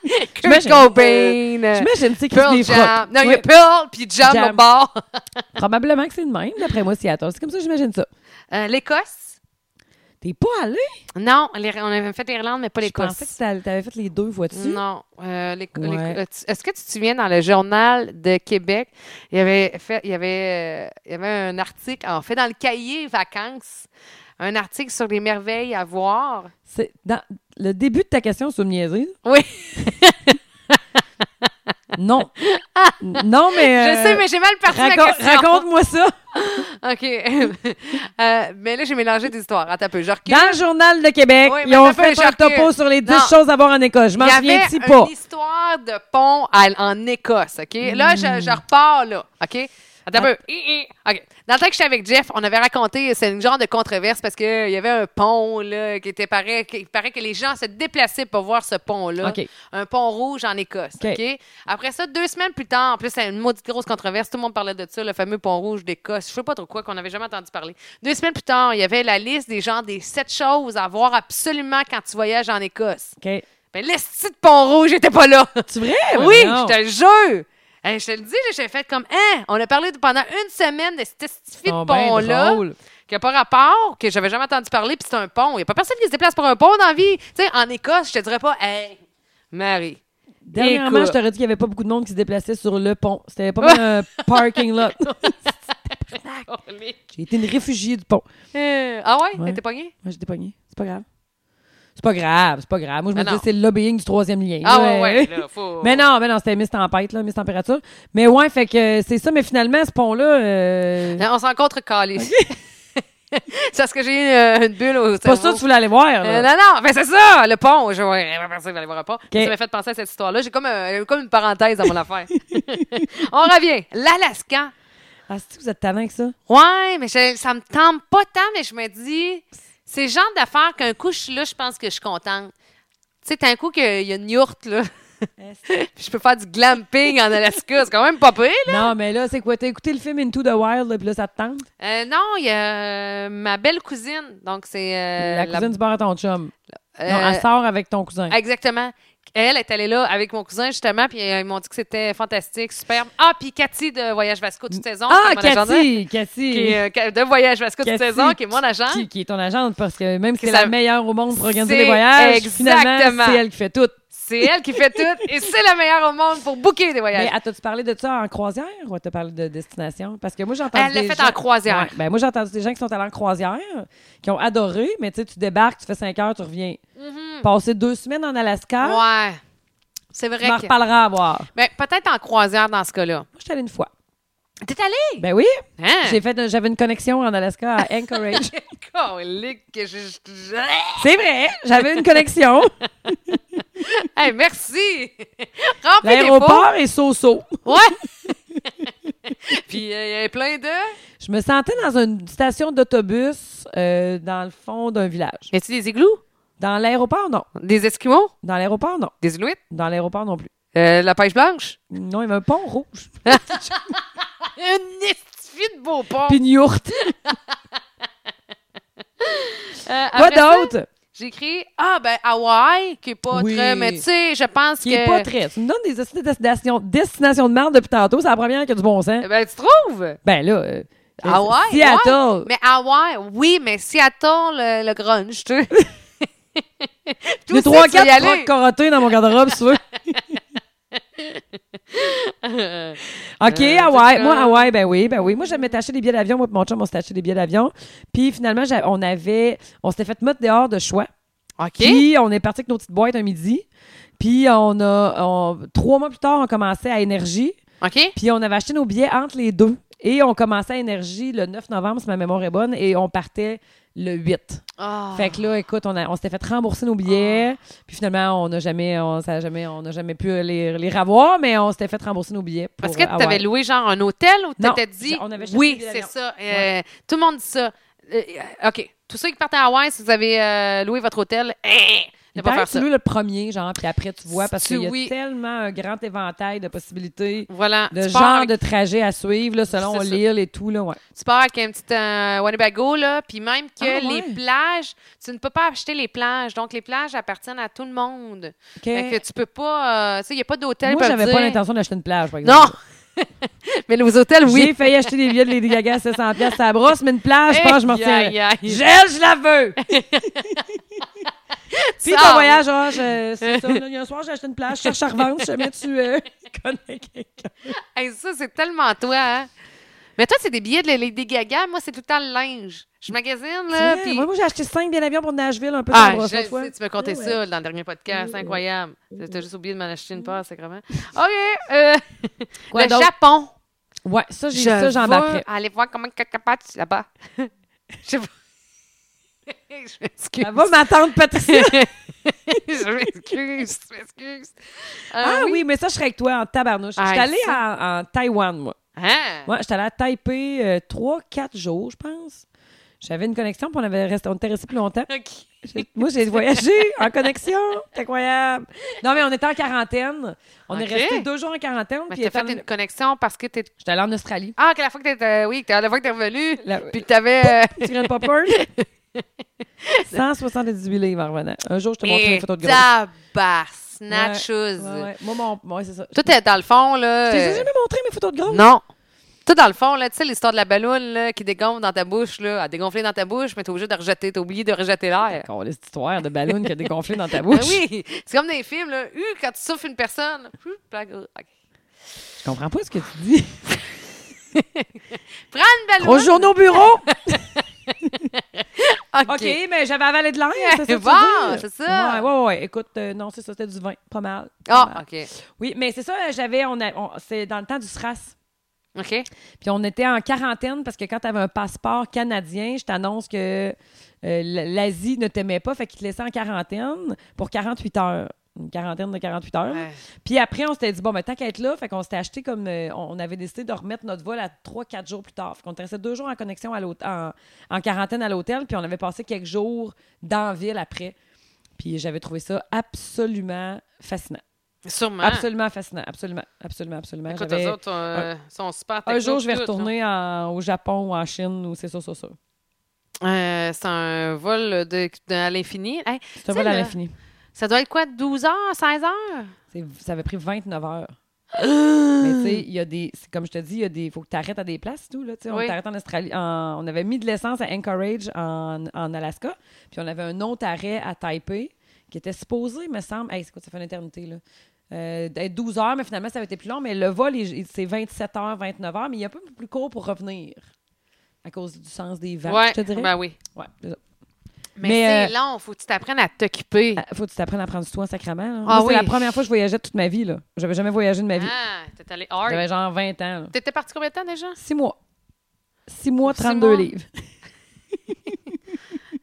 [SPEAKER 2] Kurt
[SPEAKER 1] J'imagine.
[SPEAKER 2] Cobain. euh,
[SPEAKER 1] J'imagine, c'est écrit sur
[SPEAKER 2] Pearl
[SPEAKER 1] des
[SPEAKER 2] Jam.
[SPEAKER 1] frocs.
[SPEAKER 2] Non, il y a
[SPEAKER 1] Ouais,
[SPEAKER 2] Pearl puis Jam,
[SPEAKER 1] Jam.
[SPEAKER 2] au bord.
[SPEAKER 1] Probablement que c'est de même, d'après moi, Seattle. C'est comme ça, j'imagine ça.
[SPEAKER 2] Euh, L'Écosse?
[SPEAKER 1] T'es pas allé?
[SPEAKER 2] Non, l'Ir- on avait fait l'Irlande, mais pas
[SPEAKER 1] Je pensais
[SPEAKER 2] l'Écosse.
[SPEAKER 1] que t'allais- t'avais fait les deux, vois-tu?
[SPEAKER 2] Non. euh, l'Éco-
[SPEAKER 1] Ouais.
[SPEAKER 2] l'Éco- euh, tu- Est-ce que tu te souviens dans le journal de Québec, il y avait fait, il y avait, euh, il y avait un article, en fait, dans le cahier vacances, un article sur les merveilles à voir.
[SPEAKER 1] C'est dans le début de ta question sur me niaiser.
[SPEAKER 2] Oui.
[SPEAKER 1] non. N- Non, mais.
[SPEAKER 2] Je
[SPEAKER 1] euh,
[SPEAKER 2] sais, mais j'ai mal parti ma
[SPEAKER 1] raconte-
[SPEAKER 2] question.
[SPEAKER 1] Raconte-moi ça.
[SPEAKER 2] OK. Euh, mais là, j'ai mélangé des histoires. Attends un peu, je recule.
[SPEAKER 1] Dans le Journal de Québec,
[SPEAKER 2] Oui, mais
[SPEAKER 1] ils ont
[SPEAKER 2] attends,
[SPEAKER 1] fait
[SPEAKER 2] je
[SPEAKER 1] un
[SPEAKER 2] recule.
[SPEAKER 1] topo sur les 10
[SPEAKER 2] Non.
[SPEAKER 1] choses à voir en Écosse. Je m'en
[SPEAKER 2] Il y avait
[SPEAKER 1] souviens-tu pas?
[SPEAKER 2] une histoire de pont à- en Écosse, OK? Là, je,
[SPEAKER 1] Hmm.
[SPEAKER 2] je repars, là, OK? Attends un
[SPEAKER 1] Ah.
[SPEAKER 2] peu. Hi, hi. OK. Dans le temps que j'étais avec Jeff, on avait raconté, c'est une genre de controverse parce qu'il y avait un pont, là, qui était pareil, qui- il paraît que les gens se déplaçaient pour voir ce pont-là.
[SPEAKER 1] OK.
[SPEAKER 2] Un pont rouge en Écosse, OK?
[SPEAKER 1] OK.
[SPEAKER 2] Après ça, deux semaines plus tard, en plus, c'est une maudite grosse controverse, tout le monde parlait de ça, le fameux pont rouge d'Écosse. Je sais pas trop quoi, qu'on n'avait jamais entendu parler. Deux semaines plus tard, il y avait la liste des gens des sept choses à voir absolument quand tu voyages en Écosse.
[SPEAKER 1] OK.
[SPEAKER 2] Ben, l'esti de Pont-Rouge, j'étais pas là.
[SPEAKER 1] C'est vrai?
[SPEAKER 2] oui,
[SPEAKER 1] Ben non.
[SPEAKER 2] je te le jure. Hey, je te le dis, j'ai fait comme, hein, on a parlé de- pendant une semaine de cet esti de
[SPEAKER 1] Ils sont ben
[SPEAKER 2] pont-là,
[SPEAKER 1] drôles.
[SPEAKER 2] qui n'a pas rapport, que j'avais jamais entendu parler, puis c'est un pont. Il n'y a pas personne qui se déplace pour un pont dans la vie. Tu sais, en Écosse, je te dirais pas, hey, Marie.
[SPEAKER 1] Dernièrement,
[SPEAKER 2] Écoute.
[SPEAKER 1] je t'aurais dit qu'il n'y avait pas beaucoup de monde qui se déplaçait sur le pont. C'était pas mal un parking lot. J'ai été une réfugiée du pont.
[SPEAKER 2] Euh, ah ouais?
[SPEAKER 1] Ouais.
[SPEAKER 2] T'étais ah pognée?
[SPEAKER 1] Moi, j'étais pognée. C'est pas grave. C'est pas grave, c'est pas grave. Moi, je me
[SPEAKER 2] Mais
[SPEAKER 1] dis,
[SPEAKER 2] Ah non.
[SPEAKER 1] c'est le lobbying du troisième lien.
[SPEAKER 2] Ah
[SPEAKER 1] là.
[SPEAKER 2] ouais, ouais, là, faut...
[SPEAKER 1] Mais non, mais non, c'était Miss Tempête, là, Miss Température. Mais ouais, fait que euh, c'est ça, mais finalement, ce pont-là, euh,
[SPEAKER 2] Non, on s'en contre calé. c'est parce que j'ai eu, euh, une bulle au
[SPEAKER 1] c'est pas
[SPEAKER 2] cerveau.
[SPEAKER 1] ça que tu voulais aller voir. là.
[SPEAKER 2] Euh, non, non, mais c'est ça, le pont. Je vais penser d'aller voir un pont. Ça m'a fait penser à cette histoire-là. J'ai comme, un- comme une parenthèse dans mon affaire. On revient. L'Alaska.
[SPEAKER 1] Ah, c'est vous êtes talent avec ça?
[SPEAKER 2] Ouais, mais je- ça me tente pas tant, mais je me dis, c'est le genre d'affaire qu'un coup, je suis là, je pense que je suis contente. Tu sais, t'as un coup qu'il y a une yourte, là. puis je peux faire du glamping en Alaska. C'est quand même pas pire, là.
[SPEAKER 1] Non, mais là, c'est quoi? T'as écouté le film Into the Wild, là, puis là, ça te tente?
[SPEAKER 2] Euh, non, il y a euh, ma belle cousine. Donc, c'est. euh,
[SPEAKER 1] la cousine du bar à ton chum.
[SPEAKER 2] euh,
[SPEAKER 1] Non, elle sort avec ton cousin.
[SPEAKER 2] Exactement. Elle est allée là avec mon cousin, justement, puis euh, ils m'ont dit que c'était fantastique, superbe. Ah, puis Cathy de Voyage Vasco toute saison.
[SPEAKER 1] ah,
[SPEAKER 2] qui est mon agente,
[SPEAKER 1] Cathy! Cathy!
[SPEAKER 2] Qui est, euh, de Voyage Vasco toute
[SPEAKER 1] Cathy,
[SPEAKER 2] saison, qui est mon agent.
[SPEAKER 1] Qui, qui est ton agente, parce que même si
[SPEAKER 2] Que
[SPEAKER 1] c'est
[SPEAKER 2] ça-
[SPEAKER 1] la meilleure au monde pour organiser
[SPEAKER 2] C'est
[SPEAKER 1] les voyages,
[SPEAKER 2] exactement.
[SPEAKER 1] finalement, c'est elle qui fait tout.
[SPEAKER 2] C'est elle qui fait tout et c'est la meilleure au monde pour booker des voyages.
[SPEAKER 1] Mais à t'as-tu parlé de ça en croisière ou t'as parlé de destination? Parce que moi, j'entends.
[SPEAKER 2] Elle l'a fait en croisière.
[SPEAKER 1] ben, moi, j'ai entendu des gens qui sont allés en croisière, qui ont adoré, mais tu sais, tu débarques, tu fais 5 heures, tu reviens. Passer deux semaines en Alaska,
[SPEAKER 2] Mm-hmm. Ouais. C'est vrai
[SPEAKER 1] tu hein? m'en
[SPEAKER 2] que.
[SPEAKER 1] reparleras à voir. Moi,
[SPEAKER 2] Ben, peut-être en croisière dans ce cas-là.
[SPEAKER 1] je suis allée une fois.
[SPEAKER 2] T'es allé?
[SPEAKER 1] Ben oui,
[SPEAKER 2] Hein?
[SPEAKER 1] j'ai fait, un- j'avais une connexion en Alaska à Anchorage.
[SPEAKER 2] Colique que je- je- je-
[SPEAKER 1] C'est vrai, j'avais une connexion.
[SPEAKER 2] Hey, merci! Remplis tes pots.
[SPEAKER 1] L'aéroport est so-so.
[SPEAKER 2] Ouais! Puis euh, il y avait plein de.
[SPEAKER 1] Je me sentais dans une station d'autobus euh, dans le fond d'un village.
[SPEAKER 2] Y a-tu des igloos?
[SPEAKER 1] Dans l'aéroport, non.
[SPEAKER 2] Des esquimaux?
[SPEAKER 1] Dans l'aéroport, non.
[SPEAKER 2] Des inuits?
[SPEAKER 1] Dans l'aéroport non plus.
[SPEAKER 2] Euh, la pêche blanche?
[SPEAKER 1] Non, il y avait un pont rouge.
[SPEAKER 2] Une estifie de beau pont!
[SPEAKER 1] Puis une yourte.
[SPEAKER 2] Euh,
[SPEAKER 1] Quoi
[SPEAKER 2] après ça,
[SPEAKER 1] d'autre?
[SPEAKER 2] J'ai écrit Ah, ben, Hawaï, qui est pas
[SPEAKER 1] Oui.
[SPEAKER 2] très. Mais tu sais, je pense
[SPEAKER 1] Qui
[SPEAKER 2] que.
[SPEAKER 1] est pas très. Tu me donnes des esti de destinations, destinations de merde depuis tantôt. C'est la première qui a du bon sens.
[SPEAKER 2] Ben, tu trouves?
[SPEAKER 1] Ben là, euh,
[SPEAKER 2] Ah ouais?
[SPEAKER 1] Seattle.
[SPEAKER 2] ouais. Mais Hawaï, oui, mais Seattle, le, le grunge, tu sais. Tout
[SPEAKER 1] J'ai
[SPEAKER 2] ça,
[SPEAKER 1] trois,
[SPEAKER 2] tu vas y
[SPEAKER 1] quatre
[SPEAKER 2] aller.
[SPEAKER 1] crocs corotés dans mon garde-robe, si tu veux. OK,
[SPEAKER 2] Euh,
[SPEAKER 1] Hawaï.
[SPEAKER 2] c'est
[SPEAKER 1] Moi,
[SPEAKER 2] ça.
[SPEAKER 1] Hawaï, ben oui, ben oui. Moi, j'aimais t'acheter des billets d'avion. Moi, et mon chum, on s'était acheté des billets d'avion. Puis finalement, j'a- on avait, on s'était fait mettre dehors de choix.
[SPEAKER 2] OK.
[SPEAKER 1] Puis on est parti avec nos petites boîtes un midi. Puis on a, on- trois mois plus tard, on commençait à Énergie.
[SPEAKER 2] OK.
[SPEAKER 1] Puis on avait acheté nos billets entre les deux. Et on commençait à Énergie le 9 novembre, si ma mémoire est bonne, et on partait le 8.
[SPEAKER 2] Ah.
[SPEAKER 1] Fait que là, écoute, on, a- on s'était fait rembourser nos billets. Puis finalement, on n'a jamais, on, ça a jamais, on n'a jamais pu les, les revoir, mais on s'était fait rembourser nos billets. Pour,
[SPEAKER 2] Parce que
[SPEAKER 1] euh,
[SPEAKER 2] tu avais
[SPEAKER 1] Hawaï.
[SPEAKER 2] loué genre un hôtel ou tu
[SPEAKER 1] Non,
[SPEAKER 2] t'étais dit
[SPEAKER 1] on avait juste
[SPEAKER 2] Oui,
[SPEAKER 1] loué
[SPEAKER 2] c'est
[SPEAKER 1] l'avion.
[SPEAKER 2] ça. Euh,
[SPEAKER 1] Ouais.
[SPEAKER 2] Tout le monde dit ça. Euh, OK. Tous ceux qui partent à Hawaï, si vous avez euh, loué votre hôtel, eh, ne
[SPEAKER 1] Il
[SPEAKER 2] pas
[SPEAKER 1] paraît
[SPEAKER 2] faire
[SPEAKER 1] que
[SPEAKER 2] ça.
[SPEAKER 1] tu loues le premier, genre, puis après, tu vois,
[SPEAKER 2] Si
[SPEAKER 1] parce
[SPEAKER 2] tu-
[SPEAKER 1] qu'il y a
[SPEAKER 2] oui.
[SPEAKER 1] tellement un grand éventail de possibilités,
[SPEAKER 2] Voilà.
[SPEAKER 1] de
[SPEAKER 2] tu,
[SPEAKER 1] genre
[SPEAKER 2] pars,
[SPEAKER 1] de trajet à suivre, là, selon
[SPEAKER 2] C'est ça.
[SPEAKER 1] l'île et tout, là, ouais.
[SPEAKER 2] tu pars avec un petit euh, Winnebago, là, puis même que
[SPEAKER 1] Ah, ouais.
[SPEAKER 2] les plages, tu ne peux pas acheter les plages. Donc, les plages appartiennent à tout le monde.
[SPEAKER 1] OK.
[SPEAKER 2] Fait que tu peux pas. euh, tu sais, il n'y a pas d'hôtel
[SPEAKER 1] Eh. Moi,
[SPEAKER 2] pour
[SPEAKER 1] j'avais
[SPEAKER 2] dire-
[SPEAKER 1] pas l'intention d'acheter une plage, par exemple.
[SPEAKER 2] Non! Mais les hôtels, oui.
[SPEAKER 1] J'ai failli acheter des billets de Lady Gaga à 700 pièces à la brosse, mais une plage, je pense que je me
[SPEAKER 2] Aïe,
[SPEAKER 1] retiens.
[SPEAKER 2] aïe, aïe.
[SPEAKER 1] Gel, je la veux! Puis
[SPEAKER 2] Ça,
[SPEAKER 1] ton voyage, ah, je- c'est ça. là, Il y a un soir, j'ai acheté une plage, je cherche à revendre, si jamais tu euh, connais quelqu'un.
[SPEAKER 2] Hey, ça, c'est tellement toi, hein? Mais toi, c'est des billets de la Lady Gaga. Moi, c'est tout le temps le linge. Je magasine, là,
[SPEAKER 1] Ouais,
[SPEAKER 2] puis...
[SPEAKER 1] Moi, j'ai acheté 5 billets d'avion pour Nashville, un peu sur
[SPEAKER 2] Ah,
[SPEAKER 1] la
[SPEAKER 2] je
[SPEAKER 1] brosse,
[SPEAKER 2] sais, tu
[SPEAKER 1] toi.
[SPEAKER 2] me comptais
[SPEAKER 1] Ah, ouais.
[SPEAKER 2] ça dans le dernier podcast.
[SPEAKER 1] Ouais,
[SPEAKER 2] C'est
[SPEAKER 1] ouais.
[SPEAKER 2] incroyable. T'as juste oublié de m'en acheter une paire, c'est vraiment... OK! euh,
[SPEAKER 1] Quoi
[SPEAKER 2] le
[SPEAKER 1] d'autre?
[SPEAKER 2] Japon.
[SPEAKER 1] Ouais, ça, j'ai
[SPEAKER 2] Je
[SPEAKER 1] ça,
[SPEAKER 2] veux
[SPEAKER 1] j'embarquerais.
[SPEAKER 2] aller voir comment Kakapatch, là-bas. je sais pas. je m'excuse.
[SPEAKER 1] Ça va, ma tante Patricia?
[SPEAKER 2] je m'excuse. Je m'excuse. Euh,
[SPEAKER 1] ah oui, mais ça, je serais avec toi en tabarnouche. Je
[SPEAKER 2] Ah,
[SPEAKER 1] suis allée
[SPEAKER 2] ça.
[SPEAKER 1] en, en Taïwan, moi.
[SPEAKER 2] Hein?
[SPEAKER 1] Moi, j'étais allée à Taipei euh, trois, quatre jours, je pense. J'avais une connexion, puis on, avait resté, on était restés plus longtemps.
[SPEAKER 2] OK.
[SPEAKER 1] J'ai- Moi, j'ai voyagé en connexion. C'est incroyable. Non, mais on était en quarantaine. On
[SPEAKER 2] Ok.
[SPEAKER 1] est resté deux jours en quarantaine.
[SPEAKER 2] Mais
[SPEAKER 1] puis
[SPEAKER 2] t'as
[SPEAKER 1] étant-
[SPEAKER 2] fait une connexion parce que t'es...
[SPEAKER 1] J'étais allée en Australie.
[SPEAKER 2] Ah, que la fois que t'es... Oui, que t'es- la fois que t'es revenu...
[SPEAKER 1] La...
[SPEAKER 2] Puis que t'avais. euh,
[SPEAKER 1] Tu graines popcorn? 178 livres en revenant. Un jour, je te montrerai
[SPEAKER 2] Euh...
[SPEAKER 1] une photo de grosse.
[SPEAKER 2] Tabarsnatcheuse.
[SPEAKER 1] Ouais, ouais. Moi, mon... ouais, c'est ça.
[SPEAKER 2] Toi, t'es dans le fond,
[SPEAKER 1] Je
[SPEAKER 2] là.
[SPEAKER 1] t'ai
[SPEAKER 2] euh,
[SPEAKER 1] jamais montré mes photos de grosse.
[SPEAKER 2] Non. Toi, dans le fond, là, tu sais, l'histoire de la balloune là, qui dégonfle dans ta bouche, là, a dégonflé dans ta bouche, mais t'es obligé de rejeter, t'as oublié de rejeter l'air.
[SPEAKER 1] Quand cette histoire de ballon qui a dégonflé dans ta
[SPEAKER 2] Ben
[SPEAKER 1] bouche.
[SPEAKER 2] oui, c'est comme dans les films, là. Hu, quand tu souffles une personne. hu, plaque, euh, ok.
[SPEAKER 1] Je comprends pas ce que tu dis.
[SPEAKER 2] Prends une
[SPEAKER 1] Grosse
[SPEAKER 2] balloune.
[SPEAKER 1] journée au bureau! OK, mais j'avais avalé de l'air, c'est ça que tu veux
[SPEAKER 2] Bon,
[SPEAKER 1] dire?
[SPEAKER 2] c'est
[SPEAKER 1] Ouais,
[SPEAKER 2] ça.
[SPEAKER 1] ouais, ouais. Écoute, euh, non, c'est ça, c'était du vin. Pas mal. Pas
[SPEAKER 2] Ah,
[SPEAKER 1] mal.
[SPEAKER 2] OK.
[SPEAKER 1] Oui, mais c'est ça, euh, j'avais... On a- on- c'est dans le temps du SRAS.
[SPEAKER 2] OK.
[SPEAKER 1] Puis on était en quarantaine parce que quand tu avais un passeport canadien, je t'annonce que euh, l- l'Asie ne t'aimait pas, fait qu'ils te laissaient en quarantaine pour 48 heures. Une quarantaine de 48 heures.
[SPEAKER 2] Ouais.
[SPEAKER 1] Puis après, on s'était dit, bon, ben, tant qu'à être là, fait qu'on s'était acheté comme. euh, on on avait décidé de remettre notre vol à 3-4 jours plus tard. Fait qu'on restait deux jours en connexion à l'hôte- en, en quarantaine à l'hôtel, puis on avait passé quelques jours dans la ville après. Puis j'avais trouvé ça absolument fascinant.
[SPEAKER 2] Sûrement.
[SPEAKER 1] Absolument fascinant. Absolument, absolument, absolument.
[SPEAKER 2] Écoute,
[SPEAKER 1] J'avais-
[SPEAKER 2] eux autres euh, sont super
[SPEAKER 1] un
[SPEAKER 2] techno
[SPEAKER 1] jour, je vais
[SPEAKER 2] tout, là.
[SPEAKER 1] retourner en- au Japon ou en Chine, ou c'est ça, ça, ça.
[SPEAKER 2] Euh, c'est un vol de, de- à l'infini. Hey,
[SPEAKER 1] C'est
[SPEAKER 2] Tu
[SPEAKER 1] un
[SPEAKER 2] sais,
[SPEAKER 1] vol à
[SPEAKER 2] le-
[SPEAKER 1] l'infini.
[SPEAKER 2] ça doit être quoi, 12 heures, 16 heures?
[SPEAKER 1] C'est- Ça avait pris 29 heures. Mais tu sais,
[SPEAKER 2] Hmm.
[SPEAKER 1] il y a des. c'est Comme je te dis, il y a des. faut que tu arrêtes à des places, tout. Là, tu sais. on
[SPEAKER 2] Oui.
[SPEAKER 1] t'arrête en Australie. en- on avait mis de l'essence à Anchorage, en, en Alaska. Puis on avait un autre arrêt à Taipei, qui était supposé, me semble. Hey, c'est quoi, ça fait une éternité, là? Euh, d'être 12 heures, mais finalement, ça avait été plus long. Mais le vol, il- il- c'est 27 heures, 29 heures, mais il est un peu plus court pour revenir à cause du sens des vagues,
[SPEAKER 2] ouais,
[SPEAKER 1] je te dirais.
[SPEAKER 2] ben oui.
[SPEAKER 1] Ouais, c'est ça.
[SPEAKER 2] Mais,
[SPEAKER 1] Mais, euh,
[SPEAKER 2] c'est long, faut que tu t'apprennes à t'occuper.
[SPEAKER 1] Ah, Faut que tu t'apprennes à prendre soin sacrément. là.
[SPEAKER 2] Ah
[SPEAKER 1] Moi, C'est
[SPEAKER 2] oui.
[SPEAKER 1] la première fois que je voyageais de toute ma vie. là. J'avais jamais voyagé de ma vie.
[SPEAKER 2] Ah, t'es allé hard.
[SPEAKER 1] J'avais genre 20 ans. là.
[SPEAKER 2] T'étais parti combien de temps déjà?
[SPEAKER 1] Six mois. Six mois,
[SPEAKER 2] Six
[SPEAKER 1] 32
[SPEAKER 2] mois.
[SPEAKER 1] livres.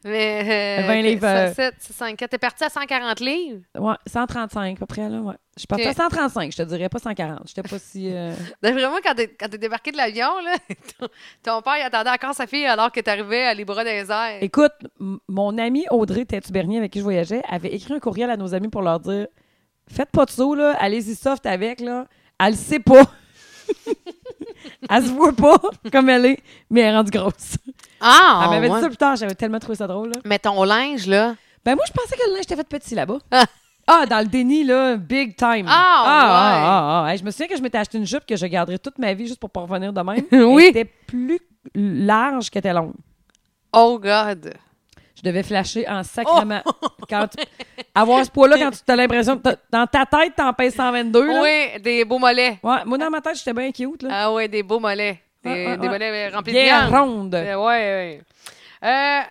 [SPEAKER 2] Mais, euh,
[SPEAKER 1] 20 livres, euh,
[SPEAKER 2] 7, 5, T'es parti à 140 livres?
[SPEAKER 1] Ouais, 135 à peu près. Là, ouais. Je partais
[SPEAKER 2] Ok.
[SPEAKER 1] à 135, je te dirais pas 140. J'étais pas si. euh,
[SPEAKER 2] D'après moi, Ben, quand t'es, quand t'es débarqué de l'avion, là, ton, ton père il attendait encore sa fille alors que t'arrivais à les bras des airs.
[SPEAKER 1] Écoute, m- mon amie Audrey Tétu-Bernier, avec qui je voyageais, avait écrit un courriel à nos amis pour leur dire Faites pas de saut, là, allez-y soft avec, là. Elle le sait pas. elle se voit pas comme elle est, mais elle est rendue grosse.
[SPEAKER 2] Ah!
[SPEAKER 1] elle m'avait
[SPEAKER 2] ouais.
[SPEAKER 1] dit ça plus tard, j'avais tellement trouvé ça drôle. Là.
[SPEAKER 2] Mais ton linge, là.
[SPEAKER 1] Ben moi, je pensais que le linge était fait petit là-bas. ah, dans le déni, là, big time.
[SPEAKER 2] Ah, ouais.
[SPEAKER 1] ah, ah, ah. Hey, Je me souviens que je m'étais acheté une jupe que je garderais toute ma vie juste pour pas revenir de même. Elle
[SPEAKER 2] Oui.
[SPEAKER 1] était plus large qu'elle était longue.
[SPEAKER 2] Oh, God!
[SPEAKER 1] Je devais flasher en sacrement.
[SPEAKER 2] Oh!
[SPEAKER 1] Quand tu- Avoir ce poids-là, quand tu as l'impression que t'as- dans ta tête, t'en pèses 122. Là.
[SPEAKER 2] Oui, des beaux mollets.
[SPEAKER 1] Ouais, moi, dans ma tête, j'étais bien cute. Là.
[SPEAKER 2] Ah oui, des beaux mollets. Des,
[SPEAKER 1] Ouais, ouais,
[SPEAKER 2] des
[SPEAKER 1] ouais.
[SPEAKER 2] mollets euh, remplis
[SPEAKER 1] ah, Bien
[SPEAKER 2] de viande.
[SPEAKER 1] ronde.
[SPEAKER 2] Euh, ouais, ouais.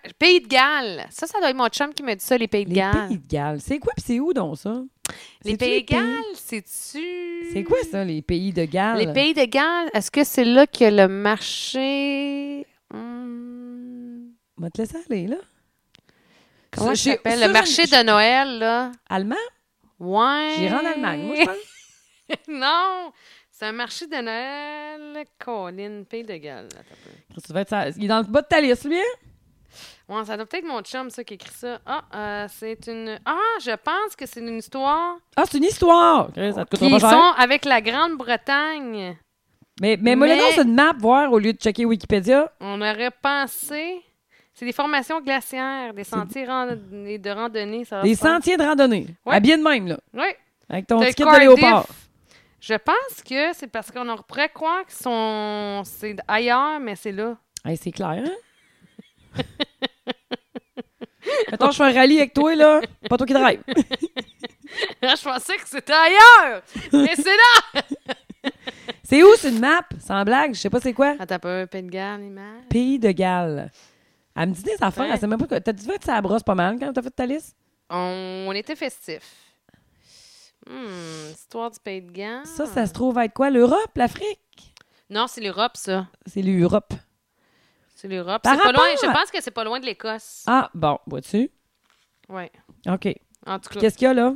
[SPEAKER 2] Euh, Pays de Galles. Ça, ça doit être mon chum qui me dit ça, les Pays de
[SPEAKER 1] Les
[SPEAKER 2] Galles.
[SPEAKER 1] pays de Galles. C'est quoi, puis c'est où, donc, ça?
[SPEAKER 2] Ah. Les
[SPEAKER 1] C'est-tu
[SPEAKER 2] Pays de Galles, c'est-tu...
[SPEAKER 1] C'est quoi, ça, les pays de Galles?
[SPEAKER 2] Les Pays de Galles, est-ce que c'est là que le marché... Hmm.
[SPEAKER 1] On va te laisser aller, là.
[SPEAKER 2] Comment
[SPEAKER 1] Ça,
[SPEAKER 2] ça
[SPEAKER 1] j'ai-
[SPEAKER 2] s'appelle?
[SPEAKER 1] ça,
[SPEAKER 2] Le marché
[SPEAKER 1] j'ai-
[SPEAKER 2] de Noël, là.
[SPEAKER 1] Allemand?
[SPEAKER 2] Ouais.
[SPEAKER 1] J'irai en Allemagne, moi, je pense.
[SPEAKER 2] non! C'est un marché de Noël, Colin, Pays de Galles. Attends un peu.
[SPEAKER 1] Chris, tu vas être ça- Il est dans le bas de ta liste, lui, hein?
[SPEAKER 2] Ouais, ça doit peut-être mon chum, ça, qui écrit ça. Ah, euh, c'est une. Ah, je pense que c'est une histoire.
[SPEAKER 1] Ah, c'est une histoire! Chris, ça te coûtera
[SPEAKER 2] Qui
[SPEAKER 1] pas
[SPEAKER 2] ils
[SPEAKER 1] cher.
[SPEAKER 2] sont avec la Grande-Bretagne.
[SPEAKER 1] Mais, mais,
[SPEAKER 2] Mais-
[SPEAKER 1] moi, c'est une map, voir, au lieu de checker Wikipédia.
[SPEAKER 2] On aurait pensé. C'est des formations glaciaires, des sentiers ran- et de randonnée. Ça
[SPEAKER 1] Des sentiers de randonnée.
[SPEAKER 2] Ah, Ouais.
[SPEAKER 1] À bien de même, là.
[SPEAKER 2] Oui.
[SPEAKER 1] Avec ton
[SPEAKER 2] De
[SPEAKER 1] ticket de
[SPEAKER 2] Cardiff.
[SPEAKER 1] léopard.
[SPEAKER 2] Je pense que c'est parce qu'on en pourrait croire qu'ils sont. C'est ailleurs, mais c'est là.
[SPEAKER 1] Hey, c'est clair, hein? Mettons, je fais un rallye avec toi, là. Pas toi qui drive.
[SPEAKER 2] je pensais que c'était ailleurs, mais c'est là.
[SPEAKER 1] C'est où, c'est une map? Sans blague, je sais pas c'est quoi.
[SPEAKER 2] Attends, un peu, Pays de Galles, l'image.
[SPEAKER 1] Pays de Galles. Elle me dit des affaires,
[SPEAKER 2] Ouais.
[SPEAKER 1] elle sait même pas quoi. T'as dû faire de sa brosse pas mal quand t'as fait ta liste?
[SPEAKER 2] On, on était festifs. Hmm, histoire du Pays de Galles.
[SPEAKER 1] Ça, ça se trouve à être quoi? L'Europe, l'Afrique?
[SPEAKER 2] Non, c'est l'Europe, ça.
[SPEAKER 1] C'est l'Europe.
[SPEAKER 2] C'est l'Europe.
[SPEAKER 1] Par
[SPEAKER 2] C'est pas loin.
[SPEAKER 1] rapport
[SPEAKER 2] Je
[SPEAKER 1] à-
[SPEAKER 2] pense que c'est pas loin de l'Écosse.
[SPEAKER 1] Ah, bon, vois-tu? Ah.
[SPEAKER 2] Ouais.
[SPEAKER 1] OK.
[SPEAKER 2] En tout cas.
[SPEAKER 1] Qu'est-ce qu'il y a, là?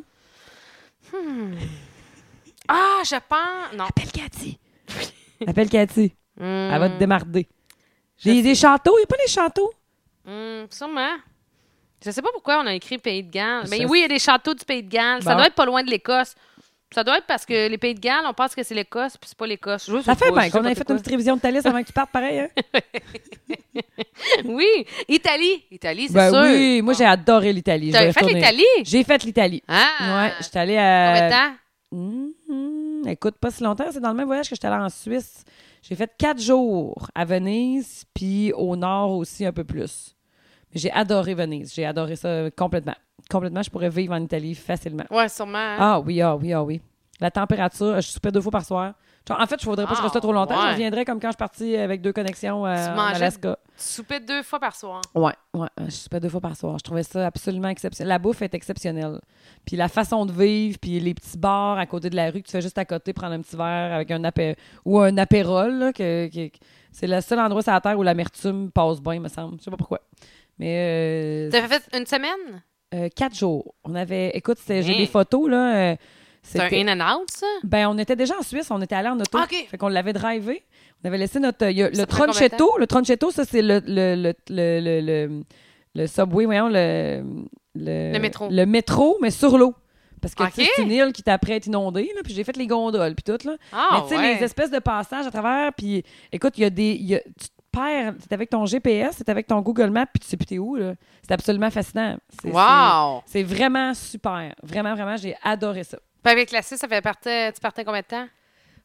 [SPEAKER 2] Ah, je pense. Non.
[SPEAKER 1] Appelle Cathy. Appelle Cathy. Elle va te
[SPEAKER 2] Hmm,
[SPEAKER 1] démarder. Des, des châteaux, il n'y a pas des châteaux.
[SPEAKER 2] hmm, sûrement. Je sais pas pourquoi on a écrit Pays de Galles. Mais
[SPEAKER 1] Ça-
[SPEAKER 2] oui, il y a des châteaux du Pays de Galles. Ça
[SPEAKER 1] Bon.
[SPEAKER 2] doit être pas loin de l'Écosse. Ça doit être parce que les Pays de Galles, on pense que c'est l'Écosse, puis c'est pas l'Écosse. Je sais
[SPEAKER 1] Ça fait
[SPEAKER 2] pas,
[SPEAKER 1] bien
[SPEAKER 2] je sais
[SPEAKER 1] qu'on
[SPEAKER 2] pas
[SPEAKER 1] ait fait
[SPEAKER 2] pourquoi.
[SPEAKER 1] une petite révision de ta liste avant que tu partes, pareil. Hein?
[SPEAKER 2] Oui, Italie. Italie, c'est
[SPEAKER 1] ben
[SPEAKER 2] sûr.
[SPEAKER 1] oui, moi j'ai adoré l'Italie. Je vais
[SPEAKER 2] T'avais fait
[SPEAKER 1] retourner.
[SPEAKER 2] l'Italie?
[SPEAKER 1] J'ai fait l'Italie.
[SPEAKER 2] Ah!
[SPEAKER 1] Ouais, j'étais allée
[SPEAKER 2] Combien de
[SPEAKER 1] à.
[SPEAKER 2] temps?
[SPEAKER 1] Mhm. écoute, pas si longtemps, c'est dans le même voyage que j'étais allée en Suisse. J'ai fait quatre jours à Venise, puis au nord aussi un peu plus. Mais J'ai adoré Venise. J'ai adoré ça complètement. Complètement, je pourrais vivre en Italie facilement.
[SPEAKER 2] Ouais, sûrement. hein.
[SPEAKER 1] Ah oui, ah oui, ah oui. La température, je soupais deux fois par soir. Genre, en fait, je voudrais pas que je reste
[SPEAKER 2] Ah,
[SPEAKER 1] trop longtemps.
[SPEAKER 2] ouais.
[SPEAKER 1] Je reviendrais comme quand je suis partie avec deux connexions euh,
[SPEAKER 2] Tu
[SPEAKER 1] en
[SPEAKER 2] mangeais-
[SPEAKER 1] Alaska.
[SPEAKER 2] Tu soupais deux fois par soir.
[SPEAKER 1] Ouais, ouais, euh, je soupais deux fois par soir. Je trouvais ça absolument exceptionnel. La bouffe est exceptionnelle. Puis la façon de vivre, puis les petits bars à côté de la rue que tu fais juste à côté prendre un petit verre avec un apé ou un apérole là, que, que- que- c'est le seul endroit sur la terre où l'amertume passe bien, me semble. Je sais pas pourquoi. Mais euh,
[SPEAKER 2] T'as fait une semaine?
[SPEAKER 1] euh, quatre jours. On avait, écoute, c'était- j'ai
[SPEAKER 2] Hein.
[SPEAKER 1] des photos là. euh,
[SPEAKER 2] C'est un
[SPEAKER 1] c'était-
[SPEAKER 2] in and out, ça?
[SPEAKER 1] ben, on était déjà en Suisse, on était allé en auto.
[SPEAKER 2] Ah, OK.
[SPEAKER 1] Fait qu'on l'avait drivé. On avait laissé notre. il y a le
[SPEAKER 2] Ça prend combien de temps?
[SPEAKER 1] tronchetto. Le tronchetto, ça, c'est le, le, le, le, le, le- le subway, voyons, le,
[SPEAKER 2] Le métro.
[SPEAKER 1] Le métro, mais sur l'eau. Parce que tu sais,
[SPEAKER 2] OK.
[SPEAKER 1] c'est une île qui t'a prêt à être inondée, là, puis j'ai fait les gondoles, puis tout. Là.
[SPEAKER 2] Ah,
[SPEAKER 1] mais tu sais,
[SPEAKER 2] ouais.
[SPEAKER 1] les espèces de passages à travers, puis écoute, il y a des. il y a- tu te perds, t'es avec ton GPS, t'es avec ton Google Maps, puis tu sais plus t'es où. là. C'est absolument fascinant. C'est-
[SPEAKER 2] Wow!
[SPEAKER 1] C'est c'est vraiment super. Vraiment, vraiment, j'ai adoré ça.
[SPEAKER 2] Puis avec la 6, ça fait partait, tu partais combien de temps?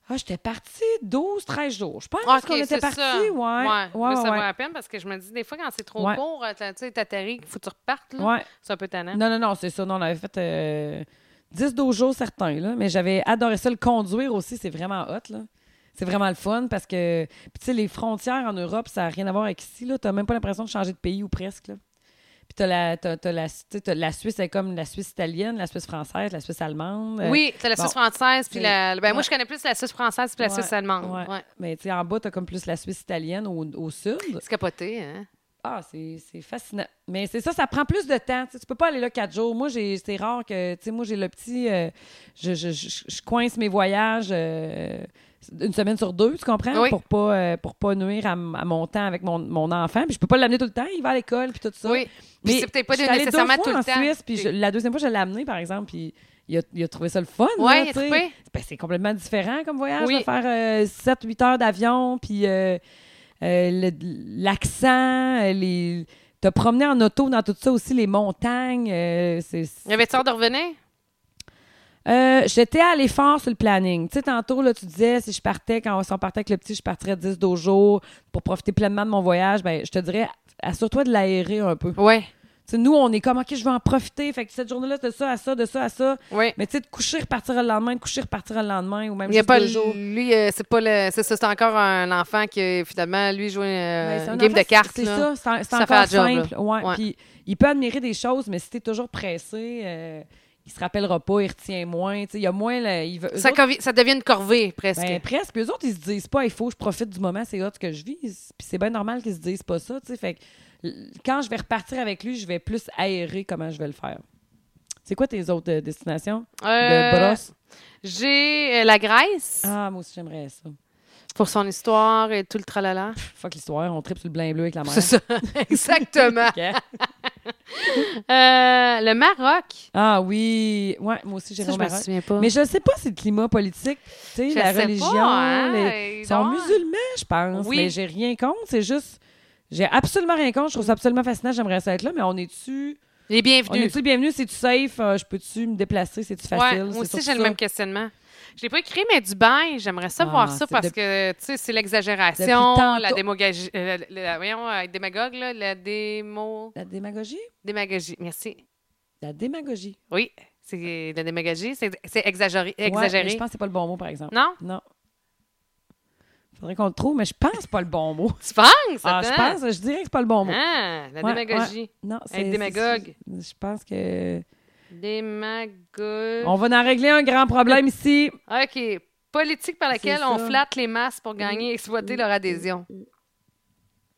[SPEAKER 1] Ah, j'étais partie 12, 13 jours. Je pense
[SPEAKER 2] Ah,
[SPEAKER 1] qu'on était partis, ouais. Ouais,
[SPEAKER 2] Moi, ça
[SPEAKER 1] ouais,
[SPEAKER 2] vaut
[SPEAKER 1] ouais.
[SPEAKER 2] la peine parce que je me dis, des fois, quand c'est trop
[SPEAKER 1] Ouais.
[SPEAKER 2] court, euh, t'as- tu sais, t'atterris, il faut que tu repartes. là.
[SPEAKER 1] Ouais.
[SPEAKER 2] C'est un peu tannant.
[SPEAKER 1] Non, non, non, c'est ça. Non, on avait fait 10-12 jours certains, là. Mais j'avais adoré ça. Le conduire aussi, c'est vraiment hot, là. C'est vraiment le fun parce que, puis tu sais, les frontières en Europe, ça n'a rien à voir avec ici, là. T'as même pas l'impression de changer de pays ou presque, là. Puis t'as la, t'as- t'as la, tu sais, t'as la Suisse, elle est comme la Suisse italienne, la Suisse française, la Suisse allemande. Euh,
[SPEAKER 2] Oui, c'est la
[SPEAKER 1] bon.
[SPEAKER 2] Suisse française. Puis
[SPEAKER 1] C'est-
[SPEAKER 2] la, ben, Moi,
[SPEAKER 1] ouais.
[SPEAKER 2] je connais plus la Suisse française puis la
[SPEAKER 1] Ouais,
[SPEAKER 2] Suisse allemande.
[SPEAKER 1] ouais.
[SPEAKER 2] Ouais.
[SPEAKER 1] Mais tu sais, en bas, t'as comme plus la Suisse italienne au, au sud.
[SPEAKER 2] C'est capoté, hein?
[SPEAKER 1] Ah, c'est c'est fascinant. Mais c'est ça, ça prend plus de temps. Tu, sais, tu peux pas aller là quatre jours. Moi, j'ai- c'est rare que, tu sais, moi, j'ai le petit, euh, je, je, je, je coince mes voyages euh, une semaine sur deux, tu comprends?
[SPEAKER 2] Oui.
[SPEAKER 1] Pour pas euh, pour pas nuire à, m- à mon temps avec mon, mon enfant. Puis je peux pas l'amener tout le temps. Il va à l'école, puis tout ça.
[SPEAKER 2] Oui. Puis c'est peut-être pas
[SPEAKER 1] je suis allée
[SPEAKER 2] nécessairement
[SPEAKER 1] deux fois
[SPEAKER 2] tout le
[SPEAKER 1] en
[SPEAKER 2] temps.
[SPEAKER 1] Suisse, puis
[SPEAKER 2] T'es-
[SPEAKER 1] je- la deuxième fois, je l'ai amené, par exemple, puis il a, il a trouvé ça le fun.
[SPEAKER 2] Ouais,
[SPEAKER 1] là,
[SPEAKER 2] il a
[SPEAKER 1] tu sais.
[SPEAKER 2] trippé.
[SPEAKER 1] Ben, c'est complètement différent comme voyage,
[SPEAKER 2] Oui.
[SPEAKER 1] de faire 7-8 heures d'avion, puis euh, euh, le- l'accent, euh, les... Te promener en auto dans tout ça aussi, les montagnes, euh, c'est...
[SPEAKER 2] Il y avait tort de revenir?
[SPEAKER 1] Euh, J'étais à l'effort sur le planning. Tu sais, tantôt, là, tu disais, si je partais, quand on s'en partait avec le petit, je partirais 10-12 jours pour profiter pleinement de mon voyage. Ben, je te dirais, assure-toi de l'aérer un peu.
[SPEAKER 2] Oui.
[SPEAKER 1] Tu sais, nous, on est comme, OK, je vais en profiter. Fait que cette journée-là, de ça à ça, de ça à ça.
[SPEAKER 2] Oui.
[SPEAKER 1] Mais tu sais, de coucher, repartir le lendemain, de coucher, repartir le lendemain, ou même
[SPEAKER 2] Il y a
[SPEAKER 1] juste
[SPEAKER 2] pas
[SPEAKER 1] deux jours.
[SPEAKER 2] lui euh, c'est pas le c'est ça c'est encore un enfant qui finalement lui joue euh,
[SPEAKER 1] Ouais, c'est un
[SPEAKER 2] une game
[SPEAKER 1] enfant,
[SPEAKER 2] de cartes
[SPEAKER 1] C'est
[SPEAKER 2] là.
[SPEAKER 1] ça, c'est un- c'est
[SPEAKER 2] Ça fait
[SPEAKER 1] encore
[SPEAKER 2] la job,
[SPEAKER 1] simple. Ouais,
[SPEAKER 2] Ouais.
[SPEAKER 1] Puis il peut admirer des choses, mais si t'es toujours pressé, euh, il se rappellera pas, il retient moins. Tu sais, il y a moins... le- il veut, eux
[SPEAKER 2] Ça,
[SPEAKER 1] autres,
[SPEAKER 2] convi- ça devient une corvée presque.
[SPEAKER 1] ben, presque. Puis eux autres, ils se disent pas, il faut que je profite du moment, c'est hot ce que je vis. Puis c'est bien normal qu'ils se disent pas ça, tu sais. Fait que l- quand je vais repartir avec lui, je vais plus aérer comment je vais le faire. C'est quoi tes autres euh, destinations?
[SPEAKER 2] Euh,
[SPEAKER 1] Le brosse?
[SPEAKER 2] J'ai euh, la Grèce
[SPEAKER 1] Ah, moi aussi, j'aimerais ça.
[SPEAKER 2] pour son histoire et tout le tralala.
[SPEAKER 1] Fuck l'histoire, on tripe sur le blanc et bleu avec la mer.
[SPEAKER 2] C'est ça, exactement.
[SPEAKER 1] Ok.
[SPEAKER 2] Euh, le Maroc.
[SPEAKER 1] Ah oui, ouais, moi aussi, j'irai
[SPEAKER 2] Ça,
[SPEAKER 1] au
[SPEAKER 2] je me
[SPEAKER 1] Maroc.
[SPEAKER 2] souviens pas.
[SPEAKER 1] Mais je sais pas si le climat politique, tu sais,
[SPEAKER 2] Je
[SPEAKER 1] la
[SPEAKER 2] sais pas,
[SPEAKER 1] religion,
[SPEAKER 2] hein,
[SPEAKER 1] les-
[SPEAKER 2] il
[SPEAKER 1] ils sont
[SPEAKER 2] doit-
[SPEAKER 1] musulmans, je pense.
[SPEAKER 2] Oui.
[SPEAKER 1] Mais j'ai rien contre, c'est juste, j'ai absolument rien contre. Je trouve ça absolument fascinant, j'aimerais ça être là, mais on est-tu,
[SPEAKER 2] Les
[SPEAKER 1] on
[SPEAKER 2] bienvenus.
[SPEAKER 1] est-tu le bienvenu, c'est-tu safe, Euh, je peux-tu me déplacer, c'est-tu facile?
[SPEAKER 2] Ouais, moi
[SPEAKER 1] C'est
[SPEAKER 2] aussi,
[SPEAKER 1] surtout
[SPEAKER 2] j'ai le
[SPEAKER 1] ça.
[SPEAKER 2] même questionnement. Je l'ai pas écrit, mais Dubaï, j'aimerais ça
[SPEAKER 1] Ah,
[SPEAKER 2] voir ça
[SPEAKER 1] c'est
[SPEAKER 2] parce
[SPEAKER 1] de-
[SPEAKER 2] que, tu sais, c'est
[SPEAKER 1] Depuis
[SPEAKER 2] l'exagération,
[SPEAKER 1] tantôt.
[SPEAKER 2] la démagogie, euh, la- la- voyons, euh, démagogue, là, la démo,
[SPEAKER 1] La démagogie?
[SPEAKER 2] démagogie, merci.
[SPEAKER 1] La démagogie.
[SPEAKER 2] Oui, c'est la démagogie, c'est c'est exagéré.
[SPEAKER 1] Ouais,
[SPEAKER 2] exagéré.
[SPEAKER 1] mais je pense que c'est pas le bon mot, par exemple.
[SPEAKER 2] Non?
[SPEAKER 1] Non. Faudrait qu'on le trouve, mais je pense que c'est pas le bon mot.
[SPEAKER 2] Tu penses?
[SPEAKER 1] Ah, je
[SPEAKER 2] attends?
[SPEAKER 1] pense, je dirais que c'est pas le bon mot.
[SPEAKER 2] Ah, la
[SPEAKER 1] Ouais,
[SPEAKER 2] démagogie.
[SPEAKER 1] Non, c'est.
[SPEAKER 2] démagogue.
[SPEAKER 1] c'est- Je pense que.
[SPEAKER 2] Démagogue.
[SPEAKER 1] On va en régler un grand problème ici.
[SPEAKER 2] OK. Politique par laquelle
[SPEAKER 1] C'est
[SPEAKER 2] on
[SPEAKER 1] ça.
[SPEAKER 2] flatte les masses pour gagner et exploiter leur adhésion.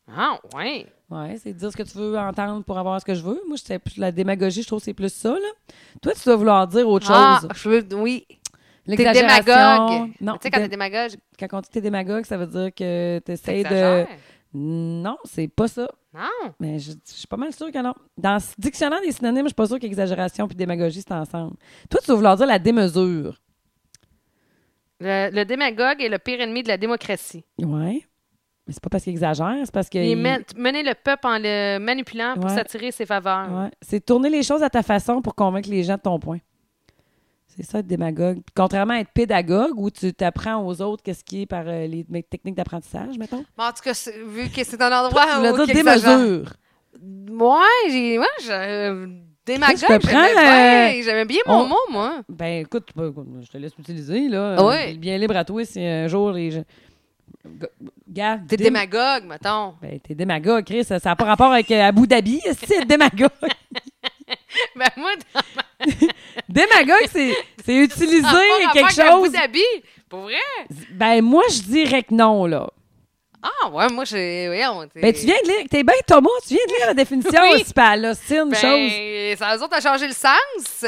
[SPEAKER 2] Ah, ouais.
[SPEAKER 1] Ouais, c'est dire ce que tu veux entendre pour avoir ce que je veux. Moi, j'étais plus la démagogie, je trouve que c'est plus ça, là. Toi, tu dois vouloir dire autre
[SPEAKER 2] Ah,
[SPEAKER 1] chose.
[SPEAKER 2] je veux, oui. T'es
[SPEAKER 1] L'exagération.
[SPEAKER 2] démagogue.
[SPEAKER 1] Non,
[SPEAKER 2] tu sais, quand
[SPEAKER 1] dé-
[SPEAKER 2] t'es démagogue,
[SPEAKER 1] quand on dit que t'es démagogue, ça veut dire que t'essayes de.
[SPEAKER 2] t'exagères.
[SPEAKER 1] Non, c'est pas ça.
[SPEAKER 2] Non.
[SPEAKER 1] Mais je, je suis pas mal sûre que non. Dans ce dictionnaire des synonymes, je suis pas sûre qu'exagération puis démagogie, c'est ensemble. Toi, tu dois vouloir dire la démesure.
[SPEAKER 2] Le, le démagogue est le pire ennemi de la démocratie.
[SPEAKER 1] Ouais. Mais c'est pas parce qu'il exagère, c'est parce que.
[SPEAKER 2] Il,
[SPEAKER 1] il-
[SPEAKER 2] men- mener le peuple en le manipulant pour
[SPEAKER 1] Ouais.
[SPEAKER 2] s'attirer ses faveurs.
[SPEAKER 1] Ouais. C'est tourner les choses à ta façon pour convaincre les gens de ton point. C'est ça, être démagogue. Contrairement à être pédagogue, où tu t'apprends aux autres qu'est-ce qui est par euh, les mé- techniques d'apprentissage, mettons.
[SPEAKER 2] Mais en tout cas, c'est- vu que c'est un
[SPEAKER 1] Toi,
[SPEAKER 2] endroit
[SPEAKER 1] tu voulais
[SPEAKER 2] où
[SPEAKER 1] dire
[SPEAKER 2] il exagère.
[SPEAKER 1] démesure.
[SPEAKER 2] Ouais, j'ai. Ouais, je- euh, C'est ma
[SPEAKER 1] Qu'est-ce que
[SPEAKER 2] gueule,
[SPEAKER 1] tu prends,
[SPEAKER 2] j'aimais bien,
[SPEAKER 1] euh,
[SPEAKER 2] j'aimais bien mon
[SPEAKER 1] on-
[SPEAKER 2] mot, moi.
[SPEAKER 1] Ben, écoute, ben, écoute, je te laisse l'utiliser, là.
[SPEAKER 2] Ah
[SPEAKER 1] Euh,
[SPEAKER 2] ouais.
[SPEAKER 1] t'es Bien libre à toi si un jour les gens. G- Gars,
[SPEAKER 2] T'es
[SPEAKER 1] dé-
[SPEAKER 2] démagogue, mettons.
[SPEAKER 1] Ben, t'es démagogue, Chris. Ça n'a pas rapport avec euh, Abu Dhabi. C'est être démagogue.
[SPEAKER 2] Ben moi, t'as
[SPEAKER 1] démagogue, c'est c'est utiliser
[SPEAKER 2] pas
[SPEAKER 1] quelque
[SPEAKER 2] rapport avec Abu
[SPEAKER 1] chose.
[SPEAKER 2] Dhabi, pour vrai?
[SPEAKER 1] Ben, moi, je dirais que non, là.
[SPEAKER 2] Ah ouais, moi, j'ai... voyons, t'es-
[SPEAKER 1] Ben, tu viens de lire. T'es bien, Thomas. Tu viens de lire la définition.
[SPEAKER 2] Oui.
[SPEAKER 1] C'est pas là. C'est une
[SPEAKER 2] Ben,
[SPEAKER 1] chose.
[SPEAKER 2] ça, eux autres, a changé le sens.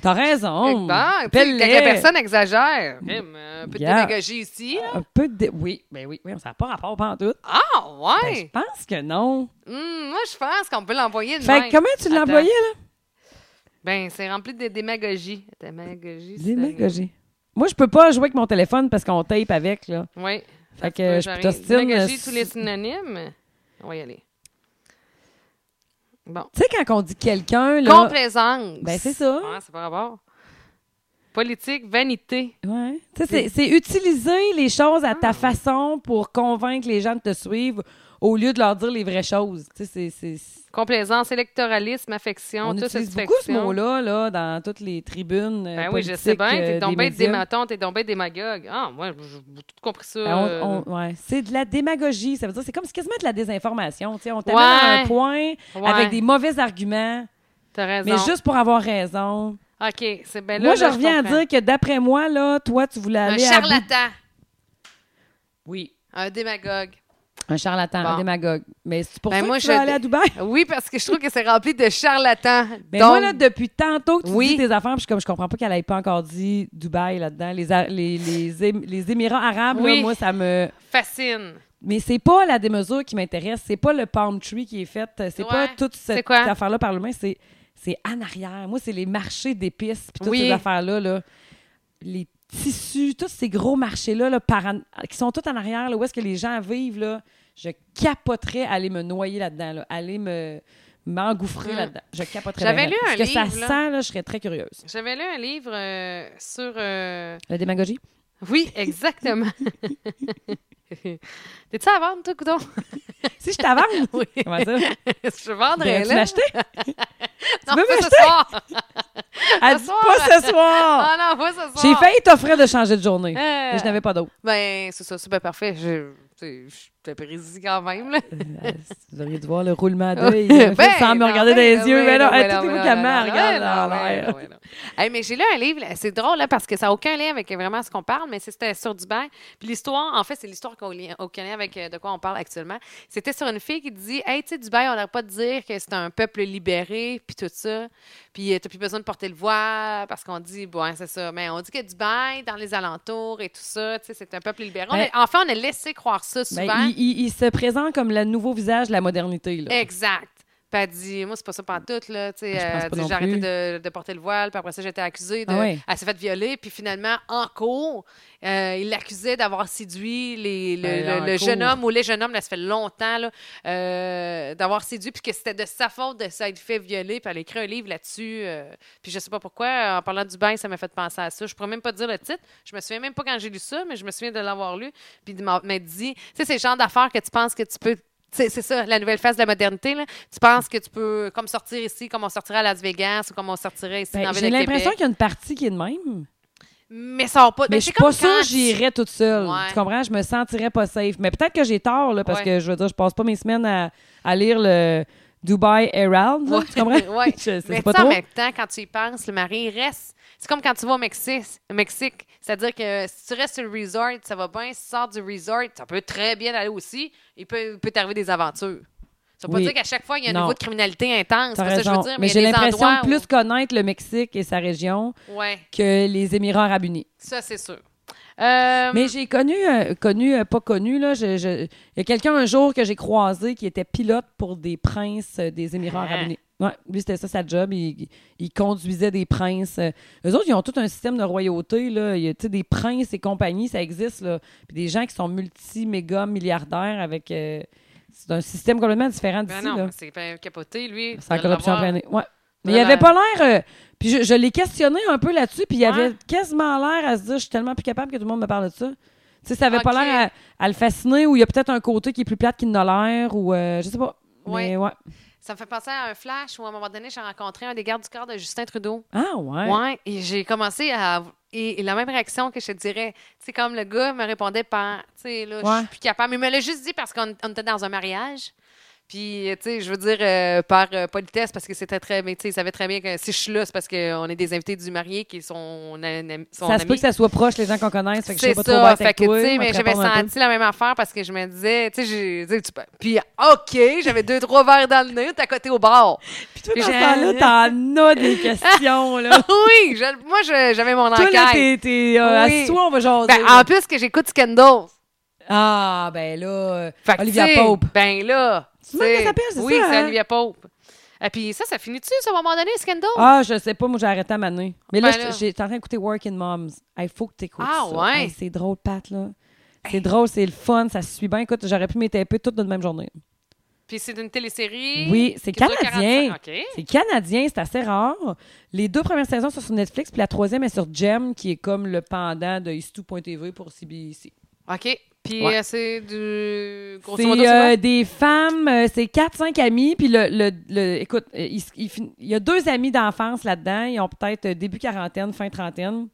[SPEAKER 1] T'as raison.
[SPEAKER 2] ben, Bon, quand
[SPEAKER 1] Oh, Belle
[SPEAKER 2] la
[SPEAKER 1] lettre.
[SPEAKER 2] personne exagère. Hum, Un peu de
[SPEAKER 1] Yeah. Euh,
[SPEAKER 2] démagogie ici. là.
[SPEAKER 1] Un peu de. Oui, ben oui, oui, ça n'a pas rapport pas en tout.
[SPEAKER 2] Ah
[SPEAKER 1] Ben,
[SPEAKER 2] ouais!
[SPEAKER 1] je pense que non.
[SPEAKER 2] Hum, moi, je pense qu'on peut l'envoyer de
[SPEAKER 1] Fait
[SPEAKER 2] même.
[SPEAKER 1] que comment tu
[SPEAKER 2] Attends.
[SPEAKER 1] l'employais, là?
[SPEAKER 2] Ben, c'est rempli de démagogie. Démagogie. c'est-
[SPEAKER 1] Démagogie. Moi, je peux pas jouer avec mon téléphone parce qu'on tape avec, là.
[SPEAKER 2] Oui.
[SPEAKER 1] Fait que
[SPEAKER 2] Moi,
[SPEAKER 1] euh, je
[SPEAKER 2] j'arrive.
[SPEAKER 1] t'ostine.
[SPEAKER 2] Démagogie,
[SPEAKER 1] euh,
[SPEAKER 2] tous les synonymes. On va y aller. Bon.
[SPEAKER 1] Tu sais, quand on dit quelqu'un, là.
[SPEAKER 2] Complaisance.
[SPEAKER 1] Ben, c'est ça.
[SPEAKER 2] Ouais, c'est pas rapport. Politique, vanité.
[SPEAKER 1] Ouais. Tu sais, c'est- c'est utiliser les choses à
[SPEAKER 2] Ah.
[SPEAKER 1] ta façon pour convaincre les gens de te suivre au lieu de leur dire les vraies choses. Tu sais, c'est- c'est. c'est-
[SPEAKER 2] Complaisance, électoralisme, affection,
[SPEAKER 1] On
[SPEAKER 2] toute
[SPEAKER 1] utilise
[SPEAKER 2] satisfaction.
[SPEAKER 1] beaucoup ce mot-là, là, dans toutes les tribunes. euh,
[SPEAKER 2] Ben oui, je
[SPEAKER 1] politiques,
[SPEAKER 2] sais bien.
[SPEAKER 1] euh,
[SPEAKER 2] T'es
[SPEAKER 1] des
[SPEAKER 2] donc bien
[SPEAKER 1] médias.
[SPEAKER 2] dématon, t'es donc bien démagogue. Ah, moi, j'ai tout compris ça.
[SPEAKER 1] Ben, on-
[SPEAKER 2] euh,
[SPEAKER 1] on- ouais. C'est de la démagogie. Ça veut dire c'est comme c'est quasiment de la désinformation. tu sais. On t'amène
[SPEAKER 2] Ouais.
[SPEAKER 1] à un point
[SPEAKER 2] Ouais.
[SPEAKER 1] avec des mauvais arguments,
[SPEAKER 2] T'as raison.
[SPEAKER 1] mais juste pour avoir raison.
[SPEAKER 2] OK, c'est ben là.
[SPEAKER 1] moi,
[SPEAKER 2] là,
[SPEAKER 1] je reviens à
[SPEAKER 2] comprends.
[SPEAKER 1] dire que d'après moi, là, toi, tu voulais
[SPEAKER 2] Un
[SPEAKER 1] aller à bout-
[SPEAKER 2] charlatan,
[SPEAKER 1] Oui,
[SPEAKER 2] un démagogue.
[SPEAKER 1] un charlatan,
[SPEAKER 2] Bon.
[SPEAKER 1] un démagogue. Mais c'est pour
[SPEAKER 2] Ben,
[SPEAKER 1] ça
[SPEAKER 2] moi,
[SPEAKER 1] que tu
[SPEAKER 2] je
[SPEAKER 1] veux
[SPEAKER 2] dé-
[SPEAKER 1] aller à Dubaï.
[SPEAKER 2] Oui, parce que je trouve que c'est rempli de charlatans.
[SPEAKER 1] Mais Ben,
[SPEAKER 2] Donc,
[SPEAKER 1] moi, là, depuis tantôt que tu
[SPEAKER 2] Oui.
[SPEAKER 1] dis tes affaires, puis je suis comme je comprends pas qu'elle n'ait pas encore dit Dubaï là-dedans. Les, Ar- les, les, Ém- les Émirats arabes, là,
[SPEAKER 2] Oui.
[SPEAKER 1] moi, ça me.
[SPEAKER 2] fascine.
[SPEAKER 1] Mais c'est pas la démesure qui m'intéresse, c'est pas le palm tree qui est fait, c'est
[SPEAKER 2] Ouais.
[SPEAKER 1] pas toute cette,
[SPEAKER 2] C'est quoi?
[SPEAKER 1] cette affaire-là par le main, c'est c'est en arrière. Moi, c'est les marchés d'épices puis toutes
[SPEAKER 2] Oui.
[SPEAKER 1] ces affaires-là, là. les tissus, tous ces gros marchés-là là, par en- qui sont tous en arrière, là, où est-ce que les gens vivent, là, je capoterais à aller me noyer là-dedans, là, aller me m'engouffrer
[SPEAKER 2] Mm.
[SPEAKER 1] là-dedans. Je capoterais.
[SPEAKER 2] J'avais
[SPEAKER 1] bien
[SPEAKER 2] lu
[SPEAKER 1] raide.
[SPEAKER 2] un
[SPEAKER 1] Ce que ça
[SPEAKER 2] livre, là.
[SPEAKER 1] sent, là, je serais très curieuse.
[SPEAKER 2] J'avais lu un livre euh, sur. euh,
[SPEAKER 1] La démagogie?
[SPEAKER 2] Oui, exactement. T'es-tu à vendre, toi, coudon?
[SPEAKER 1] Si je t'avance,
[SPEAKER 2] Oui.
[SPEAKER 1] comment ça?
[SPEAKER 2] je
[SPEAKER 1] Ben,
[SPEAKER 2] vendrais
[SPEAKER 1] Tu
[SPEAKER 2] là.
[SPEAKER 1] m'acheter?
[SPEAKER 2] Non,
[SPEAKER 1] veux
[SPEAKER 2] pas ce
[SPEAKER 1] m'acheter?
[SPEAKER 2] soir.
[SPEAKER 1] Elle
[SPEAKER 2] Ce
[SPEAKER 1] dit
[SPEAKER 2] soir.
[SPEAKER 1] pas ce soir!
[SPEAKER 2] Ah non, pas ce soir.
[SPEAKER 1] J'ai failli t'offrir de changer de journée.
[SPEAKER 2] Euh,
[SPEAKER 1] Mais je n'avais pas d'autre.
[SPEAKER 2] Ben, c'est ça, c'est bien parfait. Je tu sais, je t'apprécie quand même, là.
[SPEAKER 1] Euh, Vous auriez dû voir le roulement
[SPEAKER 2] Oh,
[SPEAKER 1] d'œil. euh,
[SPEAKER 2] ben,
[SPEAKER 1] sans me
[SPEAKER 2] non,
[SPEAKER 1] regarder dans
[SPEAKER 2] ben,
[SPEAKER 1] les
[SPEAKER 2] non,
[SPEAKER 1] yeux.
[SPEAKER 2] ben,
[SPEAKER 1] Mais
[SPEAKER 2] non,
[SPEAKER 1] là,
[SPEAKER 2] ben,
[SPEAKER 1] elle
[SPEAKER 2] non,
[SPEAKER 1] était
[SPEAKER 2] ben,
[SPEAKER 1] où
[SPEAKER 2] non,
[SPEAKER 1] Camille,
[SPEAKER 2] ben, non,
[SPEAKER 1] regarde
[SPEAKER 2] ben,
[SPEAKER 1] en
[SPEAKER 2] non, ben,
[SPEAKER 1] l'air.
[SPEAKER 2] non, ben, non. Hey, mais j'ai lu un livre, là, c'est drôle, là, parce que ça n'a aucun lien avec vraiment ce qu'on parle, mais c'était sur Dubaï. Puis l'histoire, en fait, c'est l'histoire qu'on lit- aucun lien avec euh, de quoi on parle actuellement. C'était sur une fille qui dit Hey, tu sais, Dubaï, on n'aurait pas de dire que c'est un peuple libéré, puis tout ça. Puis euh, t'as plus besoin de porter le voile, parce qu'on dit, bon, hein, c'est ça. Mais on dit que Dubaï, dans les alentours et tout ça, tu sais, c'est un peuple libéré. On
[SPEAKER 1] Ben-
[SPEAKER 2] a- enfin, on a laissé croire ça souvent.
[SPEAKER 1] Ben, il, il- il se présente comme le nouveau visage de la modernité. Là.
[SPEAKER 2] Exact. Puis elle dit, moi, c'est pas ça pantoute, là. Tu sais,
[SPEAKER 1] Je pense
[SPEAKER 2] euh,
[SPEAKER 1] pas
[SPEAKER 2] elle dit,
[SPEAKER 1] non
[SPEAKER 2] j'ai arrêté
[SPEAKER 1] plus.
[SPEAKER 2] de, de porter le voile, puis après ça, j'étais accusée de.
[SPEAKER 1] Ah ouais.
[SPEAKER 2] Elle s'est faite violer, puis finalement, en cours, euh, il l'accusait d'avoir séduit les, le,
[SPEAKER 1] Ben,
[SPEAKER 2] le-
[SPEAKER 1] en
[SPEAKER 2] le jeune
[SPEAKER 1] cours.
[SPEAKER 2] homme ou les jeunes hommes, là, ça fait longtemps, là, euh, d'avoir séduit, puis que c'était de sa faute de s'être fait violer, puis elle a écrit un livre là-dessus. euh, puis je sais pas pourquoi, en parlant du bain, ça m'a fait penser à ça. Je pourrais même pas dire le titre. Je me souviens même pas quand j'ai lu ça, mais je me souviens de l'avoir lu, puis de m'en- m'être dit, tu sais, c'est le genre d'affaires que tu penses que tu peux c'est c'est ça, la nouvelle phase de la modernité. Là. Tu penses que tu peux comme sortir ici, comme on sortirait à Las Vegas ou comme on sortirait ici
[SPEAKER 1] Ben,
[SPEAKER 2] dans la
[SPEAKER 1] J'ai
[SPEAKER 2] ville de
[SPEAKER 1] l'impression
[SPEAKER 2] Québec.
[SPEAKER 1] qu'il y a une partie qui est de même.
[SPEAKER 2] Mais ça va pas.
[SPEAKER 1] Mais
[SPEAKER 2] ben,
[SPEAKER 1] je
[SPEAKER 2] c'est
[SPEAKER 1] suis pas
[SPEAKER 2] comme
[SPEAKER 1] sûre
[SPEAKER 2] quand
[SPEAKER 1] que j'irais toute seule.
[SPEAKER 2] Ouais.
[SPEAKER 1] Tu comprends? Je me sentirais pas safe. Mais peut-être que j'ai tort, là, parce
[SPEAKER 2] Ouais.
[SPEAKER 1] que je veux dire, je passe pas mes semaines à, à lire le Dubai Herald. là,
[SPEAKER 2] Ouais,
[SPEAKER 1] Tu comprends?
[SPEAKER 2] ouais.
[SPEAKER 1] Je sais
[SPEAKER 2] Mais
[SPEAKER 1] pas
[SPEAKER 2] tu sais, en
[SPEAKER 1] trop.
[SPEAKER 2] même temps, quand tu y penses, le mari il reste. C'est comme quand tu vas au Mexique. Mexique. C'est-à-dire que si tu restes sur le resort, ça va bien. Si tu sors du resort, ça peut très bien aller aussi. Il peut, il peut t'arriver des aventures. Ça veut pas
[SPEAKER 1] Oui.
[SPEAKER 2] dire qu'à chaque fois, il y a un
[SPEAKER 1] Non.
[SPEAKER 2] niveau de criminalité intense. C'est
[SPEAKER 1] T'as
[SPEAKER 2] pas ça que je
[SPEAKER 1] raison.
[SPEAKER 2] veux dire.
[SPEAKER 1] Mais
[SPEAKER 2] il y a
[SPEAKER 1] j'ai
[SPEAKER 2] des
[SPEAKER 1] l'impression
[SPEAKER 2] endroits
[SPEAKER 1] de plus
[SPEAKER 2] où-
[SPEAKER 1] connaître le Mexique et sa région
[SPEAKER 2] Ouais,
[SPEAKER 1] que les Émirats arabes unis.
[SPEAKER 2] ça, c'est sûr. Euh,
[SPEAKER 1] Mais j'ai connu, euh, connu, euh, pas connu, là. je- je- Il y a quelqu'un un jour que j'ai croisé qui était pilote pour des princes euh, des Émirats
[SPEAKER 2] Hein?
[SPEAKER 1] arabes unis. Ouais, lui, c'était ça sa job. Il, il conduisait des princes. Euh, Eux autres, ils ont tout un système de royauté. Là. Il y a tu sais, des princes et compagnie, ça existe. Là. Puis des gens qui sont multi-méga milliardaires avec. euh, C'est un système complètement différent
[SPEAKER 2] Ben
[SPEAKER 1] d'ici.
[SPEAKER 2] non,
[SPEAKER 1] là.
[SPEAKER 2] mais c'est ben capoté, lui.
[SPEAKER 1] C'est la
[SPEAKER 2] de
[SPEAKER 1] corruption
[SPEAKER 2] l'avoir.
[SPEAKER 1] organique. Ouais. Mais il
[SPEAKER 2] Voilà.
[SPEAKER 1] avait pas l'air. euh, puis je, je l'ai questionné un peu là-dessus, puis il avait
[SPEAKER 2] Ouais.
[SPEAKER 1] quasiment l'air à se dire Je suis tellement plus capable que tout le monde me parle de ça. Tu sais, ça avait pas
[SPEAKER 2] Ok.
[SPEAKER 1] l'air à, à le fasciner, ou il y a peut-être un côté qui est plus plate qu'il n'a l'air, ou euh, je sais pas. Mais ouais.
[SPEAKER 2] Ça me fait penser à un flash où, à un moment donné, j'ai rencontré un des gardes du corps de Justin Trudeau.
[SPEAKER 1] Ah, ouais.
[SPEAKER 2] Ouais, et j'ai commencé à. Et, et la même réaction que je te dirais. Tu sais, comme le gars me répondait par. Tu sais, là, je
[SPEAKER 1] Ouais.
[SPEAKER 2] suis plus capable. Mais il me l'a juste dit parce qu'on on était dans un mariage. Puis, tu sais, je veux dire, euh, par euh, politesse, parce que c'était très. Mais, tu sais, il savait très bien que si je suis là, c'est parce qu'on est des invités du marié qui sont. son
[SPEAKER 1] Ça se peut
[SPEAKER 2] ami.
[SPEAKER 1] que ça soit proche, les gens qu'on connaisse. Fait que je
[SPEAKER 2] C'est
[SPEAKER 1] sais pas trop
[SPEAKER 2] ça,
[SPEAKER 1] bête
[SPEAKER 2] fait
[SPEAKER 1] avec
[SPEAKER 2] que,
[SPEAKER 1] toi,
[SPEAKER 2] tu sais,
[SPEAKER 1] moi,
[SPEAKER 2] mais
[SPEAKER 1] te
[SPEAKER 2] j'avais
[SPEAKER 1] répondre un peu.
[SPEAKER 2] senti la même affaire parce que je me disais, tu sais, j'ai- tu sais, tu peux- puis OK, j'avais deux, trois verres dans le nez, t'es à côté au bar.
[SPEAKER 1] Puis toi,
[SPEAKER 2] Puis
[SPEAKER 1] dans ce
[SPEAKER 2] j'ai-
[SPEAKER 1] temps-là, t'en as des questions, là.
[SPEAKER 2] oui, je- moi, je- j'avais mon
[SPEAKER 1] Toi, là,
[SPEAKER 2] enquête.
[SPEAKER 1] t'es, t'es euh,
[SPEAKER 2] Oui.
[SPEAKER 1] assis, on va jaser.
[SPEAKER 2] Ben,
[SPEAKER 1] là.
[SPEAKER 2] en plus que j'écoute Scandals.
[SPEAKER 1] Ah, ben là, euh,
[SPEAKER 2] Fait que,
[SPEAKER 1] Olivia
[SPEAKER 2] tu sais,
[SPEAKER 1] Pope.
[SPEAKER 2] Ben là.
[SPEAKER 1] C'est même
[SPEAKER 2] tu sais,
[SPEAKER 1] qu'elle s'appelle, c'est
[SPEAKER 2] Oui,
[SPEAKER 1] ça,
[SPEAKER 2] c'est
[SPEAKER 1] hein?
[SPEAKER 2] Olivia Pope. Et puis ça, ça finit-tu, ça, à un moment donné, Scandals?
[SPEAKER 1] Ah, je sais pas, moi, j'ai arrêté à m'anner. Mais là,
[SPEAKER 2] Ben là.
[SPEAKER 1] je- j'ai- t'es en train d'écouter Working Moms. Il faut que t'écoutes
[SPEAKER 2] Ah,
[SPEAKER 1] ça.
[SPEAKER 2] ouais.
[SPEAKER 1] Hey, c'est drôle, Pat, là. C'est drôle, c'est le fun, ça se suit bien. Écoute, j'aurais pu m'étaper toute notre même journée.
[SPEAKER 2] Puis c'est une télésérie.
[SPEAKER 1] Oui, c'est
[SPEAKER 2] qui dure
[SPEAKER 1] canadien.
[SPEAKER 2] 45. OK.
[SPEAKER 1] C'est canadien, c'est assez rare. Les deux premières saisons sont sur Netflix, puis la troisième est sur Gem, qui est comme le pendant de Istou.tv pour CBC.
[SPEAKER 2] OK. Puis
[SPEAKER 1] Ouais.
[SPEAKER 2] euh, c'est du. Grosso
[SPEAKER 1] C'est
[SPEAKER 2] modo, c'est
[SPEAKER 1] euh,
[SPEAKER 2] quoi?
[SPEAKER 1] des femmes, euh, c'est quatre, cinq amis, puis le, le, le- écoute, euh, il, s- il fin- il y a deux amis d'enfance là-dedans, ils ont peut-être euh, début quarantaine, fin trentaine,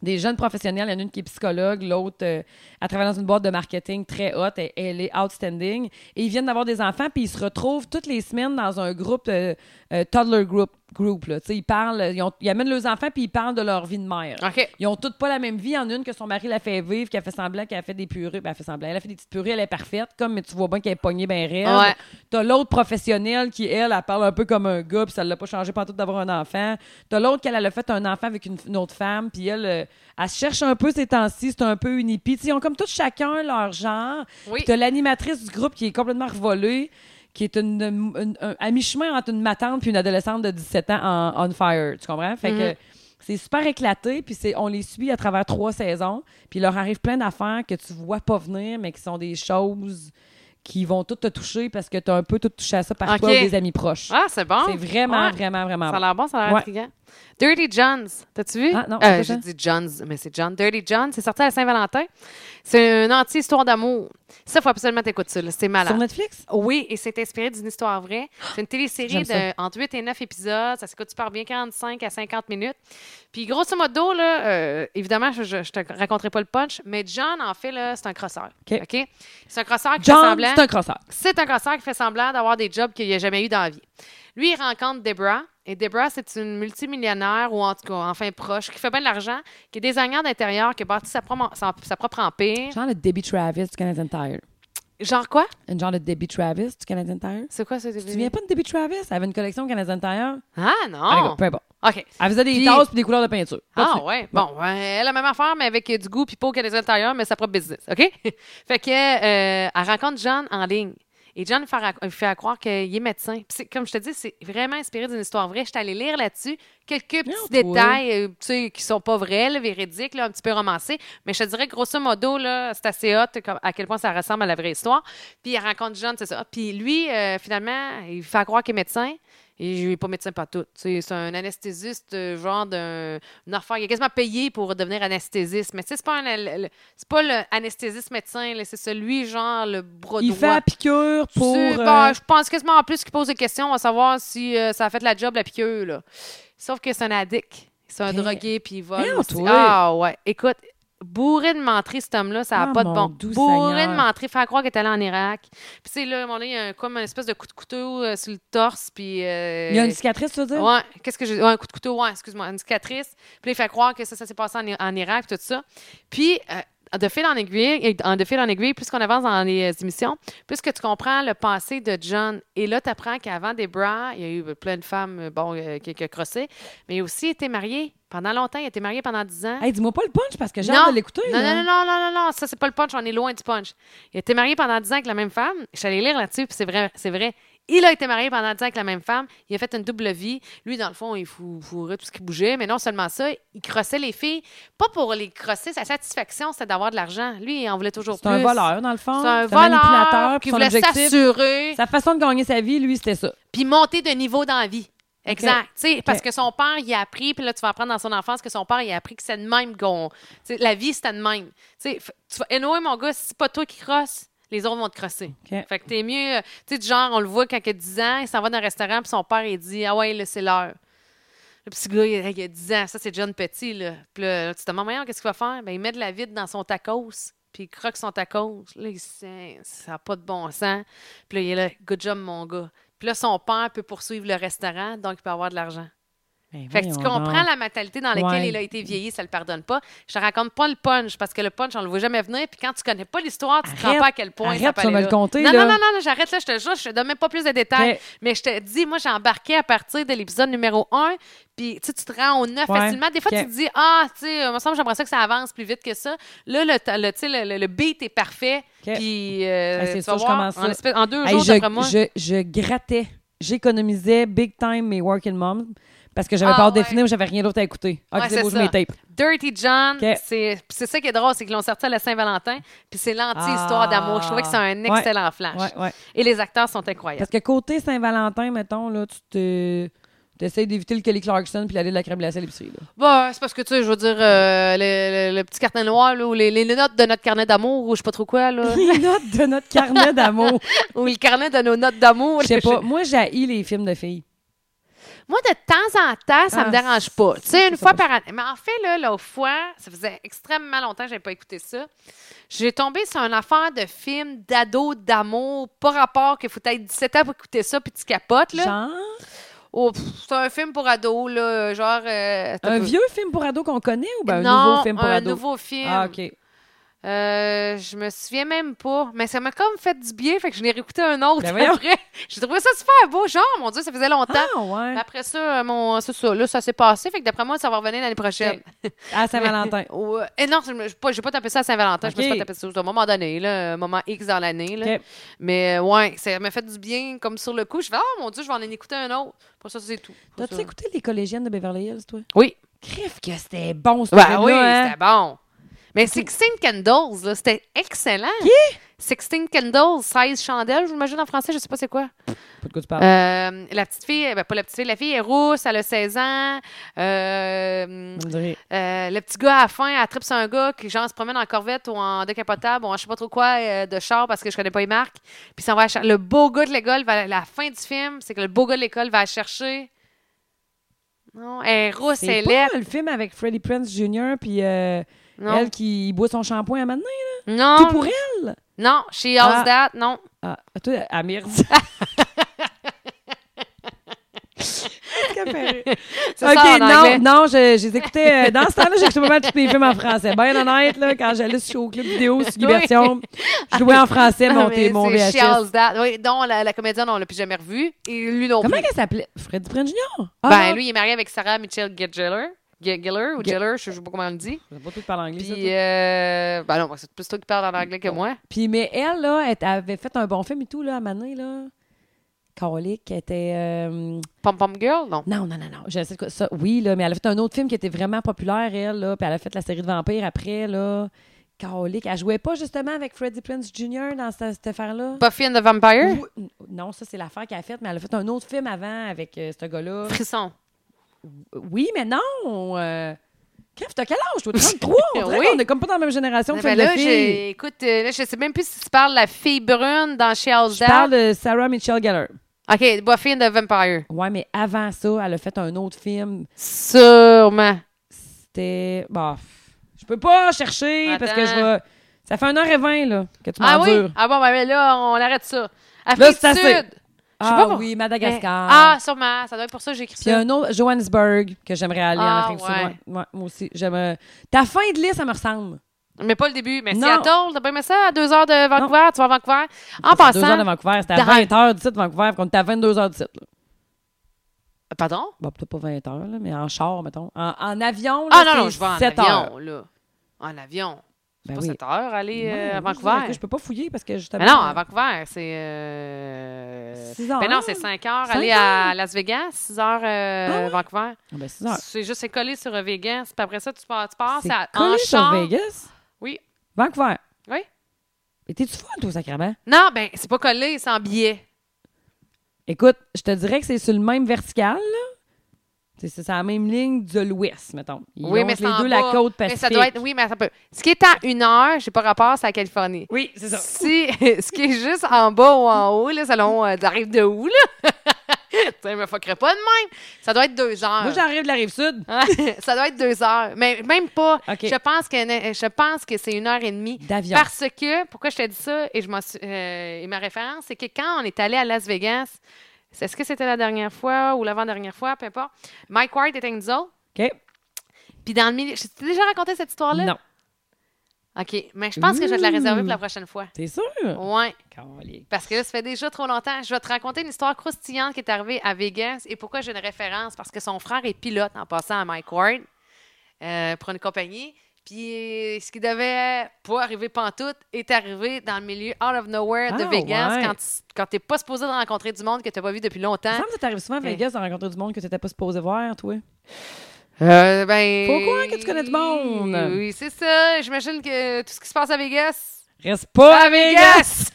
[SPEAKER 1] des jeunes professionnels, il y en a une qui est psychologue, l'autre, euh, elle travaille dans une boîte de marketing très haute, elle, elle est outstanding, et ils viennent d'avoir des enfants, puis ils se retrouvent toutes les semaines dans un groupe, euh, euh, toddler group, group là. Tu sais, ils parlent, ils, ont- ils amènent leurs enfants, puis ils parlent de leur vie de mère.
[SPEAKER 2] OK.
[SPEAKER 1] Ils ont toutes pas la même vie. Il y en a une que son mari l'a fait vivre, qui a fait semblant qu'elle a fait des purées. Ben, elle a fait semblant. Elle a fait des petites purées, elle est parfaite, comme, mais tu vois bien qu'elle est pognée bien raide.
[SPEAKER 2] Ouais.
[SPEAKER 1] T'as l'autre professionnelle qui, elle, elle parle un peu comme un gars, puis ça l'a pas changé pas tout d'avoir un enfant. T'as l'autre qu'elle, elle a fait un enfant avec une, une autre femme, puis elle, euh, elle se cherche un peu ces temps-ci, c'est un peu une hippie. T'sais, ils ont comme tous chacun leur genre.
[SPEAKER 2] Oui.
[SPEAKER 1] Puis t'as l'animatrice du groupe qui est complètement revolée, qui est une, une- un- à mi-chemin entre une matante puis une adolescente de 17 ans en on fire. Tu comprends? Fait
[SPEAKER 2] Mhm.
[SPEAKER 1] que c'est super éclaté, puis c'est, on les suit à travers trois saisons, puis il leur arrive plein d'affaires que tu vois pas venir, mais qui sont des choses qui vont toutes te toucher parce que tu as un peu tout touché à ça par
[SPEAKER 2] Ok.
[SPEAKER 1] toi ou des amis proches.
[SPEAKER 2] Ah, c'est bon.
[SPEAKER 1] c'est vraiment,
[SPEAKER 2] Ouais.
[SPEAKER 1] vraiment, vraiment,
[SPEAKER 2] Ça a
[SPEAKER 1] bon.
[SPEAKER 2] l'air bon, ça a l'air
[SPEAKER 1] Ouais.
[SPEAKER 2] intriguant. Dirty Johns, t'as-tu vu?
[SPEAKER 1] Ah, non, c'est
[SPEAKER 2] euh,
[SPEAKER 1] quoi
[SPEAKER 2] j'ai
[SPEAKER 1] ça?
[SPEAKER 2] dit Johns, mais c'est John. Dirty John, c'est sorti à la Saint-Valentin. C'est une anti-histoire d'amour. Ça, faut absolument t'écouter ça. là. C'est malade.
[SPEAKER 1] Sur Netflix?
[SPEAKER 2] Oui, et c'est inspiré d'une histoire vraie. C'est une télésérie
[SPEAKER 1] J'aime ça.
[SPEAKER 2] de, entre 8 et 9 épisodes. Ça s'écoute super bien, 45 à 50 minutes. Puis, grosso modo, là, euh, évidemment, je, je- je te raconterai pas le punch, mais John, en fait, là, c'est un crosseur.
[SPEAKER 1] OK.
[SPEAKER 2] OK? C'est un crosseur qui fait
[SPEAKER 1] John,
[SPEAKER 2] semblant.
[SPEAKER 1] c'est un crosseur.
[SPEAKER 2] C'est un cancer qui fait semblant d'avoir des jobs qu'il n'a jamais eu dans la vie. Lui, il rencontre Deborah. Et Deborah, c'est une multimillionnaire, ou en tout cas, enfin proche, qui fait bien de l'argent, qui est designer d'intérieur, qui a bâti sa, promo- sa- sa propre empire.
[SPEAKER 1] Genre le Debbie Travis du Canadian Tire.
[SPEAKER 2] Genre quoi?
[SPEAKER 1] Une genre de Debbie Travis du Canadian Tire.
[SPEAKER 2] C'est quoi ce
[SPEAKER 1] Tu te souviens pas de Debbie Travis? Elle avait une collection au Canadian Tire.
[SPEAKER 2] Ah
[SPEAKER 1] Ah, d'accord,
[SPEAKER 2] non!
[SPEAKER 1] peu importe.
[SPEAKER 2] OK.
[SPEAKER 1] Elle faisait des
[SPEAKER 2] Puis-
[SPEAKER 1] tasses et des couleurs de peinture.
[SPEAKER 2] Ah
[SPEAKER 1] Continue.
[SPEAKER 2] ouais. Bon, ouais, elle a la même affaire, mais avec euh, du goût, puis pas au Canadien intérieur, mais sa propre business, OK? fait que euh, elle rencontre John en ligne. Et John lui fait, rac- lui fait croire qu'il est médecin. Puis c'est- comme je te dis, c'est vraiment inspiré d'une histoire vraie. Je suis allée lire là-dessus quelques petits
[SPEAKER 1] Non, toi.
[SPEAKER 2] détails euh, tu sais, qui sont pas vrais, là, véridiques, là, un petit peu romancés. Mais je te dirais, grosso modo, là, c'est assez hot comme- à quel point ça ressemble à la vraie histoire. Puis elle rencontre John, c'est ça. Puis lui, euh, finalement, il fait croire qu'il est médecin. Et je n'est pas médecin partout. Tu sais, C'est un anesthésiste, euh, genre d'un une affaire. Il est quasiment payé pour devenir anesthésiste. Mais tu sais, c'est pas, un, le- le- c'est pas le anesthésiste médecin, là, c'est celui, genre, le bras
[SPEAKER 1] Il
[SPEAKER 2] droit.
[SPEAKER 1] fait la piqûre
[SPEAKER 2] Tu
[SPEAKER 1] pour.
[SPEAKER 2] sais,
[SPEAKER 1] euh,
[SPEAKER 2] ben, je pense quasiment en plus qu'il pose des questions à savoir si euh, ça a fait la job, la piqûre. là. Sauf que c'est un addict. C'est un
[SPEAKER 1] Ben,
[SPEAKER 2] drogué, puis il vole.
[SPEAKER 1] voyons,
[SPEAKER 2] aussi.
[SPEAKER 1] toi.
[SPEAKER 2] Ah ouais. Écoute, bourré de menterie, cet homme-là, ça n'a
[SPEAKER 1] Ah,
[SPEAKER 2] pas de
[SPEAKER 1] mon
[SPEAKER 2] bon.
[SPEAKER 1] doux
[SPEAKER 2] Bourré
[SPEAKER 1] Seigneur.
[SPEAKER 2] de menterie, faire croire qu'il est allé en Irak. Puis tu sais, là, à un moment donné, il y a un- comme un espèce de coup de couteau euh, sur le torse, puis... euh,
[SPEAKER 1] Il y a une cicatrice, tu veux dire?
[SPEAKER 2] Ouais, qu'est-ce que j'ai. Ouais, un coup de couteau, ouais, excuse-moi, une cicatrice. Puis là, il fait croire que ça, ça s'est passé en, I- en Irak, tout ça. Puis, euh, de fil en aiguille, et- en- de fil en aiguille, plus qu'on avance dans les euh, émissions, plus que tu comprends le passé de John. Et là, tu apprends qu'avant Debra, il y a eu plein de femmes, euh, bon, euh, qui, qui a crossé, mais il a aussi été marié pendant longtemps. Il a été marié pendant 10 ans.
[SPEAKER 1] Hey, dis-moi pas le punch parce que j'ai hâte de l'écouter.
[SPEAKER 2] Non,
[SPEAKER 1] là.
[SPEAKER 2] non, non, non, non, non, non, ça, c'est pas le punch, on est loin du punch. Il a été marié pendant 10 ans avec la même femme. Je suis allée lire là-dessus, puis c'est vrai, c'est vrai. Il a été marié pendant 10 ans avec la même femme. Il a fait une double vie. Lui, dans le fond, il fou- fourrait tout ce qui bougeait, mais non seulement ça, il crossait les filles. Pas pour les crosser, sa satisfaction, c'était d'avoir de l'argent. Lui, il en voulait toujours
[SPEAKER 1] C'est
[SPEAKER 2] plus.
[SPEAKER 1] un voleur, dans le fond.
[SPEAKER 2] C'est un
[SPEAKER 1] manipulateur.
[SPEAKER 2] voleur
[SPEAKER 1] puis
[SPEAKER 2] qui
[SPEAKER 1] son
[SPEAKER 2] voulait
[SPEAKER 1] objectif,
[SPEAKER 2] s'assurer
[SPEAKER 1] Sa façon de gagner sa vie, lui, c'était ça.
[SPEAKER 2] puis monter de niveau dans la vie. Exact. Tu sais, Parce
[SPEAKER 1] Ok.
[SPEAKER 2] que son père, il a appris, puis là, tu vas apprendre dans son enfance que son père, il a appris que c'est de même qu'on. tu sais, La vie, c'était de même. Tu sais, f- tu vas, anyway, mon gars, si c'est pas toi qui crosse, les autres vont te crosser.
[SPEAKER 1] OK.
[SPEAKER 2] Fait que t'es mieux. euh, Tu sais, du genre, on le voit quand il a 10 ans, il s'en va dans un restaurant, puis son père, il dit Ah ouais, là, c'est l'heure. Le petit gars, il a- il a 10 ans, ça, c'est John Petit, là. Puis là, tu te demandes, Voyons, qu'est-ce qu'il va faire Ben, il met de la vide dans son tacos, puis il croque son tacos. Là, il sent, ça n'a pas de bon sens. Puis là, il est là, good job, mon gars. Puis là, son père peut poursuivre le restaurant, donc il peut avoir de l'argent.
[SPEAKER 1] Ben,
[SPEAKER 2] Fait que tu
[SPEAKER 1] voyons
[SPEAKER 2] comprends
[SPEAKER 1] donc.
[SPEAKER 2] la mentalité dans laquelle
[SPEAKER 1] Ouais.
[SPEAKER 2] il a été vieilli, ça le pardonne pas. Je te raconte pas le punch parce que le punch, on le voit jamais venir. Puis quand tu connais pas l'histoire, tu te rends
[SPEAKER 1] Arrête.
[SPEAKER 2] pas à quel point ça
[SPEAKER 1] Arrête,
[SPEAKER 2] peut
[SPEAKER 1] tu vas
[SPEAKER 2] aller
[SPEAKER 1] me le
[SPEAKER 2] là.
[SPEAKER 1] compter, là.
[SPEAKER 2] non,
[SPEAKER 1] Ben
[SPEAKER 2] non, non, non, non, j'arrête là, je te jure, je te donne même pas plus de détails.
[SPEAKER 1] Ok.
[SPEAKER 2] Mais je te dis, moi, j'ai embarqué à partir de l'épisode numéro 1. Puis tu sais, tu te rends au 9
[SPEAKER 1] Ouais.
[SPEAKER 2] facilement. Des fois,
[SPEAKER 1] Ok.
[SPEAKER 2] tu te dis, ah, tu sais, euh, me semble, j'aimerais ça que ça avance plus vite que ça. Là, le, ta- le, tu sais, le, le- le beat est parfait.
[SPEAKER 1] Ok.
[SPEAKER 2] Puis euh,
[SPEAKER 1] Ah, c'est
[SPEAKER 2] tu
[SPEAKER 1] sûr,
[SPEAKER 2] vas
[SPEAKER 1] je
[SPEAKER 2] voir,
[SPEAKER 1] commence
[SPEAKER 2] en,
[SPEAKER 1] ça.
[SPEAKER 2] espèce- en deux
[SPEAKER 1] Hey,
[SPEAKER 2] jours,
[SPEAKER 1] je,
[SPEAKER 2] d'après moi.
[SPEAKER 1] je, je grattais. J'économisais big time mes working moms parce que j'avais
[SPEAKER 2] Ah,
[SPEAKER 1] peur de
[SPEAKER 2] ouais.
[SPEAKER 1] finir, j'avais rien d'autre à écouter. Ah,
[SPEAKER 2] Ouais,
[SPEAKER 1] c'est beau,
[SPEAKER 2] c'est
[SPEAKER 1] je mets
[SPEAKER 2] ça.
[SPEAKER 1] les tapes.
[SPEAKER 2] Dirty John,
[SPEAKER 1] OK.
[SPEAKER 2] c'est puis c'est ça qui est drôle, c'est qu'ils l'ont sorti à la Saint-Valentin, puis c'est l'anti-histoire
[SPEAKER 1] Ah.
[SPEAKER 2] d'amour. Je trouvais que c'est un
[SPEAKER 1] Ouais.
[SPEAKER 2] excellent flash.
[SPEAKER 1] Ouais, ouais.
[SPEAKER 2] Et les acteurs sont incroyables.
[SPEAKER 1] Parce que côté Saint-Valentin, mettons, là, tu te. T'essayes d'éviter le Kelly Clarkson puis l'aller de la crème glacée à l'épicerie. là.
[SPEAKER 2] Bah, c'est parce que, tu sais, je veux dire, euh, le, le- le petit carnet noir, là, ou les, les notes de notre carnet d'amour, ou je sais pas trop quoi, là,
[SPEAKER 1] Les notes de notre carnet d'amour.
[SPEAKER 2] ou le carnet de nos notes d'amour.
[SPEAKER 1] Je sais pas. Moi, j'haïs les films de filles.
[SPEAKER 2] Moi, de temps en temps, ça
[SPEAKER 1] Ah,
[SPEAKER 2] me dérange pas. Tu sais, une
[SPEAKER 1] ça
[SPEAKER 2] fois
[SPEAKER 1] va.
[SPEAKER 2] par année. Mais en fait, là, l'autre fois, ça faisait extrêmement longtemps que j'avais pas écouté ça. J'ai tombé sur une affaire de film d'ado, d'amour, pas rapport qu'il faut être 17 ans pour écouter ça, puis tu capotes, là.
[SPEAKER 1] Genre,
[SPEAKER 2] Oh, pff, c'est un film pour ados, là, genre... euh,
[SPEAKER 1] un vieux film pour ados qu'on connaît ou ben, un
[SPEAKER 2] Non,
[SPEAKER 1] nouveau film pour
[SPEAKER 2] un
[SPEAKER 1] ados?
[SPEAKER 2] nouveau film.
[SPEAKER 1] Ah, OK.
[SPEAKER 2] Euh, je me souviens même pas, mais ça m'a comme fait du bien, fait que je l'ai réécouté un autre
[SPEAKER 1] Ben voyons.
[SPEAKER 2] après. J'ai trouvé ça super beau, genre, mon Dieu, ça faisait longtemps.
[SPEAKER 1] Ah, ouais.
[SPEAKER 2] Mais Après ça, euh, mon, c'est ça, là, ça s'est passé, fait que d'après moi, ça va revenir l'année prochaine.
[SPEAKER 1] Ben,
[SPEAKER 2] Euh,
[SPEAKER 1] À Saint-Valentin.
[SPEAKER 2] Ouais. Et non, je me- j'ai pas, j'ai pas tapé ça à Saint-Valentin, je me suis
[SPEAKER 1] Ok.
[SPEAKER 2] pas tapé ça c'est à un moment donné, là, un moment X dans l'année. là.
[SPEAKER 1] Ok.
[SPEAKER 2] Mais euh, ouais, ça m'a fait du bien, comme sur le coup. Je fais, oh mon Dieu, je vais en écouter un autre. Pour ça, c'est tout. Pour
[SPEAKER 1] T'as-tu
[SPEAKER 2] ça.
[SPEAKER 1] écouté Les collégiennes de Beverly Hills, toi?
[SPEAKER 2] Oui.
[SPEAKER 1] Crève que c'était bon, ce
[SPEAKER 2] Ben
[SPEAKER 1] film-là,
[SPEAKER 2] oui,
[SPEAKER 1] hein?
[SPEAKER 2] c'était bon. Mais 16 Candles, là, c'était excellent.
[SPEAKER 1] Qui?
[SPEAKER 2] 16 Candles, 16 chandelles, j'imagine en français, je sais pas c'est quoi.
[SPEAKER 1] Pas de quoi tu parles.
[SPEAKER 2] Euh, la petite fille, ben pas la petite fille, la fille est rousse, elle a 16 ans. Euh,
[SPEAKER 1] On dirait.
[SPEAKER 2] euh, le petit gars à la fin, elle tripe sur un gars qui genre se promène en corvette ou en décapotable ou en je sais pas trop quoi euh, de char parce que je connais pas les marques. Puis ça va à cher- le beau gars de l'école va à la fin du film, c'est que le beau gars de l'école va la chercher. Non, elle est rousse,
[SPEAKER 1] C'est
[SPEAKER 2] elle est
[SPEAKER 1] pas
[SPEAKER 2] laide.
[SPEAKER 1] le film avec Freddie Prince Jr. puis euh,
[SPEAKER 2] Non.
[SPEAKER 1] elle qui boit son shampoing à maintenant.
[SPEAKER 2] non.
[SPEAKER 1] Tout pour elle.
[SPEAKER 2] Non, she owns
[SPEAKER 1] Ah.
[SPEAKER 2] that, non.
[SPEAKER 1] Ah, toi, à merde.
[SPEAKER 2] C'est ça en
[SPEAKER 1] non,
[SPEAKER 2] anglais.
[SPEAKER 1] non, je, je les écoutais. euh, dans ce temps-là, j'écoutais pas mal tous les films en français. Bien honnête, là, quand j'allais sur- au club vidéo sur Libertion, je jouais en français mon,
[SPEAKER 2] Ah, Mais
[SPEAKER 1] mon
[SPEAKER 2] c'est She
[SPEAKER 1] VHS.
[SPEAKER 2] owns that. Oui, non, la, la comédienne, on l'a plus jamais revue. Et lui non
[SPEAKER 1] Comment
[SPEAKER 2] plus.
[SPEAKER 1] elle s'appelait? Freddie Prince Jr.?
[SPEAKER 2] Ben, lui, il est marié avec Sarah Michelle Gellar. Gellar ou
[SPEAKER 1] Ge-
[SPEAKER 2] Gellar, je sais pas comment on le dit.
[SPEAKER 1] Je sais pas tout parler anglais, ça,
[SPEAKER 2] Puis,
[SPEAKER 1] toi.
[SPEAKER 2] euh, ben non, moi, c'est plus toi qui parles en anglais que moi.
[SPEAKER 1] Puis, mais elle, là, elle avait fait un bon film et tout, là, à Mané, là. Colique, elle était. euh,
[SPEAKER 2] Pom Pom Girl, non.
[SPEAKER 1] Non, non, non, non. Je sais de quoi- ça. Oui, là, mais elle a fait un autre film qui était vraiment populaire, elle, là. Puis elle a fait la série de vampires après, là. Colique. Elle jouait pas justement avec Freddie Prince Jr. dans ce- cette affaire-là?
[SPEAKER 2] Buffy and the Vampire?
[SPEAKER 1] Ou- Non, ça, c'est l'affaire qu'elle a faite, mais elle a fait un autre film avant avec euh, ce gars-là.
[SPEAKER 2] Frisson.
[SPEAKER 1] Oui, mais non! Euh... Crève, t'as quel âge? Toi, 33? On dirait
[SPEAKER 2] Oui.
[SPEAKER 1] qu'on est comme pas dans la même génération que
[SPEAKER 2] Ben
[SPEAKER 1] celle de
[SPEAKER 2] là,
[SPEAKER 1] filles.
[SPEAKER 2] j'ai- écoute, euh, là, je sais même plus si tu parles de la fille brune dans She owns
[SPEAKER 1] Je
[SPEAKER 2] that.
[SPEAKER 1] parle de Sarah Michelle Gellar.
[SPEAKER 2] OK, Buffy and the Vampire.
[SPEAKER 1] Ouais, mais avant ça, elle a fait un autre film.
[SPEAKER 2] Sûrement.
[SPEAKER 1] C'était. Bah, pff, je peux pas chercher parce que je
[SPEAKER 2] Attends.
[SPEAKER 1] vais. Ça fait 1h20 là, que tu
[SPEAKER 2] Ah
[SPEAKER 1] m'endures.
[SPEAKER 2] oui? Ah bon, ben ben là, on arrête ça. Afrique
[SPEAKER 1] c'est
[SPEAKER 2] du
[SPEAKER 1] assez.
[SPEAKER 2] Sud. Je sais
[SPEAKER 1] Ah
[SPEAKER 2] pas pour-
[SPEAKER 1] oui,
[SPEAKER 2] Mais-
[SPEAKER 1] Madagascar.
[SPEAKER 2] Ah, sûrement. Ça doit être pour ça que j'ai écrit
[SPEAKER 1] Puis il y a
[SPEAKER 2] ça.
[SPEAKER 1] un autre, Johannesburg, que j'aimerais aller
[SPEAKER 2] Ah,
[SPEAKER 1] en Afrique du Sud.
[SPEAKER 2] ouais.
[SPEAKER 1] Ouais, ouais, moi aussi. J'aime. euh, Ta fin de liste, ça me ressemble.
[SPEAKER 2] Mais pas le début. Mais
[SPEAKER 1] Non.
[SPEAKER 2] Seattle, t'as pas aimé ça? À deux heures de Vancouver, tu vas à Vancouver. En
[SPEAKER 1] Deux heures de
[SPEAKER 2] passant.
[SPEAKER 1] Vancouver, c'était à
[SPEAKER 2] Dans-
[SPEAKER 1] 20h17 Vancouver, puis on était à 22h17. Là.
[SPEAKER 2] Pardon?
[SPEAKER 1] Bon, peut-être pas 20h, là, mais en char, mettons. En, en avion, là,
[SPEAKER 2] Ah non, non,
[SPEAKER 1] c'est
[SPEAKER 2] je vais en
[SPEAKER 1] 7 heures.
[SPEAKER 2] avion, là. En avion. C'est
[SPEAKER 1] Ben
[SPEAKER 2] pas
[SPEAKER 1] oui. Ah,
[SPEAKER 2] 7 heures, aller euh,
[SPEAKER 1] Ouais,
[SPEAKER 2] à
[SPEAKER 1] moi, je dis, écoute,
[SPEAKER 2] Vancouver.
[SPEAKER 1] Je peux pas fouiller parce que justement.
[SPEAKER 2] Mais non, à Vancouver, c'est. Euh...
[SPEAKER 1] Six heures.
[SPEAKER 2] Ben non, c'est 5 heures.
[SPEAKER 1] Cinq
[SPEAKER 2] aller à Las Vegas, 6 heures euh,
[SPEAKER 1] Ah ouais?
[SPEAKER 2] Vancouver.
[SPEAKER 1] Ah, ben, 6 heures.
[SPEAKER 2] C'est juste c'est collé sur euh, Vegas. Puis après ça, tu pars, tu passes
[SPEAKER 1] C'est
[SPEAKER 2] à, en
[SPEAKER 1] collé sur
[SPEAKER 2] char.
[SPEAKER 1] Vegas?
[SPEAKER 2] Oui.
[SPEAKER 1] Vancouver.
[SPEAKER 2] Oui.
[SPEAKER 1] Mais T'es-tu fun, toi, sacrément?
[SPEAKER 2] Non, ben, c'est pas collé, c'est en billet.
[SPEAKER 1] Écoute, je te dirais que c'est sur le même vertical, là, C'est c'est la même ligne de l'ouest, mettons. Ils
[SPEAKER 2] oui,
[SPEAKER 1] longe
[SPEAKER 2] mais c'est
[SPEAKER 1] les
[SPEAKER 2] en
[SPEAKER 1] deux
[SPEAKER 2] bas.
[SPEAKER 1] la côte
[SPEAKER 2] Mais
[SPEAKER 1] pacifique.
[SPEAKER 2] ça doit être. Oui, mais ça peut. Ce qui est à une heure, j'ai pas rapport, c'est la Californie.
[SPEAKER 1] Oui, c'est ça.
[SPEAKER 2] Si, ce qui est juste en bas ou en haut, là, selon euh, t'arrives de où, là? tu me fuckerais pas de même. Ça doit être deux heures.
[SPEAKER 1] Moi, j'arrive de la rive sud.
[SPEAKER 2] ça doit être deux heures. Mais même pas.
[SPEAKER 1] OK.
[SPEAKER 2] Je pense que je pense que c'est une heure et demie.
[SPEAKER 1] D'avion.
[SPEAKER 2] Parce que, pourquoi je te dis ça, et, je m'en suis- euh, et ma référence, c'est que quand on est allé à Las Vegas, c'est- est-ce que c'était la dernière fois ou l'avant-dernière fois, peu importe, Mike White était avec nous autres.
[SPEAKER 1] OK?
[SPEAKER 2] Puis dans le milieu. Je t'ai déjà raconté cette histoire-là?
[SPEAKER 1] Non. Mmh.
[SPEAKER 2] OK. Mais je pense que je vais te la réserver pour la prochaine fois.
[SPEAKER 1] T'es sûr?
[SPEAKER 2] Ouais.
[SPEAKER 1] Calique.
[SPEAKER 2] Parce que là, ça fait déjà trop longtemps. Je vais te raconter une histoire croustillante qui est arrivée à Vegas et pourquoi j'ai une référence. Parce que son frère est pilote en passant à Mike Ward euh, pour une compagnie. Puis euh, ce qui devait pas arriver pantoute est arrivé dans le milieu out of nowhere de
[SPEAKER 1] Ah,
[SPEAKER 2] Vegas
[SPEAKER 1] ouais.
[SPEAKER 2] quand, tu- quand t'es pas supposé de rencontrer du monde que t'as pas vu depuis
[SPEAKER 1] Ça
[SPEAKER 2] longtemps.
[SPEAKER 1] me semble que t'arrives souvent à Vegas de rencontrer du monde que t'étais pas supposé voir, toi.
[SPEAKER 2] Euh, ben.
[SPEAKER 1] Faut croire que tu connais du monde.
[SPEAKER 2] Oui, c'est ça. J'imagine que tout ce qui se passe à Vegas.
[SPEAKER 1] Reste pas
[SPEAKER 2] à
[SPEAKER 1] à Vegas!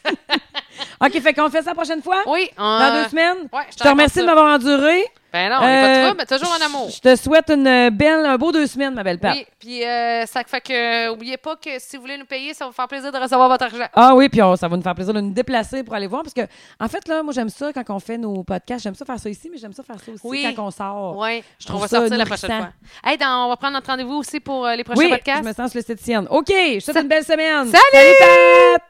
[SPEAKER 1] OK, fait qu'on fait ça la prochaine fois?
[SPEAKER 2] oui, on-
[SPEAKER 1] Dans deux semaines?
[SPEAKER 2] Ouais,
[SPEAKER 1] Je te remercie de
[SPEAKER 2] raconte ça.
[SPEAKER 1] m'avoir enduré.
[SPEAKER 2] Ben non, on est pas
[SPEAKER 1] Euh,
[SPEAKER 2] de trouble, mais toujours en amour.
[SPEAKER 1] Je te souhaite une belle, un beau deux semaines, ma belle Pat.
[SPEAKER 2] Oui, puis euh, ça fait que, euh, oubliez pas que si vous voulez nous payer, ça va vous faire plaisir de recevoir votre argent.
[SPEAKER 1] Ah oui, puis on- ça va nous faire plaisir de nous déplacer pour aller voir. Parce que, en fait, là, moi, j'aime ça quand on fait nos podcasts. J'aime ça faire ça ici, mais j'aime ça faire ça aussi
[SPEAKER 2] Oui.
[SPEAKER 1] quand on sort.
[SPEAKER 2] Oui,
[SPEAKER 1] Je
[SPEAKER 2] on
[SPEAKER 1] trouve
[SPEAKER 2] va
[SPEAKER 1] ça
[SPEAKER 2] sortir la prochaine
[SPEAKER 1] nourrissant.
[SPEAKER 2] fois. Hey, dans- on va prendre notre rendez-vous aussi pour euh, les prochains
[SPEAKER 1] Oui,
[SPEAKER 2] podcasts.
[SPEAKER 1] je me sens sur l'esthéticienne. OK, je te souhaite
[SPEAKER 2] Ça-
[SPEAKER 1] une belle semaine.
[SPEAKER 2] Salut!
[SPEAKER 1] Salut Pat!